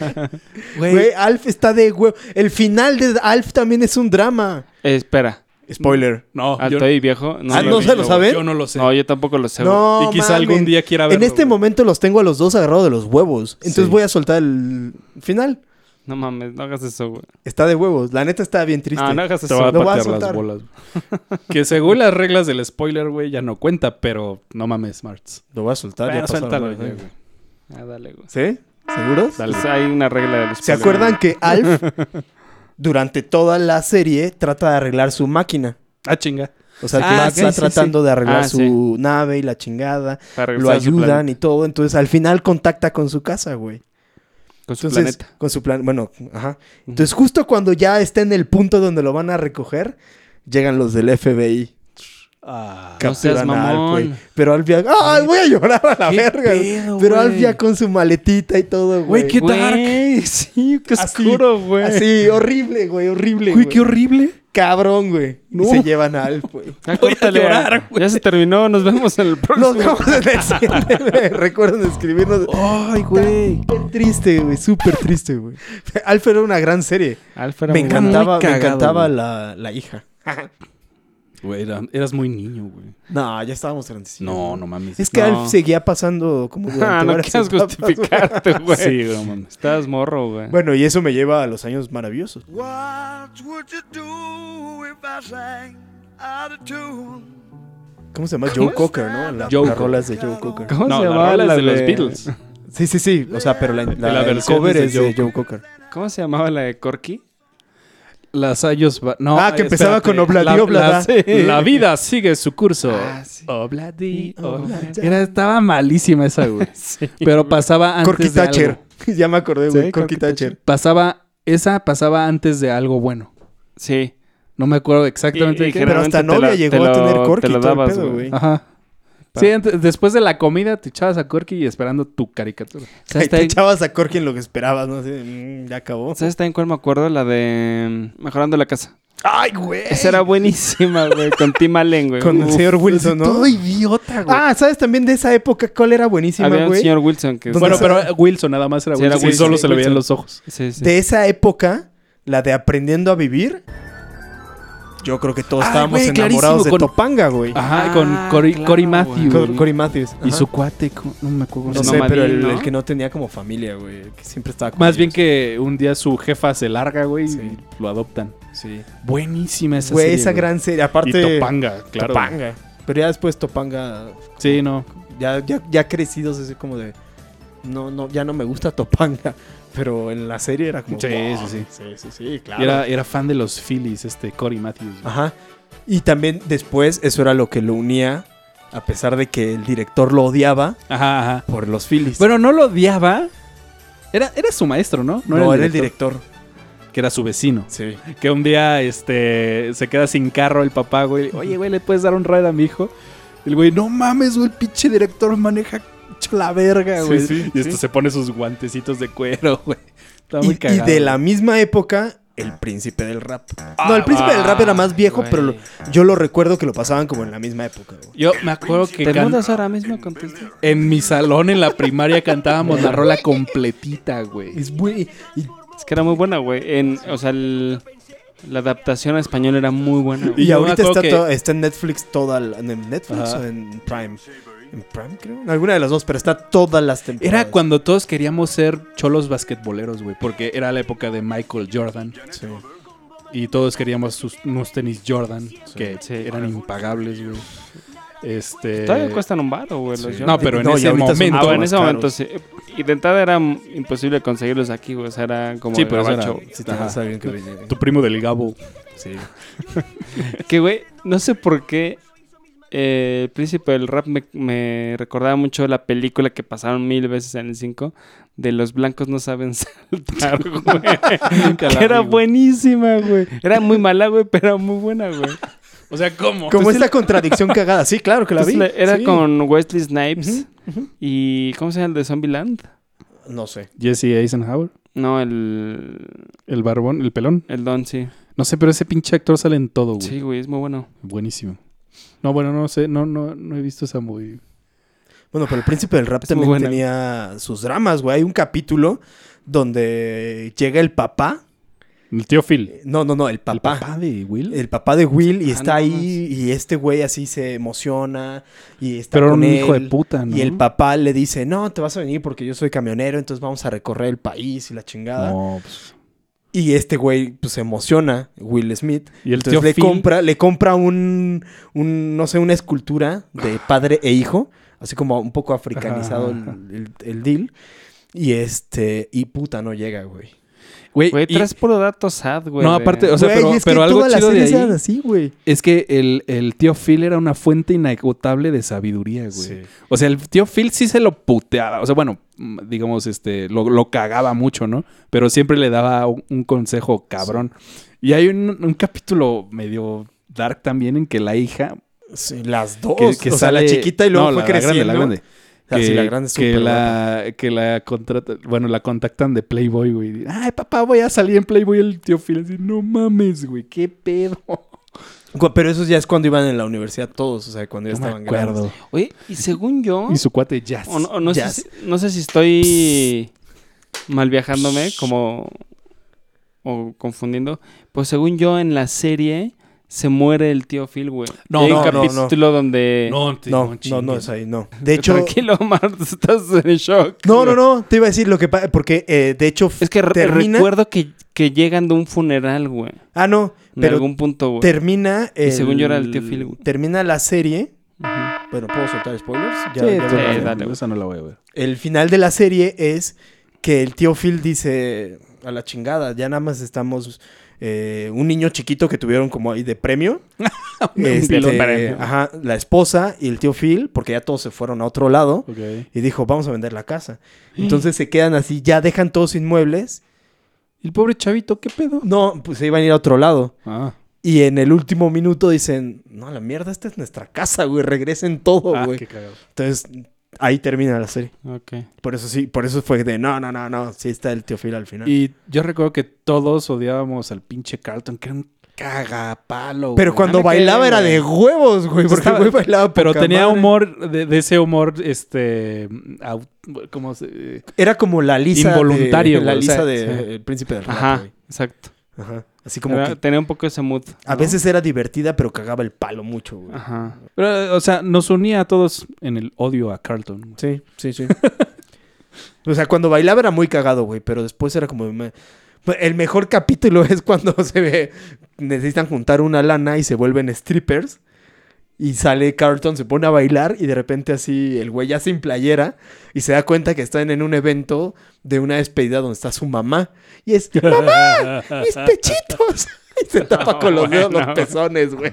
Speaker 1: Güey, Alf está de huevo. El final de Alf también es un drama.
Speaker 2: Eh, espera.
Speaker 1: Spoiler.
Speaker 3: No,
Speaker 2: Alto
Speaker 3: yo,
Speaker 2: y viejo. No,
Speaker 1: Oh, Ah,
Speaker 2: lo
Speaker 1: no
Speaker 2: vi.
Speaker 1: se lo saben?
Speaker 3: yo no lo sé.
Speaker 2: No, yo tampoco lo sé. güey.
Speaker 1: No,
Speaker 3: y quizá
Speaker 1: mamen.
Speaker 3: algún día quiera
Speaker 1: En
Speaker 3: verlo,
Speaker 1: este
Speaker 3: güey.
Speaker 1: momento los tengo a los dos agarrados de los huevos. Entonces
Speaker 3: Sí.
Speaker 1: voy a soltar el final.
Speaker 2: No mames, no hagas eso, güey.
Speaker 1: Está de huevos. La neta está bien triste.
Speaker 2: No, no hagas
Speaker 3: Te va
Speaker 2: eso.
Speaker 3: a
Speaker 1: Lo voy a
Speaker 3: patear las
Speaker 1: soltar.
Speaker 3: bolas. que según las reglas del spoiler, güey, ya no cuenta, pero no mames, Marts.
Speaker 1: Lo voy a soltar.
Speaker 3: Bueno,
Speaker 1: ya pasaron
Speaker 3: suéltalo
Speaker 1: varios
Speaker 3: ya,
Speaker 1: años.
Speaker 3: güey.
Speaker 2: Ah, dale, güey.
Speaker 1: ¿Sí? ¿Seguros?
Speaker 3: Dale.
Speaker 2: Pues hay una regla de los
Speaker 1: ¿Se acuerdan que Alf durante toda la serie trata de arreglar su máquina?
Speaker 3: Ah, chinga.
Speaker 1: O sea,
Speaker 3: Ah,
Speaker 1: que
Speaker 3: sí,
Speaker 1: está
Speaker 3: sí,
Speaker 1: tratando de arreglar
Speaker 2: Ah,
Speaker 1: su
Speaker 2: sí.
Speaker 1: nave y la chingada.
Speaker 2: Para
Speaker 1: Lo
Speaker 2: regresar a su
Speaker 1: ayudan
Speaker 2: planeta-
Speaker 1: y todo. Entonces, al final contacta con su casa, güey.
Speaker 2: Con su
Speaker 1: Entonces,
Speaker 2: planeta.
Speaker 1: con su plan, bueno, ajá. Entonces, justo cuando ya está en el punto donde lo van a recoger, llegan los del FBI.
Speaker 3: Ah,
Speaker 1: Capturan
Speaker 2: seas
Speaker 1: a Alf,
Speaker 2: mamón.
Speaker 1: güey. Pero Alf ya, ¡ay, voy a llorar a la
Speaker 3: qué
Speaker 1: verga!
Speaker 3: pedo,
Speaker 1: Pero Alf
Speaker 3: güey.
Speaker 1: ya con su maletita y todo, güey.
Speaker 3: Güey, qué dark.
Speaker 2: Güey, sí, qué
Speaker 1: Así,
Speaker 2: oscuro, güey.
Speaker 1: Así, horrible, güey, horrible,
Speaker 3: Güey,
Speaker 1: güey.
Speaker 3: qué horrible.
Speaker 1: Cabrón, güey.
Speaker 3: No.
Speaker 1: Y se llevan a Alf, güey.
Speaker 2: Ya Ah, córtale,
Speaker 3: llorar,
Speaker 2: ya. Ya se terminó, nos vemos en el
Speaker 1: Nos
Speaker 2: próximo.
Speaker 1: vemos en el siguiente, güey. Recuerden escribirnos.
Speaker 3: Ay, güey.
Speaker 1: Súper triste, güey. Súper triste, güey. Alf era una gran serie.
Speaker 2: Alfa era
Speaker 1: me
Speaker 2: muy
Speaker 1: encantaba,
Speaker 3: muy
Speaker 1: me
Speaker 3: cagado,
Speaker 1: encantaba
Speaker 3: güey.
Speaker 1: la, la hija.
Speaker 3: Güey, era- eras muy niño, güey.
Speaker 1: No, ya estábamos grandísimos.
Speaker 3: No, no mames.
Speaker 1: Es que
Speaker 2: No.
Speaker 1: Alf seguía pasando como
Speaker 2: bueno. Ah,
Speaker 1: durante
Speaker 2: no
Speaker 1: varias
Speaker 2: quieras
Speaker 1: etapas, güey.
Speaker 2: justificarte, güey.
Speaker 3: Sí, güey, no mames.
Speaker 2: Estás morro, güey.
Speaker 1: Bueno, y eso me lleva a los años maravillosos.
Speaker 6: What would you do if I sang out of tune?
Speaker 1: ¿Cómo se llama? Joe Cocker, ¿no? La- Las
Speaker 3: Joe Cocker.
Speaker 1: rolas de Joe Cocker.
Speaker 2: ¿Cómo
Speaker 3: No,
Speaker 2: se
Speaker 3: la
Speaker 2: llamaba
Speaker 3: rola es
Speaker 2: la
Speaker 3: de los
Speaker 2: de-
Speaker 3: Beatles.
Speaker 1: Sí, sí, sí. O sea, pero la, la-
Speaker 3: La
Speaker 1: el
Speaker 3: versión
Speaker 1: cover
Speaker 3: es
Speaker 1: es
Speaker 3: de
Speaker 1: de Joe Cocker.
Speaker 2: ¿Cómo se llamaba la de Corky?
Speaker 3: Las ayos... va- No,
Speaker 1: Ah, que
Speaker 3: ay,
Speaker 1: empezaba
Speaker 3: espérate.
Speaker 1: con Obladi,
Speaker 3: La-
Speaker 1: Oblada.
Speaker 3: la- La vida sigue su curso.
Speaker 2: Ah, sí.
Speaker 3: Obladi, Oblada. Era, estaba malísima esa, güey. Pero pasaba antes
Speaker 1: Corky
Speaker 3: de algo.
Speaker 1: Thatcher. ya me acordé, güey.
Speaker 2: Sí,
Speaker 1: Corky
Speaker 2: Corky
Speaker 1: Thatcher.
Speaker 3: Pasaba... Esa pasaba antes de algo bueno.
Speaker 2: Sí.
Speaker 3: No me acuerdo exactamente
Speaker 2: Y- y
Speaker 3: de qué.
Speaker 1: Pero hasta
Speaker 2: Generalmente este te
Speaker 1: novia llegó
Speaker 2: la-
Speaker 1: a
Speaker 2: te lo-
Speaker 1: tener Corky.
Speaker 2: te lo
Speaker 1: todo el
Speaker 2: dabas,
Speaker 1: pedo,
Speaker 2: güey.
Speaker 1: güey.
Speaker 3: Ajá. Sí, antes- después de la comida te echabas a Corky y esperando tu caricatura.
Speaker 1: Ahí
Speaker 2: ¿Sabes
Speaker 1: Te
Speaker 2: también-
Speaker 1: echabas a Corky en lo que esperabas, ¿no? Así de, "Mm, ya acabó.
Speaker 2: ¿Sabes también cuál me acuerdo? La de mm, Mejorando la Casa.
Speaker 1: ¡Ay, güey!
Speaker 2: Esa era buenísima, güey. Con Tim Allen, güey.
Speaker 1: Con el
Speaker 2: Uf.
Speaker 1: señor Wilson, ¿no?
Speaker 3: Todo idiota, güey.
Speaker 1: Ah, ¿sabes también de esa época cuál era buenísima,
Speaker 2: Había un
Speaker 1: güey?
Speaker 2: señor Wilson que...
Speaker 1: Bueno,
Speaker 3: bueno, pero Wilson nada más era
Speaker 2: Sí,
Speaker 3: Wilson.
Speaker 2: era
Speaker 3: y
Speaker 2: Wilson,
Speaker 3: solo
Speaker 2: sí,
Speaker 3: se le veían
Speaker 2: Wilson.
Speaker 3: los ojos.
Speaker 2: Sí, sí.
Speaker 1: De esa época, la de Aprendiendo a Vivir. Yo creo que todos
Speaker 3: Ay,
Speaker 1: estábamos
Speaker 3: güey,
Speaker 1: enamorados
Speaker 3: clarísimo,
Speaker 1: de
Speaker 3: con-
Speaker 1: Topanga, güey.
Speaker 3: Ajá,
Speaker 2: Ah,
Speaker 3: con Cory,
Speaker 2: claro,
Speaker 3: Cory
Speaker 2: güey.
Speaker 3: Matthews.
Speaker 1: Cor- Cory Matthews.
Speaker 3: Y
Speaker 1: ajá.
Speaker 3: su cuate, ¿cómo? no me acuerdo.
Speaker 1: No
Speaker 2: Pues
Speaker 1: sé,
Speaker 2: no,
Speaker 1: pero
Speaker 2: Madín,
Speaker 1: el,
Speaker 2: ¿no?
Speaker 1: el que no tenía como familia, güey. Que siempre estaba. con
Speaker 3: Más bien
Speaker 1: ellos.
Speaker 3: que un día su jefa se larga, güey,
Speaker 1: Sí.
Speaker 3: y lo adoptan.
Speaker 1: Sí.
Speaker 3: Buenísima esa
Speaker 1: Güey,
Speaker 3: serie.
Speaker 1: esa
Speaker 3: güey.
Speaker 1: gran serie.
Speaker 3: Y
Speaker 1: Aparte.
Speaker 3: Topanga, claro.
Speaker 1: Topanga. Pero ya después Topanga.
Speaker 3: Sí, no.
Speaker 1: Ya, ya, ya crecidos, así como de. No, no, ya no me gusta Topanga. Pero en la serie era como.
Speaker 3: Sí,
Speaker 1: "Wow".
Speaker 3: sí, sí.
Speaker 1: Sí, sí, sí, claro.
Speaker 3: Y Era, era fan de los Phillies, este Cory Matthews. güey.
Speaker 1: Ajá. Y también después, eso era lo que lo unía. A pesar de que el director lo odiaba
Speaker 3: Ajá, ajá.
Speaker 1: por los Phillies.
Speaker 3: Bueno, no lo odiaba. Era, era su maestro, ¿no?
Speaker 1: no, era el director.
Speaker 3: Que era su vecino.
Speaker 1: Sí.
Speaker 3: Que un día este, se queda sin carro el papá, güey. Oye, güey, ¿le puedes dar un ride a mi hijo? Y el güey, no mames, güey, el pinche director maneja hecho la verga,
Speaker 1: Sí,
Speaker 3: güey.
Speaker 1: sí,
Speaker 3: y esto
Speaker 1: sí.
Speaker 3: se pone sus guantecitos de cuero, güey. Está
Speaker 1: Y,
Speaker 3: muy
Speaker 1: y
Speaker 3: cagado.
Speaker 1: de la misma época, el príncipe del rap.
Speaker 3: Ah,
Speaker 1: no, el príncipe del rap era más viejo, pero lo- yo lo recuerdo que lo pasaban como en la misma época. güey.
Speaker 3: Yo me acuerdo que
Speaker 2: ¿Te
Speaker 3: can-
Speaker 2: mudas ahora mismo con tu-
Speaker 3: en mi salón en la primaria cantábamos la rola completita, güey.
Speaker 1: Es muy. y-
Speaker 2: Es que era muy buena, güey. En, o sea, el- la adaptación a español era muy buena.
Speaker 1: Y,
Speaker 2: güey.
Speaker 3: yo me
Speaker 1: ahorita
Speaker 3: acuerdo
Speaker 1: está,
Speaker 3: que-
Speaker 1: to- está en Netflix toda la- ¿En Netflix
Speaker 3: Ajá.
Speaker 1: o en Prime? En Prime, creo. En alguna de las dos, pero está todas las temporadas.
Speaker 3: Era cuando todos queríamos ser cholos basquetboleros, güey, porque era la época de Michael Jordan
Speaker 1: Sí.
Speaker 3: y todos queríamos sus, unos tenis Jordan que
Speaker 2: Sí.
Speaker 3: eran impagables, güey. Este
Speaker 2: Todavía cuestan un baro, güey. los
Speaker 3: No,
Speaker 2: Jordan.
Speaker 3: pero en
Speaker 1: No, y
Speaker 3: ese
Speaker 1: ahorita son
Speaker 3: momento.
Speaker 2: Ah,
Speaker 1: todos
Speaker 2: bueno, en
Speaker 1: más
Speaker 2: ese
Speaker 1: caros.
Speaker 2: momento sí. Y de entrada era mm, imposible conseguirlos aquí, güey. O sea, era como.
Speaker 3: Sí,
Speaker 2: de
Speaker 3: pero eso
Speaker 2: gabacho.
Speaker 3: era-
Speaker 1: Sí,
Speaker 3: Ajá.
Speaker 1: tenías a alguien que veía.
Speaker 3: Tu primo del Gabo.
Speaker 1: Sí.
Speaker 2: Que, güey, no sé por qué. eh, el príncipe del rap me, me recordaba mucho la película que pasaron mil veces en el 5 de los blancos no saben saltar, güey.
Speaker 3: Nunca la
Speaker 2: que era
Speaker 3: vi, güey.
Speaker 2: buenísima, güey. Era muy mala, güey, pero muy buena, güey.
Speaker 3: O sea, ¿cómo?
Speaker 1: Como esta contradicción cagada. Sí, claro que la vi.
Speaker 2: Entonces, le- Era
Speaker 1: Sí.
Speaker 2: con Wesley Snipes y... ¿Cómo se llama el de Zombieland?
Speaker 1: No sé.
Speaker 3: Jesse Eisenhower,
Speaker 2: No, el...
Speaker 3: el barbón, el pelón.
Speaker 2: El Don, sí.
Speaker 3: No sé, pero ese pinche actor sale en todo, güey.
Speaker 2: Sí, güey, es muy bueno.
Speaker 3: Buenísimo. No, bueno, no sé, no, no, no he visto esa movie.
Speaker 1: Bueno, pero el príncipe del rap
Speaker 2: Es muy
Speaker 1: también
Speaker 2: buena.
Speaker 1: tenía sus dramas, güey. Hay un capítulo donde llega el papá.
Speaker 3: El tío Phil.
Speaker 1: No, no, no, el papá.
Speaker 3: ¿El papá de Will?
Speaker 1: El papá de Will y
Speaker 2: Ah,
Speaker 1: está
Speaker 2: no
Speaker 1: ahí
Speaker 2: mames.
Speaker 1: y este güey así se emociona y está
Speaker 3: Pero era
Speaker 1: con
Speaker 3: un hijo de
Speaker 1: él.
Speaker 3: puta, ¿no?
Speaker 1: Y el papá le dice, no, te vas a venir porque yo soy camionero, entonces vamos a recorrer el país y la chingada.
Speaker 3: No, pues,
Speaker 1: Y este güey pues se emociona, Will Smith.
Speaker 3: Y el
Speaker 1: entonces
Speaker 3: tío
Speaker 1: le
Speaker 3: Phil.
Speaker 1: compra, le compra un, un, no sé, una escultura de padre e hijo, así como un poco africanizado el,
Speaker 3: Ajá.
Speaker 1: el- el deal. Y este, y puta, no llega, güey.
Speaker 3: Güey,
Speaker 2: Güey,
Speaker 3: y-
Speaker 2: traes puro dato sad, güey.
Speaker 3: No,
Speaker 2: de-
Speaker 3: aparte, o sea,
Speaker 1: Güey,
Speaker 3: pero,
Speaker 1: es que
Speaker 3: pero algo
Speaker 1: todas las
Speaker 3: chido de
Speaker 1: series
Speaker 3: ahí
Speaker 1: eran así, güey.
Speaker 3: es que el, el tío Phil era una fuente inagotable de sabiduría, güey. O sea, el tío Phil sí se lo puteaba. O sea, bueno, mm, digamos, este, lo, lo cagaba mucho, ¿no? Pero siempre le daba un, un consejo cabrón. Y hay un, un capítulo medio dark también en que la hija
Speaker 1: Sí, las dos.
Speaker 3: que, que
Speaker 1: Oh, o sea, la
Speaker 3: sale-
Speaker 1: chiquita y luego
Speaker 3: No,
Speaker 1: fue
Speaker 3: la, la
Speaker 1: creciendo.
Speaker 3: grande, la grande.
Speaker 1: Ah, sí,
Speaker 3: Que,
Speaker 1: la grande es
Speaker 3: que
Speaker 1: súper
Speaker 3: la, que la contrata, bueno, la contactan de Playboy, güey. Ay, papá, voy a salir en Playboy. El tío Phil así, no mames, güey, qué pedo.
Speaker 1: Gua- Pero eso ya es cuando iban en la universidad todos, o sea, cuando ya
Speaker 3: No me
Speaker 1: estaban
Speaker 3: acuerdo.
Speaker 2: Oye, y según yo...
Speaker 3: Y su cuate Jazz.
Speaker 2: o no, o no sé
Speaker 1: Jazz.
Speaker 2: si, no sé si estoy mal viajándome como... O confundiendo. Pues según yo, en la serie se muere el tío Phil, güey.
Speaker 3: No,
Speaker 2: Y hay
Speaker 1: no, no,
Speaker 2: un
Speaker 1: no.
Speaker 2: capítulo donde...
Speaker 1: grandes. No, no, no es ahí, no. De hecho,
Speaker 2: Tranquilo, Mar, estás en shock.
Speaker 1: no, no, no, te iba a decir lo que pasa, porque eh, de hecho
Speaker 2: Es que re-
Speaker 1: termina.
Speaker 2: recuerdo que, que llegan de un funeral, güey.
Speaker 1: Ah, no,
Speaker 2: En
Speaker 1: pero
Speaker 2: algún punto, güey. Eh,
Speaker 1: termina. El,
Speaker 2: según yo era el tío Phil, güey.
Speaker 1: Termina la serie.
Speaker 2: Ujú.
Speaker 1: Bueno, ¿puedo soltar spoilers? Ya-
Speaker 3: Sí,
Speaker 1: ya
Speaker 3: sí,
Speaker 1: veremos.
Speaker 2: dale, güey.
Speaker 3: esa no la voy a ver.
Speaker 1: El final de la serie es que el tío Phil dice a la chingada, ya nada más estamos eh, un niño chiquito que tuvieron como ahí de premio. Este,
Speaker 2: De premio.
Speaker 1: ajá, la esposa y el tío Phil, porque ya todos se fueron a otro lado.
Speaker 3: Ok.
Speaker 1: Y dijo, vamos a vender la casa. Entonces se quedan así, ya dejan todos sus inmuebles.
Speaker 3: ¿Y el pobre chavito qué pedo?
Speaker 1: No, pues se iban a ir a otro lado.
Speaker 3: Ah,
Speaker 1: Y en el último minuto dicen, no, la mierda, esta es nuestra casa, güey, regresen todo, Oh,
Speaker 3: Ah,
Speaker 1: güey.
Speaker 3: cagado.
Speaker 1: Entonces ahí termina la serie.
Speaker 2: Ok.
Speaker 1: Por eso sí, por eso fue de, no, no, no, no, sí está el tío Phil al final.
Speaker 3: Y yo recuerdo que todos odiábamos al pinche Carlton, que era un cagapalo.
Speaker 1: Pero
Speaker 3: güey.
Speaker 1: cuando
Speaker 3: Ah, me
Speaker 1: bailaba
Speaker 3: cae,
Speaker 1: era
Speaker 3: güey.
Speaker 1: de huevos, güey, porque el
Speaker 3: Estaba-
Speaker 1: güey bailaba
Speaker 3: Pero
Speaker 1: poca
Speaker 3: tenía
Speaker 1: madre.
Speaker 3: humor, de, de ese humor, este. au- ¿Cómo se.?
Speaker 1: Era como la lisa. de-
Speaker 3: Involuntario,
Speaker 1: la
Speaker 3: güey, o
Speaker 1: lisa
Speaker 3: sea,
Speaker 1: de
Speaker 3: sí.
Speaker 1: El príncipe del rap,
Speaker 2: Ajá,
Speaker 1: güey.
Speaker 2: exacto.
Speaker 1: Ajá. Así como
Speaker 2: Era-
Speaker 1: que
Speaker 2: Tenía un poco ese mood.
Speaker 1: a
Speaker 2: ¿no?
Speaker 1: veces era divertida, pero cagaba el palo mucho, güey.
Speaker 2: Ajá.
Speaker 3: Pero, o sea, nos unía a todos en el odio a Carlton.
Speaker 1: Sí, sí, sí. o sea, cuando bailaba era muy cagado, güey, pero después era como... me- El mejor capítulo es cuando se ve... Necesitan juntar una lana y se vuelven strippers. Y sale Carlton, se pone a bailar y de repente así el güey ya sin playera y se da cuenta que están en un evento de una despedida donde está su mamá. Y es, ¡Mamá! ¡Mis pechitos! y se tapa con los dedos los
Speaker 2: Bueno.
Speaker 1: pezones, güey.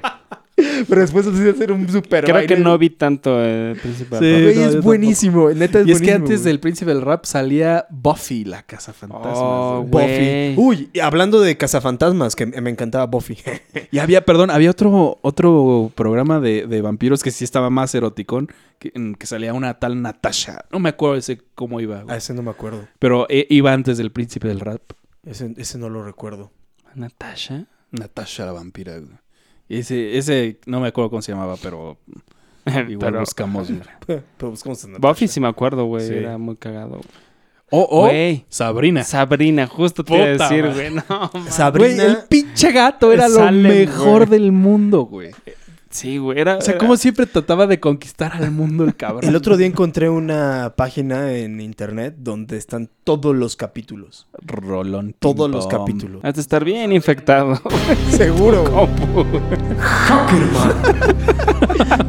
Speaker 1: Pero después se hace hacer un super
Speaker 2: Creo que
Speaker 1: baile.
Speaker 2: no vi tanto eh, Príncipe
Speaker 3: Sí.
Speaker 1: Güey,
Speaker 2: Rap.
Speaker 3: no, yo
Speaker 1: es
Speaker 3: tampoco.
Speaker 1: buenísimo, neta es
Speaker 3: y es que
Speaker 1: buenísimo,
Speaker 3: antes
Speaker 1: güey.
Speaker 3: del príncipe del rap salía Buffy, la casa fantasma.
Speaker 2: Oh,
Speaker 1: Buffy.
Speaker 2: Güey.
Speaker 1: Uy, y hablando de cazafantasmas, que me me encantaba Buffy.
Speaker 3: Y había, perdón, había otro, otro programa de, de vampiros que sí estaba más eroticón, que, en que salía una tal Natasha. No me acuerdo ese cómo iba,
Speaker 1: A
Speaker 3: güey.
Speaker 1: ese no me acuerdo.
Speaker 3: pero eh, iba antes del príncipe del rap.
Speaker 1: Ese, ese no lo recuerdo.
Speaker 2: Natasha.
Speaker 3: Natasha la vampira, güey. Ese, ese, no me acuerdo cómo se llamaba, pero igual
Speaker 2: Pero
Speaker 3: buscamos, güey.
Speaker 1: Pero buscamos en
Speaker 2: Buffy sí me acuerdo, güey.
Speaker 1: Sí.
Speaker 2: Era muy cagado.
Speaker 1: Oh,
Speaker 3: O, o
Speaker 2: Güey.
Speaker 3: Sabrina.
Speaker 2: Sabrina, justo te iba a
Speaker 3: Puta
Speaker 2: decir,
Speaker 3: madre.
Speaker 2: güey. No, ma-
Speaker 1: Sabrina.
Speaker 3: Güey, el pinche gato era
Speaker 2: Salem,
Speaker 3: lo mejor
Speaker 2: güey.
Speaker 3: del mundo, güey.
Speaker 2: sí, güey. Era,
Speaker 3: O sea,
Speaker 2: era-
Speaker 3: como siempre trataba de conquistar al mundo el cabrón.
Speaker 1: El otro día encontré una página en internet donde están todos los capítulos.
Speaker 3: Rolón.
Speaker 1: Todos los
Speaker 3: pim-pom.
Speaker 1: capítulos.
Speaker 2: Has de estar bien infectado.
Speaker 1: Seguro.
Speaker 2: Compu.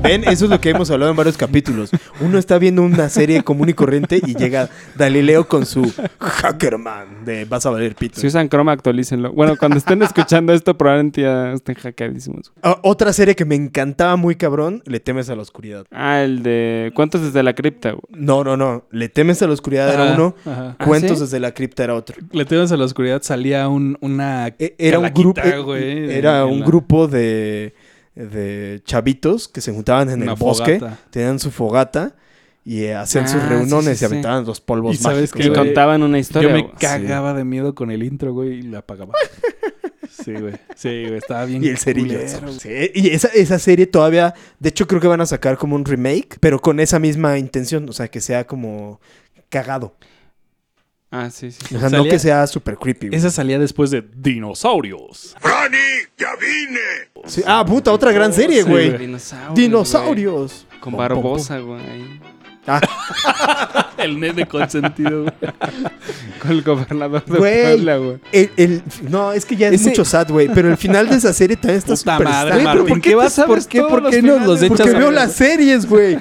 Speaker 1: Ven, eso es lo que hemos hablado en varios capítulos. Uno está viendo una serie común y corriente y llega Galileo con su Hackerman de vas a valer pito.
Speaker 2: si usan Chrome, actualícenlo. Bueno, cuando estén escuchando esto, probablemente ya estén hackeadísimos. güey.
Speaker 1: Ah, Otra serie que me encantaba muy cabrón, Le temes a la oscuridad.
Speaker 2: Ah, el de... ¿Cuántos desde la cripta, güey?
Speaker 1: No, no, no. Le temes a la oscuridad era
Speaker 3: Ajá,
Speaker 1: uno,
Speaker 3: ajá.
Speaker 2: ¿Ah,
Speaker 1: Cuentos
Speaker 2: sí?
Speaker 1: desde la cripta era otro.
Speaker 3: Le temas a la oscuridad salía un, una
Speaker 1: E- Era un
Speaker 3: Calaquita,
Speaker 1: grupo. e-
Speaker 3: güey,
Speaker 1: Era
Speaker 3: en
Speaker 1: un
Speaker 3: la-
Speaker 1: grupo de. de chavitos que se juntaban en
Speaker 2: Una
Speaker 1: el bosque,
Speaker 2: fogata.
Speaker 1: tenían su fogata y eh, hacían sus
Speaker 2: Ah,
Speaker 1: reuniones y
Speaker 2: sí, sí,
Speaker 1: aventaban los polvos
Speaker 3: ¿Y sabes
Speaker 1: mágicos,
Speaker 2: Y
Speaker 3: qué,
Speaker 1: güey.
Speaker 3: güey?
Speaker 2: contaban una historia.
Speaker 3: Yo me
Speaker 2: güey.
Speaker 3: cagaba de miedo con el intro, güey, y la apagaba. Sí, güey. Sí, güey. Estaba bien.
Speaker 1: Y el cerillo.
Speaker 3: culero, güey.
Speaker 1: Sí, y esa, esa serie todavía, de hecho creo que van a sacar como un remake, pero con esa misma intención, o sea, que sea como cagado.
Speaker 2: Ah, sí, sí.
Speaker 1: O sea, no
Speaker 3: Salía-
Speaker 1: que sea super creepy. güey.
Speaker 3: Esa salía después de Dinosaurios.
Speaker 6: ¡Rani, ya vine!
Speaker 1: Sí, Ah, puta, otra gran serie,
Speaker 3: Sí,
Speaker 1: güey.
Speaker 3: güey.
Speaker 2: Dinosaurios.
Speaker 1: Dinosaurios.
Speaker 2: güey. Con Barbosa, güey.
Speaker 1: Ah,
Speaker 3: El nene consentido, güey.
Speaker 2: Con el gobernador de
Speaker 1: Güey.
Speaker 2: Puebla, güey.
Speaker 1: El, el- no, es que ya es
Speaker 3: Ese-
Speaker 1: mucho sad, güey. Pero el final de esa serie también está
Speaker 3: Puta
Speaker 1: super
Speaker 3: madre,
Speaker 1: sad.
Speaker 3: Martín.
Speaker 1: Güey, pero
Speaker 3: ¿Por qué vas- por qué- por qué nos los
Speaker 1: Porque
Speaker 3: echas a
Speaker 1: veo
Speaker 3: ver?
Speaker 1: las series, güey.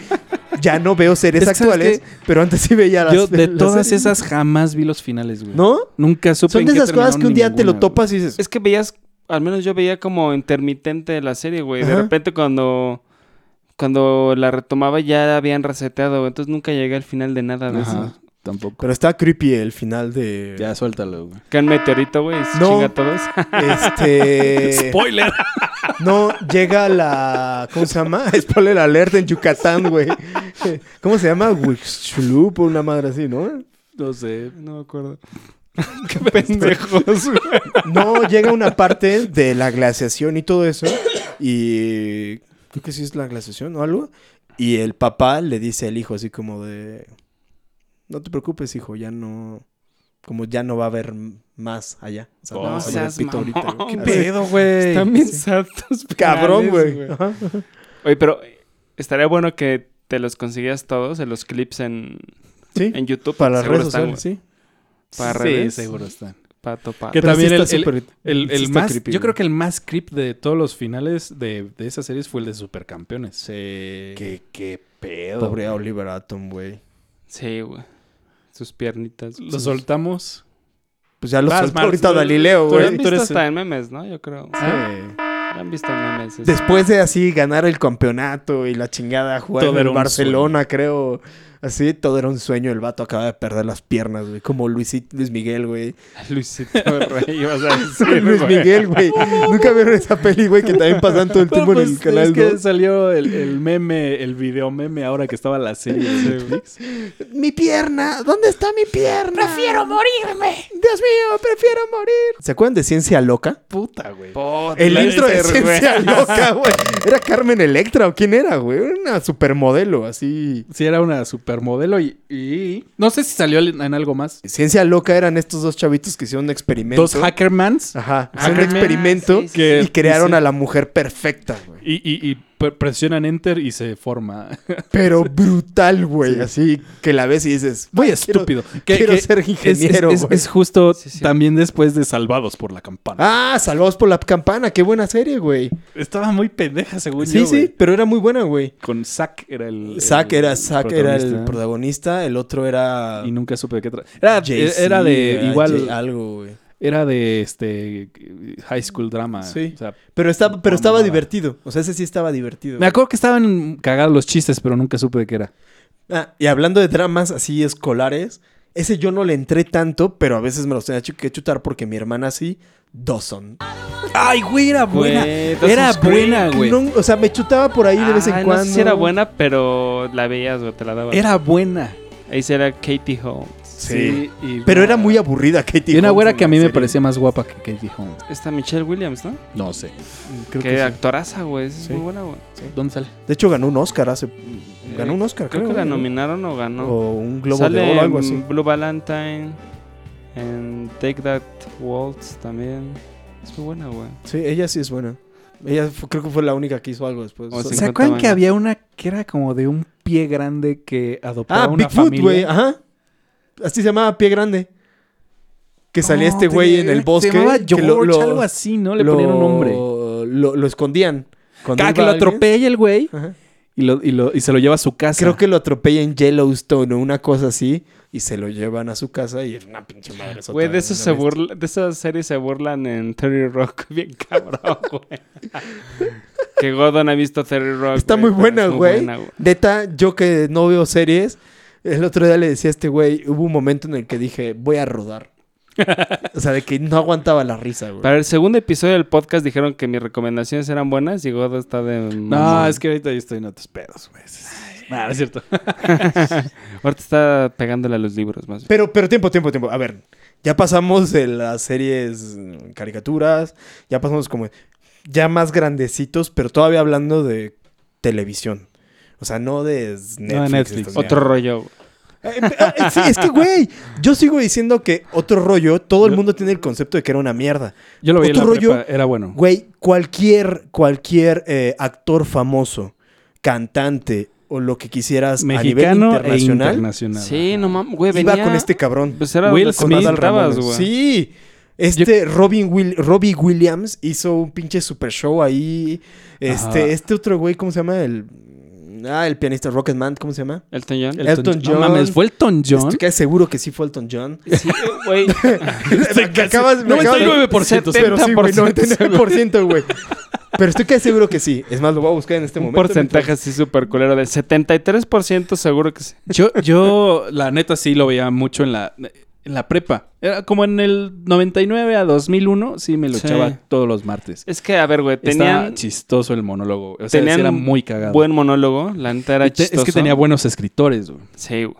Speaker 1: Ya no veo series
Speaker 3: Es que, ¿sabes
Speaker 1: actuales, pero antes sí veía las
Speaker 3: Yo de
Speaker 1: las
Speaker 3: todas
Speaker 1: series.
Speaker 3: esas jamás vi los finales, güey.
Speaker 1: ¿No?
Speaker 3: Nunca supe
Speaker 1: Son
Speaker 3: en
Speaker 1: de
Speaker 3: qué
Speaker 1: esas cosas que un
Speaker 3: terminaron
Speaker 1: día te lo
Speaker 3: ninguna, güey.
Speaker 1: topas y dices,
Speaker 2: Es que veías, al menos yo veía como intermitente la serie, güey. De
Speaker 1: Ajá.
Speaker 2: repente cuando, cuando la retomaba ya habían reseteado, güey. entonces nunca llegué al final de nada de
Speaker 3: Ajá,
Speaker 2: eso.
Speaker 3: tampoco.
Speaker 1: pero está creepy el final de...
Speaker 3: Ya, suéltalo, güey.
Speaker 2: Que un meteorito, güey, y se
Speaker 1: No.
Speaker 2: chinga a todos.
Speaker 1: Este...
Speaker 3: ¡Spoiler!
Speaker 1: No, llega la... ¿Cómo se llama? Spoiler alert en Yucatán, güey. ¿Cómo se llama? Wixchulup o una madre así, ¿no?
Speaker 3: No sé.
Speaker 2: no me acuerdo. Qué pendejos, güey.
Speaker 1: No, llega una parte de la glaciación y todo eso. Y creo que sí es la glaciación o algo. Y el papá le dice al hijo así como de... No te preocupes, hijo, ya no... Como ya no va a haber más allá. O sea,
Speaker 3: Oh,
Speaker 1: no vas a ver
Speaker 2: seas
Speaker 1: pito ahorita,
Speaker 2: mamón,
Speaker 1: güey.
Speaker 2: güey.
Speaker 1: Así.
Speaker 3: Pedo, güey.
Speaker 2: Están bien santos.
Speaker 1: Cabrón,
Speaker 2: penales,
Speaker 1: güey. Ajá.
Speaker 2: Oye, pero estaría bueno que te los consiguieras todos, en los clips en,
Speaker 1: Sí.
Speaker 2: en YouTube.
Speaker 1: Para las
Speaker 2: seguro
Speaker 1: redes
Speaker 2: están,
Speaker 1: sociales, sí.
Speaker 2: güey. pues Para
Speaker 3: Sí,
Speaker 2: redes.
Speaker 3: seguro están.
Speaker 2: Para topar.
Speaker 3: Que
Speaker 1: Pero
Speaker 3: también
Speaker 1: sí
Speaker 3: el,
Speaker 1: está
Speaker 3: el-
Speaker 1: súper-
Speaker 3: el-
Speaker 1: sí
Speaker 3: el
Speaker 1: está
Speaker 3: más...
Speaker 1: creepy,
Speaker 3: yo
Speaker 1: güey.
Speaker 3: creo que el más creep de todos los finales de, de esa series fue el de Supercampeones. Sí. Qué, qué pedo.
Speaker 1: Pobre Oliver Atom, güey.
Speaker 2: Sí, güey. Sus piernitas.
Speaker 3: Lo
Speaker 2: sus-
Speaker 3: soltamos.
Speaker 1: Pues ya lo
Speaker 3: Vas,
Speaker 1: soltó
Speaker 3: Marx,
Speaker 1: ahorita
Speaker 3: tú-
Speaker 1: Galileo,
Speaker 2: Lo han
Speaker 1: güey.
Speaker 3: tú
Speaker 2: visto
Speaker 3: eres- Ah.
Speaker 2: hasta en memes, ¿no? Yo creo.
Speaker 1: Ah.
Speaker 2: Lo han visto en memes. eso.
Speaker 1: Después de así ganar el campeonato y la chingada jugar
Speaker 3: Todo
Speaker 1: en
Speaker 3: era
Speaker 1: el
Speaker 3: un
Speaker 1: Barcelona, creo. Así, todo era un sueño. El vato acaba de perder las piernas, güey. Como Luisito, Luis Miguel, güey.
Speaker 2: Luisito Rey, ibas a decir,
Speaker 1: Luis
Speaker 2: güey.
Speaker 1: Miguel, güey. Nunca vieron esa peli, güey, que también pasan todo el
Speaker 3: Pero,
Speaker 1: tiempo en el
Speaker 3: pues,
Speaker 1: canal
Speaker 3: es que
Speaker 1: 2.
Speaker 3: salió el, el meme, el video meme ahora que estaba la serie de Netflix.
Speaker 1: Mi pierna, ¿dónde está mi pierna? Prefiero morirme. Dios mío, prefiero morir. ¿Se acuerdan de Ciencia Loca?
Speaker 3: Puta, güey.
Speaker 1: El
Speaker 3: La-
Speaker 1: intro de
Speaker 3: ese,
Speaker 1: Ciencia Loca, güey. Era Carmen Electra, ¿o quién era, güey? Era Una supermodelo, así.
Speaker 3: Sí, era una supermodelo y, y- No sé si salió en en algo más.
Speaker 1: Ciencia Loca eran estos dos chavitos que hicieron un experimento.
Speaker 3: Dos hackermans.
Speaker 1: Ajá, hicieron un
Speaker 3: Hackerman.
Speaker 1: experimento
Speaker 2: Ah, sí, sí,
Speaker 1: y
Speaker 3: sí.
Speaker 1: crearon
Speaker 3: Sí.
Speaker 1: a la mujer perfecta, güey.
Speaker 3: Y, y- y pre- presionan enter y se forma.
Speaker 1: Pero brutal, güey. Así que la ves y dices,
Speaker 3: Muy
Speaker 1: "Ay, quiero-
Speaker 3: estúpido.
Speaker 1: quiero ser
Speaker 3: es-
Speaker 1: ingeniero,
Speaker 3: Es, es-
Speaker 1: güey.
Speaker 3: es justo
Speaker 2: Sí, sí.
Speaker 3: también después de Salvados por la Campana.
Speaker 1: Ah, salvados por la campana, qué buena serie, güey.
Speaker 3: Estaba muy pendeja, según
Speaker 1: Sí,
Speaker 3: yo.
Speaker 1: sí,
Speaker 3: güey.
Speaker 1: pero era muy buena, güey.
Speaker 3: Con Zack era el.
Speaker 1: Zack
Speaker 3: el
Speaker 1: era Zack era el
Speaker 3: protagonista.
Speaker 1: protagonista, el otro era
Speaker 3: Y nunca supe de qué tra- Era,
Speaker 1: Jay-Z,
Speaker 3: era de.
Speaker 1: era
Speaker 3: igual.
Speaker 1: Jay- algo, güey.
Speaker 3: Era de este. High School Drama.
Speaker 1: Sí.
Speaker 3: O sea,
Speaker 1: Pero estaba pero
Speaker 3: Mamada.
Speaker 1: estaba divertido, o sea, ese sí estaba divertido.
Speaker 3: me acuerdo que estaban cagados los chistes, pero nunca supe de qué era.
Speaker 1: Ah, y hablando de dramas así escolares, ese yo no le entré tanto, pero a veces me los tenía chu- que chutar porque mi hermana sí, Dawson.
Speaker 3: Ay, güey, era buena.
Speaker 2: Güey, Dawson's
Speaker 3: era
Speaker 2: Creek.
Speaker 3: buena, güey.
Speaker 1: No, o sea, me chutaba por ahí de vez en
Speaker 2: Ay,
Speaker 1: cuando.
Speaker 2: No sé si era buena, pero la veías, güey, te la daba.
Speaker 3: Era buena.
Speaker 2: Ahí sí era Katie Holmes.
Speaker 1: Sí.
Speaker 3: y-
Speaker 1: Pero era muy aburrida, Katie.
Speaker 3: Y una
Speaker 1: Holmes
Speaker 3: güera
Speaker 1: en
Speaker 3: que a
Speaker 1: la
Speaker 3: mí me
Speaker 1: serie.
Speaker 3: parecía más guapa que Katie Holmes.
Speaker 2: Esta Michelle Williams, ¿no?
Speaker 3: No sé.
Speaker 2: que actoraza, güey. Es
Speaker 1: Sí.
Speaker 2: muy buena, güey.
Speaker 3: ¿Dónde sale?
Speaker 1: De hecho, ganó un Oscar hace. Ganó un
Speaker 2: Eh,
Speaker 1: Oscar,
Speaker 2: Creo
Speaker 1: creo.
Speaker 2: que la
Speaker 1: ¿no?
Speaker 2: nominaron o ganó.
Speaker 1: O un Globo
Speaker 2: Sale
Speaker 1: de Oro, algo
Speaker 2: en
Speaker 1: así.
Speaker 2: Blue Valentine. En Take That Waltz también. Es muy buena, güey.
Speaker 1: Sí, ella sí es buena. Ella fue- creo que fue la única que hizo algo después.
Speaker 2: O
Speaker 1: O sea,
Speaker 2: sí.
Speaker 3: ¿Se acuerdan que
Speaker 2: años.
Speaker 3: había una que era como de un pie grande que adoptaba
Speaker 1: ah,
Speaker 3: una
Speaker 1: Bigfoot,
Speaker 3: familia?
Speaker 1: güey. Ajá. Así se llamaba Pie Grande. Que salía
Speaker 3: No,
Speaker 1: este güey
Speaker 3: tenía-
Speaker 1: en el
Speaker 3: se
Speaker 1: bosque.
Speaker 3: llamaba
Speaker 1: que
Speaker 3: George, algo así, ¿no? Le
Speaker 1: lo-
Speaker 3: ponían un nombre.
Speaker 1: Lo, lo escondían. Cuando
Speaker 3: Cada que
Speaker 1: iba
Speaker 3: lo
Speaker 1: alguien-
Speaker 3: atropella el güey
Speaker 1: Ajá.
Speaker 3: y, lo, y, lo- y se lo lleva a su casa.
Speaker 1: Creo que lo atropella en Yellowstone o una cosa así. Y se lo llevan a su casa y es una pinche madre.
Speaker 2: Güey, de eso se burla, de esas series se burlan en Terry Rock, bien cabrón, güey. que Godon ha visto Terry Rock.
Speaker 1: Está muy
Speaker 2: pero
Speaker 1: buena,
Speaker 2: es muy
Speaker 1: güey.
Speaker 2: buena,
Speaker 1: Neta, yo que no veo series, el otro día le decía a este güey, hubo un momento en el que dije, voy a rodar.
Speaker 5: O sea, de que no aguantaba la risa, güey.
Speaker 2: Para el segundo episodio del podcast dijeron que mis recomendaciones eran buenas y Godo está de...
Speaker 3: No,
Speaker 2: mamón.
Speaker 3: es que ahorita yo estoy en otros pedos, güey. Nada, es cierto.
Speaker 2: Ahorita está pegándole a los libros más bien.
Speaker 1: Pero, pero tiempo, tiempo, tiempo. A ver, ya pasamos de las series mm, caricaturas, ya pasamos como ya más grandecitos, pero todavía hablando de televisión. O sea, no de s- Netflix.
Speaker 3: No de Netflix.
Speaker 1: estas
Speaker 2: Otro rollo. güey.
Speaker 1: eh, eh, eh, sí, es que, güey, yo sigo diciendo que otro rollo, todo el mundo tiene el concepto de que era una mierda.
Speaker 3: Yo lo vi en la
Speaker 1: Otro rollo-
Speaker 3: prepa, era bueno.
Speaker 1: Güey, cualquier, cualquier eh, actor famoso, cantante o lo que quisieras
Speaker 3: Mexicano
Speaker 1: a nivel
Speaker 3: e
Speaker 1: internacional,
Speaker 3: internacional.
Speaker 2: Sí, no mames, güey, venía...
Speaker 1: iba con este cabrón.
Speaker 2: Pues era
Speaker 3: Will
Speaker 2: Will
Speaker 1: Con
Speaker 2: Smith,
Speaker 1: Adal
Speaker 2: estabas,
Speaker 1: Ramones.
Speaker 2: güey.
Speaker 1: Sí. Este Robin Will- Robbie Williams hizo un pinche super show ahí. Este,
Speaker 3: Ajá.
Speaker 1: este otro güey, ¿cómo se llama? El. Ah, el pianista Rocketman, ¿cómo se llama?
Speaker 2: Elton John.
Speaker 1: Elton
Speaker 3: No
Speaker 1: John.
Speaker 3: mames, ¿fue Elton John?
Speaker 1: Estoy casi seguro que sí fue Elton John.
Speaker 2: Sí, Eh, güey.
Speaker 3: este
Speaker 1: Me acabas- me acabas de-
Speaker 3: 99%.
Speaker 1: Pero sí, güey,
Speaker 2: 70%,
Speaker 1: 99%, güey. Pero estoy casi seguro que sí. Es más, lo voy a buscar en este
Speaker 2: Un
Speaker 1: momento.
Speaker 2: porcentaje así súper culero del 73% seguro que sí.
Speaker 3: Yo, yo, la neta, sí lo veía mucho en la, en la prepa. Era como en el 99 a 2001, sí me lo
Speaker 2: Sí.
Speaker 3: echaba todos los martes.
Speaker 2: Es que, a ver, güey,
Speaker 3: Tenía
Speaker 2: tenían,
Speaker 3: chistoso el monólogo. güey. O sea, sí
Speaker 2: tenían
Speaker 3: era muy cagado.
Speaker 2: buen monólogo. La neta era
Speaker 3: Y te-
Speaker 2: chistoso.
Speaker 3: es que tenía buenos escritores, güey.
Speaker 2: Sí, güey.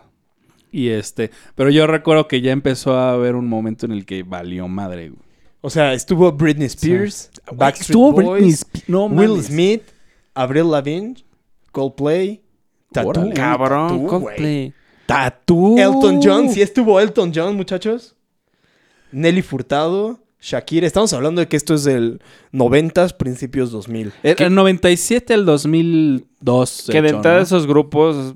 Speaker 3: Y este, pero yo recuerdo que ya empezó a haber un momento en el que valió madre, güey.
Speaker 1: O sea, estuvo Britney Spears, Backstreet
Speaker 3: Ah, Estuvo
Speaker 1: Boys,
Speaker 3: Britney Spe- no
Speaker 1: Will
Speaker 3: mames.
Speaker 1: Smith, Avril Lavigne, Coldplay, Tatu.
Speaker 3: Órale.
Speaker 1: güey, Tatu,
Speaker 2: Cabrón,
Speaker 1: güey.
Speaker 2: Coldplay.
Speaker 3: Tatú.
Speaker 1: Elton John, sí estuvo Elton John, muchachos. Nelly Furtado, Shakira. Estamos hablando de que esto es del 90s, principios 2000.
Speaker 3: Era 97 al 2002.
Speaker 2: Que de
Speaker 3: hecho,
Speaker 2: entrada
Speaker 3: ¿no?
Speaker 2: esos grupos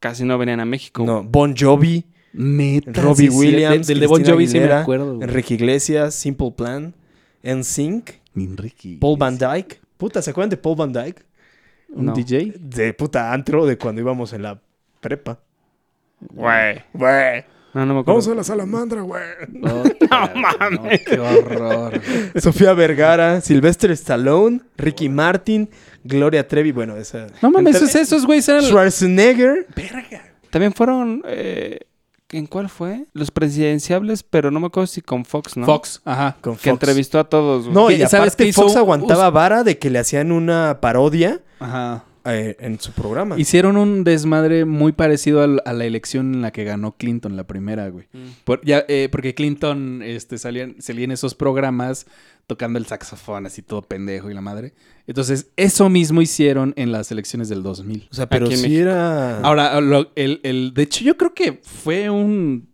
Speaker 2: casi no venían a México.
Speaker 1: No, Bon Jovi,
Speaker 3: Neta,
Speaker 1: Robbie
Speaker 3: Ah, sí, sí,
Speaker 1: Williams,
Speaker 3: Del de Bon
Speaker 1: Cristina
Speaker 3: Jovi sí me
Speaker 1: Aguilera,
Speaker 3: acuerdo. güey.
Speaker 1: Enrique Iglesias, Simple Plan, NSYNC,
Speaker 4: Enrique.
Speaker 1: Paul Van Dyke. Puta, ¿se acuerdan de Paul Van Dyke?
Speaker 3: ¿Un
Speaker 2: No.
Speaker 3: DJ?
Speaker 1: De puta antro de cuando íbamos en la prepa.
Speaker 2: Güey.
Speaker 1: Güey.
Speaker 2: No, no me acuerdo.
Speaker 1: la salamandra, güey.
Speaker 3: No, mames. qué horror.
Speaker 1: Sofía Vergara, Sylvester Stallone, Ricky Martin, Gloria Trevi. Bueno, esa.
Speaker 3: No mames,
Speaker 1: Entonces,
Speaker 3: esos, esos güeyes eran.
Speaker 1: Schwarzenegger.
Speaker 2: También fueron... eh, ¿En cuál fue? Los presidenciables, pero no me acuerdo si con Fox, ¿no?
Speaker 3: Fox, ajá.
Speaker 1: Con
Speaker 2: Que
Speaker 1: Fox.
Speaker 2: entrevistó a todos, güey.
Speaker 1: No, y
Speaker 3: ¿Sabes
Speaker 1: aparte
Speaker 3: qué hizo?
Speaker 1: Fox aguantaba vara de que le hacían una parodia
Speaker 3: Ajá.
Speaker 1: eh, en su programa.
Speaker 3: Hicieron un desmadre muy parecido al- a la elección en la que ganó Clinton, la primera, güey. Por- ya, eh, porque Clinton este, salía, salía en esos programas tocando el saxofón así todo pendejo y la madre. Entonces, eso mismo hicieron en las elecciones del 2000.
Speaker 1: o sea, pero
Speaker 2: Aquí en
Speaker 1: sí
Speaker 2: México.
Speaker 1: era.
Speaker 3: Ahora, lo- el, el- de hecho, yo creo que fue un...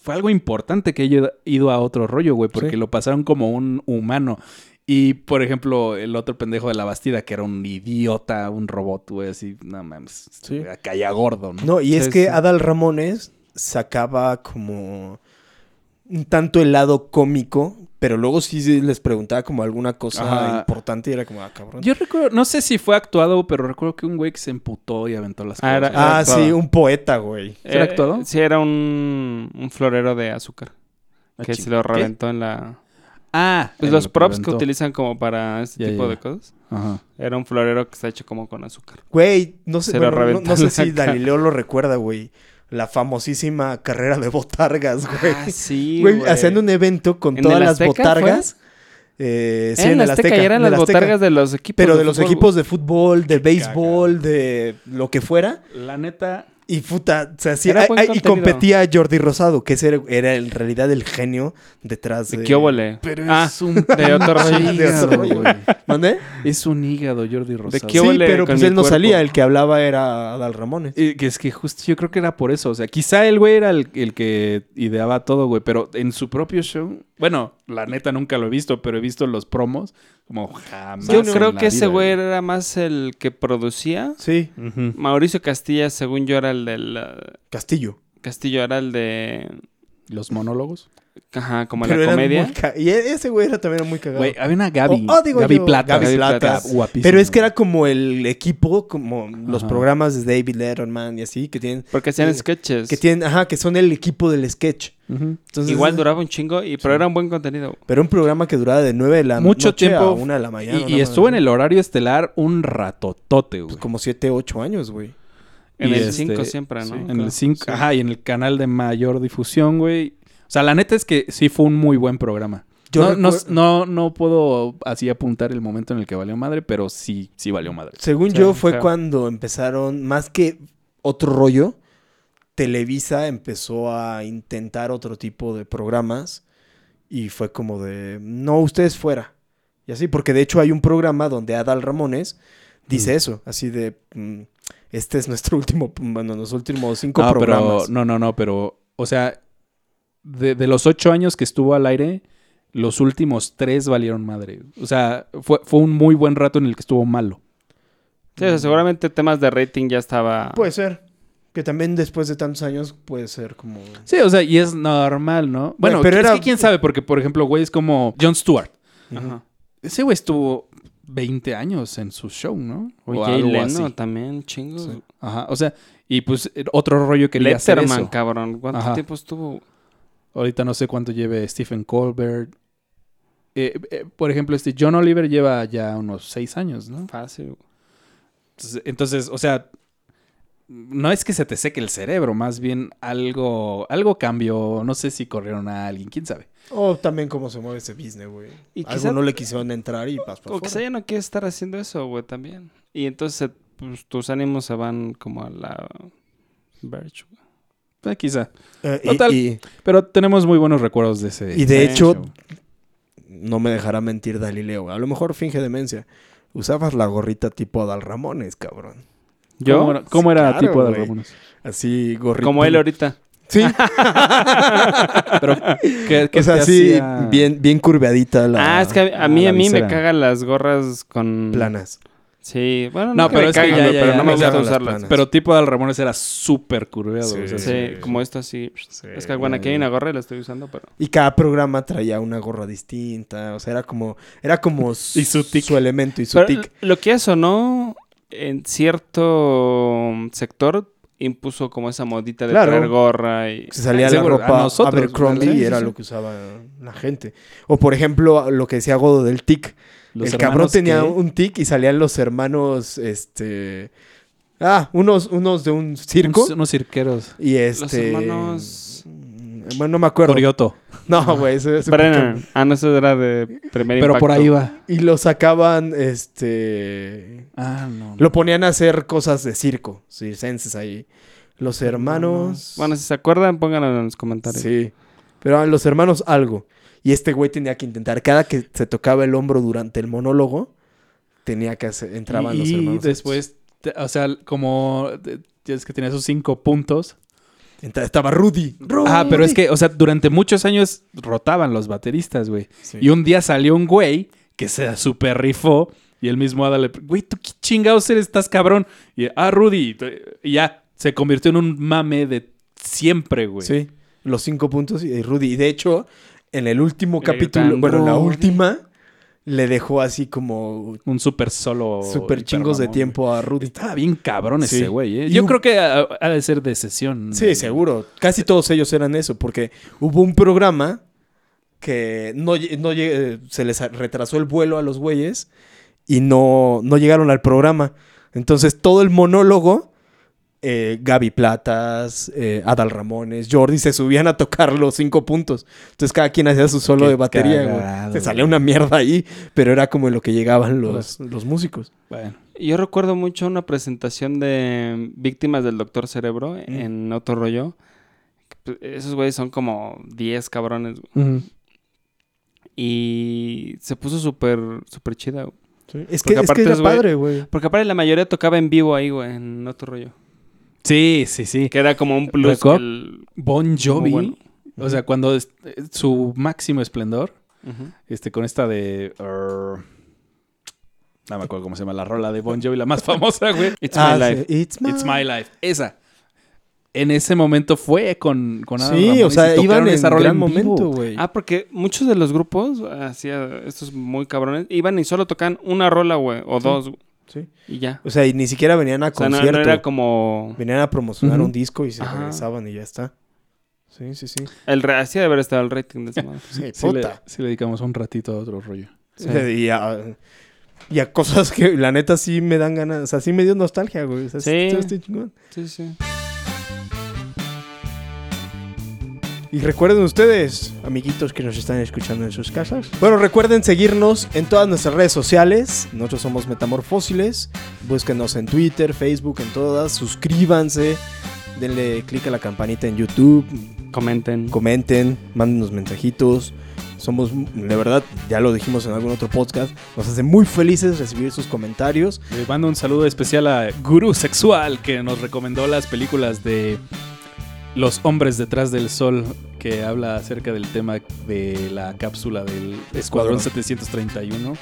Speaker 3: Fue algo importante que haya ido a otro rollo, güey, porque lo pasaron como un humano. Y, por ejemplo, el otro pendejo de la bastida, que era un idiota, un robot, güey, así, no mames,
Speaker 1: Sí.
Speaker 3: a calla gordo, ¿no?
Speaker 1: No, y es
Speaker 2: Sí,
Speaker 1: que
Speaker 2: sí.
Speaker 1: Adal Ramones sacaba como un tanto el lado cómico, pero luego sí les preguntaba como alguna cosa
Speaker 3: Ajá.
Speaker 1: importante y era como, ah, cabrón.
Speaker 3: Yo recuerdo, no sé si fue actuado, pero recuerdo que un güey que se emputó y aventó las
Speaker 2: Ah,
Speaker 3: cosas.
Speaker 2: era-
Speaker 1: ah,
Speaker 2: actuado.
Speaker 1: sí, un poeta, güey.
Speaker 2: Eh,
Speaker 3: ¿Era actuado?
Speaker 2: Sí, era un, un florero de azúcar.
Speaker 3: Ah,
Speaker 2: Que
Speaker 3: ching-
Speaker 2: se lo
Speaker 3: ¿qué?
Speaker 2: reventó en la...
Speaker 3: Ah,
Speaker 2: Pues
Speaker 3: él
Speaker 2: los
Speaker 3: lo
Speaker 2: props que
Speaker 3: aventó.
Speaker 2: utilizan como para este
Speaker 3: Ya,
Speaker 2: tipo
Speaker 3: ya,
Speaker 2: de
Speaker 3: ya.
Speaker 2: cosas.
Speaker 3: Ajá.
Speaker 2: Era un florero que está hecho como con azúcar.
Speaker 1: Güey, no sé,
Speaker 2: Se lo
Speaker 1: bueno, no- no,
Speaker 2: reventó
Speaker 1: sé
Speaker 2: en
Speaker 1: si
Speaker 2: la cara.
Speaker 1: Galileo lo recuerda, güey. La famosísima carrera de botargas, güey.
Speaker 2: Ah, sí,
Speaker 1: Güey, hacían un evento con
Speaker 2: ¿En
Speaker 1: todas
Speaker 2: el
Speaker 1: las
Speaker 2: Azteca
Speaker 1: botargas. Eh, sí,
Speaker 2: en,
Speaker 1: en el
Speaker 2: Azteca,
Speaker 1: Azteca.
Speaker 2: y eran
Speaker 1: en el
Speaker 2: las
Speaker 1: Azteca.
Speaker 2: botargas de los equipos.
Speaker 1: Pero de los
Speaker 2: fútbol.
Speaker 1: equipos de fútbol, de béisbol, de lo que fuera.
Speaker 3: La neta,
Speaker 1: Y puta, o sea, sí,
Speaker 2: Era
Speaker 1: ay,
Speaker 2: buen
Speaker 1: ay, y
Speaker 2: contenido.
Speaker 1: competía Jordi Rosado, que ese era, era en realidad el genio detrás de...
Speaker 2: ¿De qué óvole?
Speaker 3: pero
Speaker 2: Ah,
Speaker 3: es un
Speaker 2: de otro rollo.
Speaker 1: de otro
Speaker 3: hígado,
Speaker 1: rollo.
Speaker 3: güey.
Speaker 1: ¿Mandé?
Speaker 3: Es un hígado, Jordi
Speaker 2: ¿De
Speaker 3: Rosado.
Speaker 2: qué
Speaker 1: sí,
Speaker 2: óvole
Speaker 1: pero
Speaker 2: con
Speaker 1: pues
Speaker 2: mi
Speaker 1: él no
Speaker 2: cuerpo?
Speaker 1: salía, el que hablaba era Adal Ramones.
Speaker 3: Eh, que es que justo yo creo que era por eso. O sea, quizá el güey era el, el que ideaba todo, güey. Pero en su propio show. Bueno, la neta nunca lo he visto, pero he visto los promos. Como jamás.
Speaker 2: Yo
Speaker 3: en
Speaker 2: creo
Speaker 3: la
Speaker 2: que ese
Speaker 3: vida,
Speaker 2: güey era más el que producía.
Speaker 1: Sí,
Speaker 3: Ujú.
Speaker 2: Mauricio Castilla, según yo, era el del... eh,
Speaker 1: Castillo.
Speaker 2: Castillo era el de...
Speaker 3: Los monólogos.
Speaker 2: Ajá, como
Speaker 1: Pero
Speaker 2: la
Speaker 1: eran
Speaker 2: comedia.
Speaker 1: muy ca- Y e- ese güey era también muy cagado.
Speaker 3: Güey, había una Gaby.
Speaker 1: Oh, oh, digo
Speaker 3: Gaby
Speaker 1: yo,
Speaker 3: Plata.
Speaker 1: Gaby
Speaker 2: Gaby
Speaker 1: Plata.
Speaker 2: Plata.
Speaker 3: Guapísima.
Speaker 1: Pero es que era como el equipo, como los
Speaker 3: Ajá.
Speaker 1: programas de David Letterman y así, que tienen...
Speaker 2: Porque hacían
Speaker 1: Sí.
Speaker 3: Pues
Speaker 2: sketches.
Speaker 1: Que tienen, ajá, que son el equipo del sketch.
Speaker 3: Ujú.
Speaker 1: Entonces,
Speaker 2: Igual
Speaker 3: eh,
Speaker 2: duraba un chingo, y, pero era un buen contenido.
Speaker 1: Pero un programa que duraba de 9 de la
Speaker 3: Mucho
Speaker 1: noche
Speaker 3: tiempo.
Speaker 1: a 1 de la mañana. Pues
Speaker 3: y, y estuvo en el horario estelar un ratotote, güey.
Speaker 1: Como 7, 8 años, güey.
Speaker 2: En
Speaker 3: Y
Speaker 2: el
Speaker 3: este,
Speaker 2: 5 siempre, ¿no?
Speaker 3: En el 5. Ajá, y en el canal de mayor difusión, güey. O sea, la neta es que sí fue un muy buen programa.
Speaker 1: Yo
Speaker 3: no, no-
Speaker 1: recuer-
Speaker 3: no, no puedo así apuntar el momento en el que valió madre, pero sí, sí valió madre.
Speaker 1: Según
Speaker 2: Sí,
Speaker 1: yo, fue
Speaker 2: claro.
Speaker 1: cuando empezaron, más que otro rollo, Televisa empezó a intentar otro tipo de programas y fue como de, no, ustedes fuera. Y así, porque de hecho hay un programa donde Adal Ramones dice eso, así de, mm, este es nuestro último, bueno, los últimos cinco
Speaker 3: No, Ah, pero,
Speaker 1: programas.
Speaker 3: no, no, no, pero, o sea, de, de los ocho años que estuvo al aire, los últimos tres valieron madre. O sea, fue, fue un muy buen rato en el que estuvo malo.
Speaker 2: Sí, o sea, seguramente temas de rating ya estaba.
Speaker 3: Pues,
Speaker 1: Puede ser. Que también después de tantos años puede ser como...
Speaker 3: Sí, o sea, y es normal, ¿no? Bueno,
Speaker 1: pero
Speaker 3: pero
Speaker 1: era-
Speaker 3: que quién sabe, porque, por ejemplo, güey, es como Jon Stewart.
Speaker 2: Ajá.
Speaker 3: Ese güey estuvo 20 años en su show, ¿no?
Speaker 2: Oye,
Speaker 3: o
Speaker 2: Jay
Speaker 3: algo
Speaker 2: Leno
Speaker 3: así.
Speaker 2: también, chingos.
Speaker 3: Ajá, o sea, y pues eh, otro rollo que le hacer
Speaker 2: Letterman,
Speaker 3: eso.
Speaker 2: cabrón. ¿Cuánto
Speaker 3: Ajá.
Speaker 2: tiempo estuvo?
Speaker 3: Ahorita no sé cuánto lleve Stephen Colbert. Eh, eh, por ejemplo, este John Oliver lleva ya unos seis años, ¿no?
Speaker 2: Fácil.
Speaker 3: Entonces, entonces, o sea, no es que se te seque el cerebro, más bien algo, algo cambió. No sé si corrieron a alguien, quién sabe.
Speaker 1: O también cómo se mueve ese business, güey.
Speaker 2: Y
Speaker 1: Algo
Speaker 2: quizá-
Speaker 1: no le quisieron entrar y pasó
Speaker 2: O quizá ya no quieres estar haciendo eso, güey, también. Y entonces pues, tus ánimos se van como a la. Verge, güey.
Speaker 3: Eh, quizá. Total. Pero tenemos muy buenos recuerdos de ese.
Speaker 1: Y de
Speaker 3: ese
Speaker 1: hecho,
Speaker 3: show.
Speaker 1: no me dejará mentir Galileo. A lo mejor finge demencia. Usabas la gorrita tipo Adal Ramones, cabrón.
Speaker 2: ¿Yo?
Speaker 3: ¿cómo era, cómo era
Speaker 1: claro,
Speaker 3: tipo de
Speaker 1: güey.
Speaker 3: Ramones?
Speaker 1: Así gorrita.
Speaker 2: Como él ahorita.
Speaker 1: Sí.
Speaker 3: Pero, ¿qué, qué
Speaker 1: o sea,
Speaker 3: te
Speaker 1: sí,
Speaker 3: hacía?
Speaker 1: bien, bien curveadita la.
Speaker 2: ah, es que a,
Speaker 3: ah,
Speaker 2: a mí,
Speaker 3: la
Speaker 2: a mí me
Speaker 3: visera.
Speaker 2: cagan las gorras con.
Speaker 1: Planas.
Speaker 2: Sí, bueno,
Speaker 3: No,
Speaker 2: no,
Speaker 3: pero
Speaker 2: pero
Speaker 3: es que
Speaker 2: cagan,
Speaker 3: ya,
Speaker 2: güey,
Speaker 3: ya,
Speaker 2: pero
Speaker 3: ya,
Speaker 2: no me
Speaker 3: o sea,
Speaker 2: gusta
Speaker 1: las
Speaker 2: usarlas.
Speaker 1: planas.
Speaker 3: Pero tipo de Ramones era súper curveado.
Speaker 1: Sí,
Speaker 3: o sea,
Speaker 2: Sí,
Speaker 1: Sí.
Speaker 2: como esto así. es que, bueno, aquí hay una gorra y la estoy usando, pero.
Speaker 1: Y cada programa traía una gorra distinta. O sea, era como. Era como su,
Speaker 3: su tic.
Speaker 1: elemento y su
Speaker 2: Pero
Speaker 1: tic.
Speaker 2: Lo que es o no, en cierto sector impuso como esa modita de
Speaker 1: Claro.
Speaker 2: traer gorra y...
Speaker 1: Se salía la
Speaker 3: Seguro, a
Speaker 1: ropa
Speaker 3: nosotros,
Speaker 1: Abercrombie
Speaker 3: ¿verdad?
Speaker 1: y
Speaker 3: Sí,
Speaker 1: era
Speaker 3: sí,
Speaker 1: lo
Speaker 3: sí.
Speaker 1: que usaba la gente. O por ejemplo, lo que decía Godo del tic.
Speaker 3: Los
Speaker 1: el cabrón
Speaker 3: hermanos
Speaker 1: tenía
Speaker 3: que-
Speaker 1: un tic y salían los hermanos, este... Ah, unos, unos de un circo.
Speaker 3: Unos, unos cirqueros.
Speaker 1: Y este...
Speaker 2: Los hermanos-
Speaker 1: mm, Bueno, no me acuerdo.
Speaker 3: Corioto.
Speaker 1: No, güey. ese- ese-
Speaker 2: Brennan. Ah, no, eso era de primer
Speaker 3: Pero por
Speaker 2: impacto.
Speaker 3: ahí va.
Speaker 1: Y lo sacaban, este...
Speaker 3: Ah, no.
Speaker 1: Lo ponían a hacer cosas de circo. Circenses ahí. Los hermanos...
Speaker 2: Bueno, si se acuerdan, pónganlo en los comentarios.
Speaker 1: Sí. Pero eran los hermanos algo. Y este güey tenía que intentar, cada que se tocaba el hombro durante el monólogo, tenía que hacer, entraban los
Speaker 3: y
Speaker 1: hermanos.
Speaker 3: después, te- o sea, como te- es que tenía esos cinco puntos.
Speaker 1: Entra- estaba Rudy.
Speaker 3: Ah, pero es que, o sea, durante muchos años rotaban los bateristas, güey.
Speaker 1: Sí.
Speaker 3: Y un día salió un güey que se super rifó y el mismo Ada le güey, ¿tú qué chingados eres? Estás cabrón. Y, ah, Rudy. Y te- Y ya, se convirtió en un mame de siempre, güey.
Speaker 1: Sí, los cinco puntos y y Rudy. Y de hecho, en el último
Speaker 2: Le
Speaker 1: capítulo,
Speaker 2: gritan,
Speaker 1: bueno, en la
Speaker 2: "Rudy".
Speaker 1: última, le dejó así como
Speaker 3: Un super solo.
Speaker 1: super chingos de
Speaker 3: hipermamón, güey.
Speaker 1: tiempo a Rudy.
Speaker 3: Estaba bien cabrón
Speaker 1: Sí.
Speaker 3: ese güey, ¿eh?
Speaker 1: Y
Speaker 3: Yo
Speaker 1: un-
Speaker 3: creo que ha, ha de ser de sesión.
Speaker 1: Sí, seguro. Casi todos ellos eran eso, porque hubo un programa que no, lle- no lle- eh, se les a- retrasó el vuelo a los güeyes y no, no llegaron al programa. Entonces todo el monólogo, eh, Gaby Platas, eh, Adal Ramones, Jordi, se subían a tocar los cinco puntos. Entonces cada quien hacía su solo
Speaker 3: Qué
Speaker 1: de batería. güey.
Speaker 3: cagado,
Speaker 1: Se salía
Speaker 3: güey.
Speaker 1: una mierda ahí, pero era como en lo que llegaban los, los músicos.
Speaker 3: Bueno.
Speaker 2: Y Yo recuerdo mucho una presentación de víctimas del Doctor Cerebro en otro rollo. Esos güeyes son como 10 cabrones. güey. Y se puso súper, súper chida. güey.
Speaker 1: Es
Speaker 2: Porque
Speaker 1: que, es que
Speaker 2: aparte
Speaker 1: era
Speaker 2: es, güey,
Speaker 1: padre, güey.
Speaker 2: Porque aparte la mayoría tocaba en vivo ahí, güey, en otro rollo.
Speaker 3: Sí, sí, sí.
Speaker 2: Que era como un plus.
Speaker 3: Recuerdo-
Speaker 2: el-
Speaker 3: Bon Jovi.
Speaker 2: Muy bueno.
Speaker 3: O sea, cuando es- eh, su máximo esplendor,
Speaker 2: Ujú.
Speaker 3: este, con esta de. Err, no me acuerdo cómo se llama la rola de Bon Jovi, la más famosa, güey.
Speaker 2: It's
Speaker 1: Ah,
Speaker 2: my life.
Speaker 1: sí, It's my,
Speaker 3: It's My Life. Esa. En ese momento fue con, con Adam
Speaker 1: Sí,
Speaker 3: Ramones
Speaker 1: o sea,
Speaker 3: y tocaron
Speaker 1: iban en
Speaker 3: esa
Speaker 1: ese
Speaker 3: rola
Speaker 1: gran
Speaker 3: en vivo.
Speaker 1: momento, güey.
Speaker 2: Ah, porque muchos de los grupos, hacía estos muy cabrones, iban y solo tocaban una rola, güey, o dos, güey,
Speaker 1: Sí.
Speaker 2: y ya.
Speaker 1: O sea, y ni siquiera venían a
Speaker 2: O sea, no-
Speaker 1: concierto.
Speaker 2: no era como...
Speaker 1: Venían a promocionar
Speaker 3: Ujú.
Speaker 1: un disco y se
Speaker 2: Ajá.
Speaker 1: regresaban y ya está. Sí, sí, sí.
Speaker 2: El re- así de haber estado el rating de esa madre.
Speaker 1: Sí,
Speaker 3: Sí le,
Speaker 1: puta.
Speaker 3: sí le dedicamos un ratito a otro rollo.
Speaker 1: O sea, Y, a, y a cosas que la neta sí me dan ganas. O sea, sí me dio nostalgia, güey. O sea,
Speaker 2: Sí.
Speaker 1: sí, estoy chingón.
Speaker 2: Sí, sí.
Speaker 1: Y recuerden ustedes, amiguitos que nos están escuchando en sus casas. Bueno, recuerden seguirnos en todas nuestras redes sociales. Nosotros somos Metamorfósiles. Búsquenos en Twitter, Facebook, en todas. Suscríbanse. Denle click a la campanita en YouTube.
Speaker 2: Comenten.
Speaker 1: Comenten. Mándenos mensajitos. Somos, de verdad, ya lo dijimos en algún otro podcast. Nos hace muy felices recibir sus comentarios.
Speaker 3: Le mando un saludo especial a Guru Sexual, que nos recomendó las películas de Los hombres detrás del sol, que habla acerca del tema de la cápsula del Escuadrón
Speaker 1: Escuadrón.
Speaker 3: 731.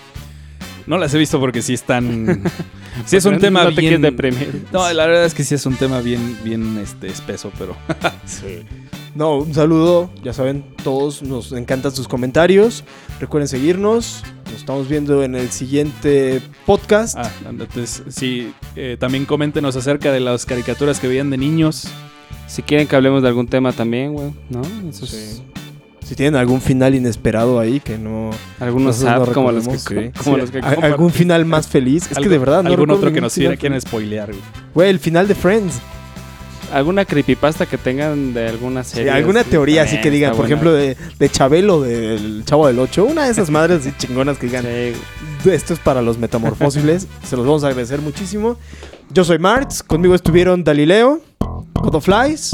Speaker 3: No las he visto porque sí están... sí es un
Speaker 2: No
Speaker 3: tema
Speaker 2: te quieres
Speaker 3: bien...
Speaker 2: deprimir.
Speaker 3: no, la verdad es que sí es un tema bien, bien este, espeso, pero...
Speaker 1: No, un saludo. Ya saben, todos nos encantan sus comentarios. Recuerden seguirnos. Nos estamos viendo en el siguiente podcast.
Speaker 3: Ah, entonces sí, eh, también coméntenos acerca de las caricaturas que veían de niños.
Speaker 2: Si quieren que hablemos de algún tema también, güey, ¿no? Esos,
Speaker 1: Sí. Si tienen algún final inesperado ahí que no.
Speaker 2: Algunos
Speaker 1: Nosotros no
Speaker 2: apps como los que,
Speaker 1: recordamos.
Speaker 2: como
Speaker 1: Sí,
Speaker 2: los que
Speaker 1: a- algún final más feliz. Es que de verdad no
Speaker 3: Algún
Speaker 1: recuerdo
Speaker 3: otro que
Speaker 1: ningún
Speaker 3: nos quiera-
Speaker 1: final
Speaker 3: quieran
Speaker 1: feliz.
Speaker 3: spoilear. güey.
Speaker 1: Güey, el final de Friends.
Speaker 2: alguna creepypasta que tengan de alguna serie.
Speaker 1: alguna
Speaker 2: sí,
Speaker 1: teoría así
Speaker 2: también
Speaker 1: que digan,
Speaker 2: está
Speaker 1: por
Speaker 2: buena.
Speaker 1: ejemplo, de, de Chabelo, del Chavo del 8. Una de esas madres así chingonas que digan,
Speaker 2: Sí,
Speaker 1: esto es para los metamorfósiles. Se los vamos a agradecer muchísimo. Yo soy Marx. Conmigo estuvieron Dalileo, God of Flies.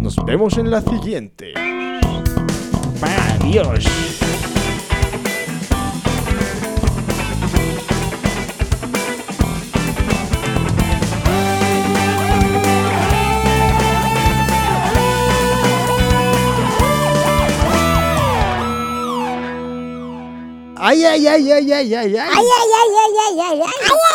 Speaker 1: Nos vemos en la siguiente. Ay, ay, ay, ay, ay,
Speaker 7: ay,
Speaker 1: ay, ay.
Speaker 7: ay, ay, ay, ay, ay, ay.